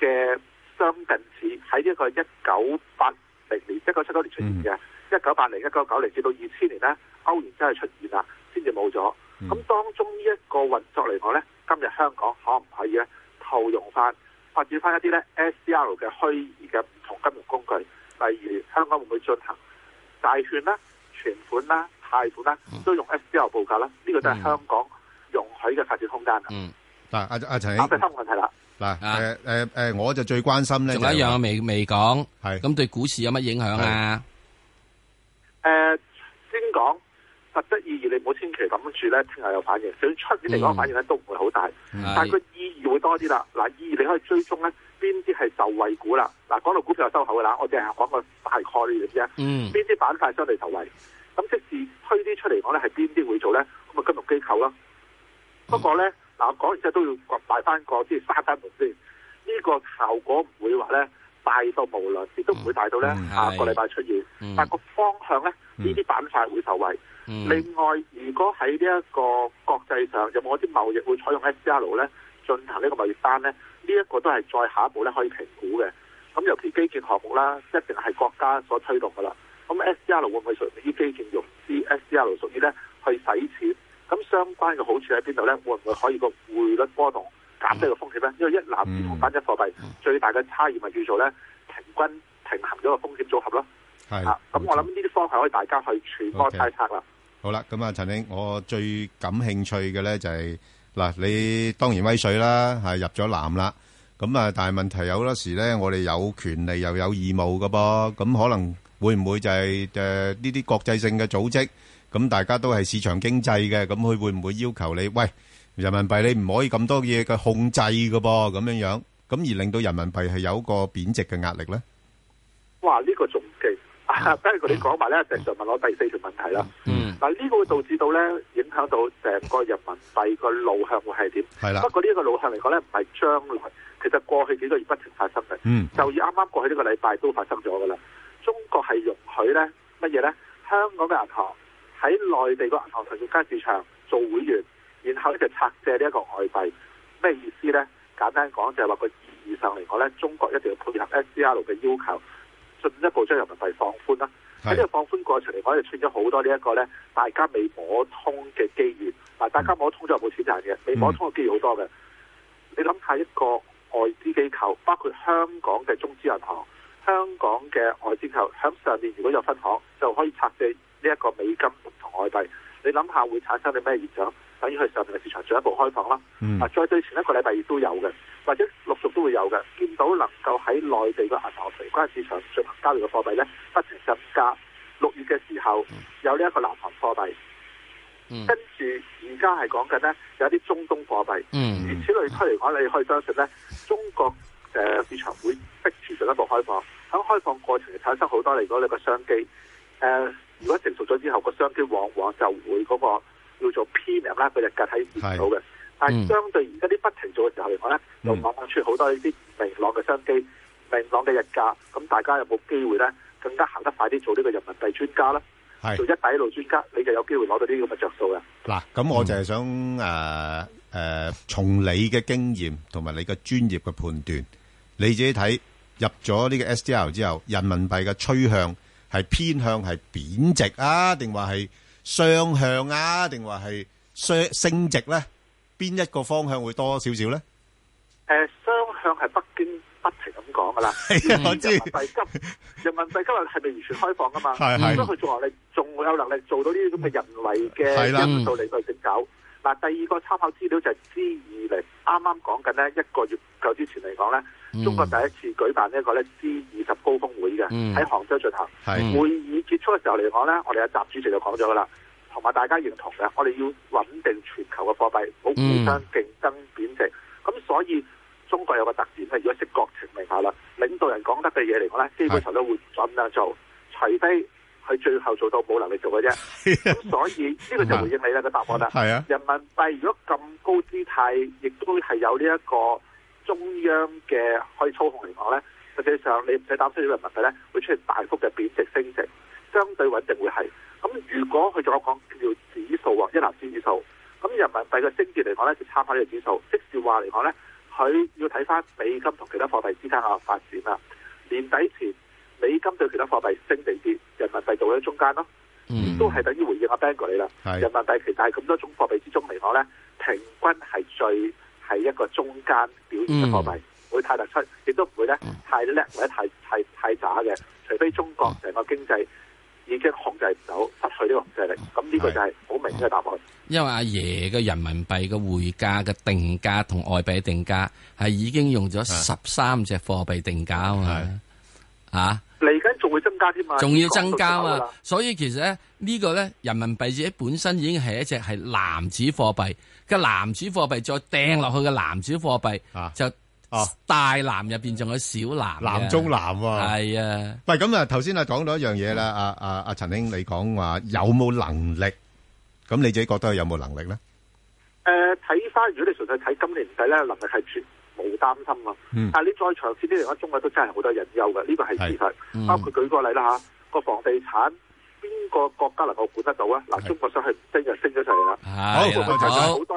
S2: 嘅相近似喺呢個一九八零年、一九七九年出現嘅，一九八零、一九九零至到二千年咧，歐元真係出現啦，先至冇咗。咁、當中呢一個運作嚟講咧，今日香港可唔可以咧套用翻發展翻一啲咧 SDR 嘅虛擬嘅唔同金融工具，例如香港會唔會進行債券啦、存款啦、貸款啦，都用 SDR 報價啦？呢、個就係香港容許嘅發展空間啦。
S6: 嗱，阿-阿陳兄，
S2: 答第三個問題啦。
S6: 嗱，誒，誒，誒，我就最關心呢，
S7: 仲有一
S6: 就係話-
S7: 樣未未講，咁對股市有乜影響啊？
S2: 誒、先講實質意義，你唔好千祈諗住咧，聽日有反應。就算出年嚟講，反應咧都唔會好大，
S7: 嗯
S2: 但係個意義會多啲啦。嗱，意義你可以追蹤咧，邊啲係受惠股啦。嗱，講到股票就收口噶啦，我淨係講個大概念啫。
S7: 嗯
S2: 邊啲板塊相對受惠？咁即時推啲出嚟講咧，係邊啲會做咧？咁啊，金融機構啦。不過咧，嗱，我講完之後都要擺翻個即係閂翻門先。呢、個效果唔會話咧大到無論，亦都唔會大到咧下個禮拜出現。
S19: 嗯
S2: 但個方向咧，呢啲板塊會受惠。
S19: 嗯
S2: 另外，如果喺呢一個國際上有冇一啲貿易會採用 SDR 咧進行呢個貿易單咧，呢、一個都係再下一步咧可以評估嘅。咁尤其基建項目啦，一定係國家所推動噶啦。咁 SDR 會唔會屬於基建融資？SDR 屬於咧去使錢。咁相關嘅好處喺邊度咧？會唔會可以個匯率波動減低個風險咧？因為一籃子同單一貨幣最大嘅差異咪叫做咧平均平衡咗個風險組合咯。
S6: 係，
S2: 啊，咁我諗呢啲方向可以大家去揣摩
S6: OK
S2: 猜測啦。
S6: 好啦，咁啊，陳兄，我最感興趣嘅呢，就係，嗱，你當然威水啦，係入咗籃啦，咁啊，但係問題有啦時呢，我哋有權利又有義務㗎噃，咁可能會唔會就係，誒，呢啲國際性嘅組織，咁大家都係市場經濟嘅，咁佢會唔會要求你，喂，人民幣你唔可以咁多嘢，佢控制㗎噃，咁樣樣。咁而令到人民幣係有個貶值嘅壓力呢？
S2: 哇！呢、個仲勁啊！不如你講埋咧，石 Sir 問我第四條問題啦。
S6: 嗯
S2: 嗱呢個會導致到咧影響到成個人民幣個路向會係點？
S6: 係啦
S2: 不過呢個路向嚟講咧，唔係將來，其實過去幾個月不停發生嘅。
S6: 嗯
S2: 就以啱啱過去呢個禮拜都發生咗噶啦。中國係容許咧乜嘢咧？香港嘅銀行喺內地個銀行同業間市場做會員，然後咧就拆借呢一個外幣。咩意思咧？簡單講就係話個意義上嚟講咧，中國一定要配合 SDR 嘅要求。進一步將人民幣放寬啦。喺呢個放寬過程嚟講，就出現咗好多呢一個咧，大家未摸通嘅機遇。嗱，大家摸通咗冇錢賺嘅，未摸通嘅機遇好多嘅。你諗下一個外資機構，包括香港嘅中資銀行、香港嘅外資機構，響上面如果有分行，就可以拆借呢一個美金同外幣。你諗下會產生啲咩現象？等於佢上面嘅市場進一步開放啦。
S19: 嗯
S2: 啊，再對前一個禮拜亦都有嘅，或者陸續都會有嘅。見到能夠喺內地嘅銀行相關市場進行交易嘅貨幣咧，不停增加。六月嘅時候有呢一個南韓貨幣，
S7: 嗯
S2: 跟住而家係講緊咧有啲中東貨幣。
S7: 嗯
S2: 如此類推嚟講，你可以相信咧，中國誒市場會逼住進一步開放。喺開放過程產生好多嚟講你個商機。誒、如果成熟咗之後，個商機往往就會嗰個叫做 premium 啦，佢日價睇唔到嘅。但係相對而家啲不停做嘅時候嚟講咧，就往往出好多呢啲明朗嘅商機、明朗嘅日價。咁大家有冇機會咧繼更加行得快啲做呢個人民幣專家啦，
S6: 係
S2: 做一帶一路專家，你就有機會攞到呢個咁嘅着數嘅。
S6: 嗱，咁我就係想誒誒，從你嘅經驗同埋你嘅專業嘅判斷，你自己睇入咗呢個 SDR 之後，人民幣嘅趨向係偏向係貶值啊，定話係雙向啊，定話係雙升值咧？邊一個方向會多少少咧？
S2: 誒、雙向係北京不停咁講 噶啦，嗯
S6: 啊我知
S2: 人民 幣今人民幣今日係未完全開放噶嘛，
S6: 係係
S2: 咁佢仲能力仲有能力做到呢啲咁嘅人為
S6: 係啦
S2: 嘅因素嚟去整搞。嗱，第二個參考資料就係 G 二零，啱啱講緊呢一個月夠之前嚟講呢，
S19: 嗯
S2: 中國第一次舉辦呢一個咧 G 二十高峰會嘅，
S19: 嗯
S2: 喺杭州進行。
S19: 係
S2: 會議結束嘅時候嚟講呢，我哋阿習主席就講咗噶啦，同埋大家認同嘅，我哋要穩定全球嘅貨幣，唔好互相
S6: 嗯
S2: 競爭貶值。咁所以中國有個特點咧，如果識國情明下啦，領導人講得嘅嘢嚟講咧，基本上都會盡量做，除非佢最後做到冇能力做嘅啫。 咁所以呢個就回應你啦個答案啦。
S6: 係啊
S2: 人民幣如果咁高姿態，亦都係有呢一個中央嘅可以操控嚟講咧，實際上你唔使擔心呢個人民幣咧會出現大幅嘅貶值升值，相對穩定會係。咁如果佢仲有講叫指數喎，一籃子指數。咁人民幣嘅升跌嚟講咧，就參考呢個指數。即是話嚟講咧，佢要睇翻美金同其他貨幣之間嘅發展啦。年底前美金對其他貨幣升定跌，人民幣做喺中間咯，
S19: 嗯
S2: 都係等於回應阿 Bang 過你啦。
S19: 係
S2: 人民幣其實係咁多種貨幣之中嚟講咧，平均係最係一個中間表現嘅貨
S19: 嗯
S2: 幣，唔會太突出，亦都唔會咧太叻或者太太太渣嘅，除非中
S19: 嗯
S2: 國成個經濟已經控制唔到，失去呢個控制力。咁
S19: 嗯
S2: 呢個就係好明顯嘅答案。
S7: 因為阿爺嘅人民幣嘅匯價嘅定價同外幣定價係已經用咗十三隻貨幣定價啊嘛，啊，
S2: 嚟緊仲會增加添嘛，
S7: 仲要增加啊
S2: 講到出口㗎
S7: 嘛
S2: 啦，
S7: 所以其實咧呢個咧人民幣自己本身已經係一隻係籃子貨幣，嘅籃子貨幣再掟落去嘅籃子貨
S6: 啊
S7: 幣就大籃入邊仲有小籃嘅，
S6: 南哦中南喎，
S7: 係啊，
S6: 喂，咁啊，頭先啊講到一樣嘢啦，阿阿阿陳兄，你講話有冇能力？咁你自己覺得有冇能力咧？
S2: 誒呃睇翻，如果你純粹睇今年唔使咧，能力係絕冇擔心啊。
S6: 嗯
S2: 但係你再長線啲嚟講，中國都真係好多隱憂嘅，呢個係事實。
S19: 嗯
S2: 包括舉個例啦嚇，個房地產邊個國家能夠管得到啊？嗱，中國上去升就升咗上嚟啦，
S7: 係啦
S2: 包括佢就係
S7: 好
S2: 好多。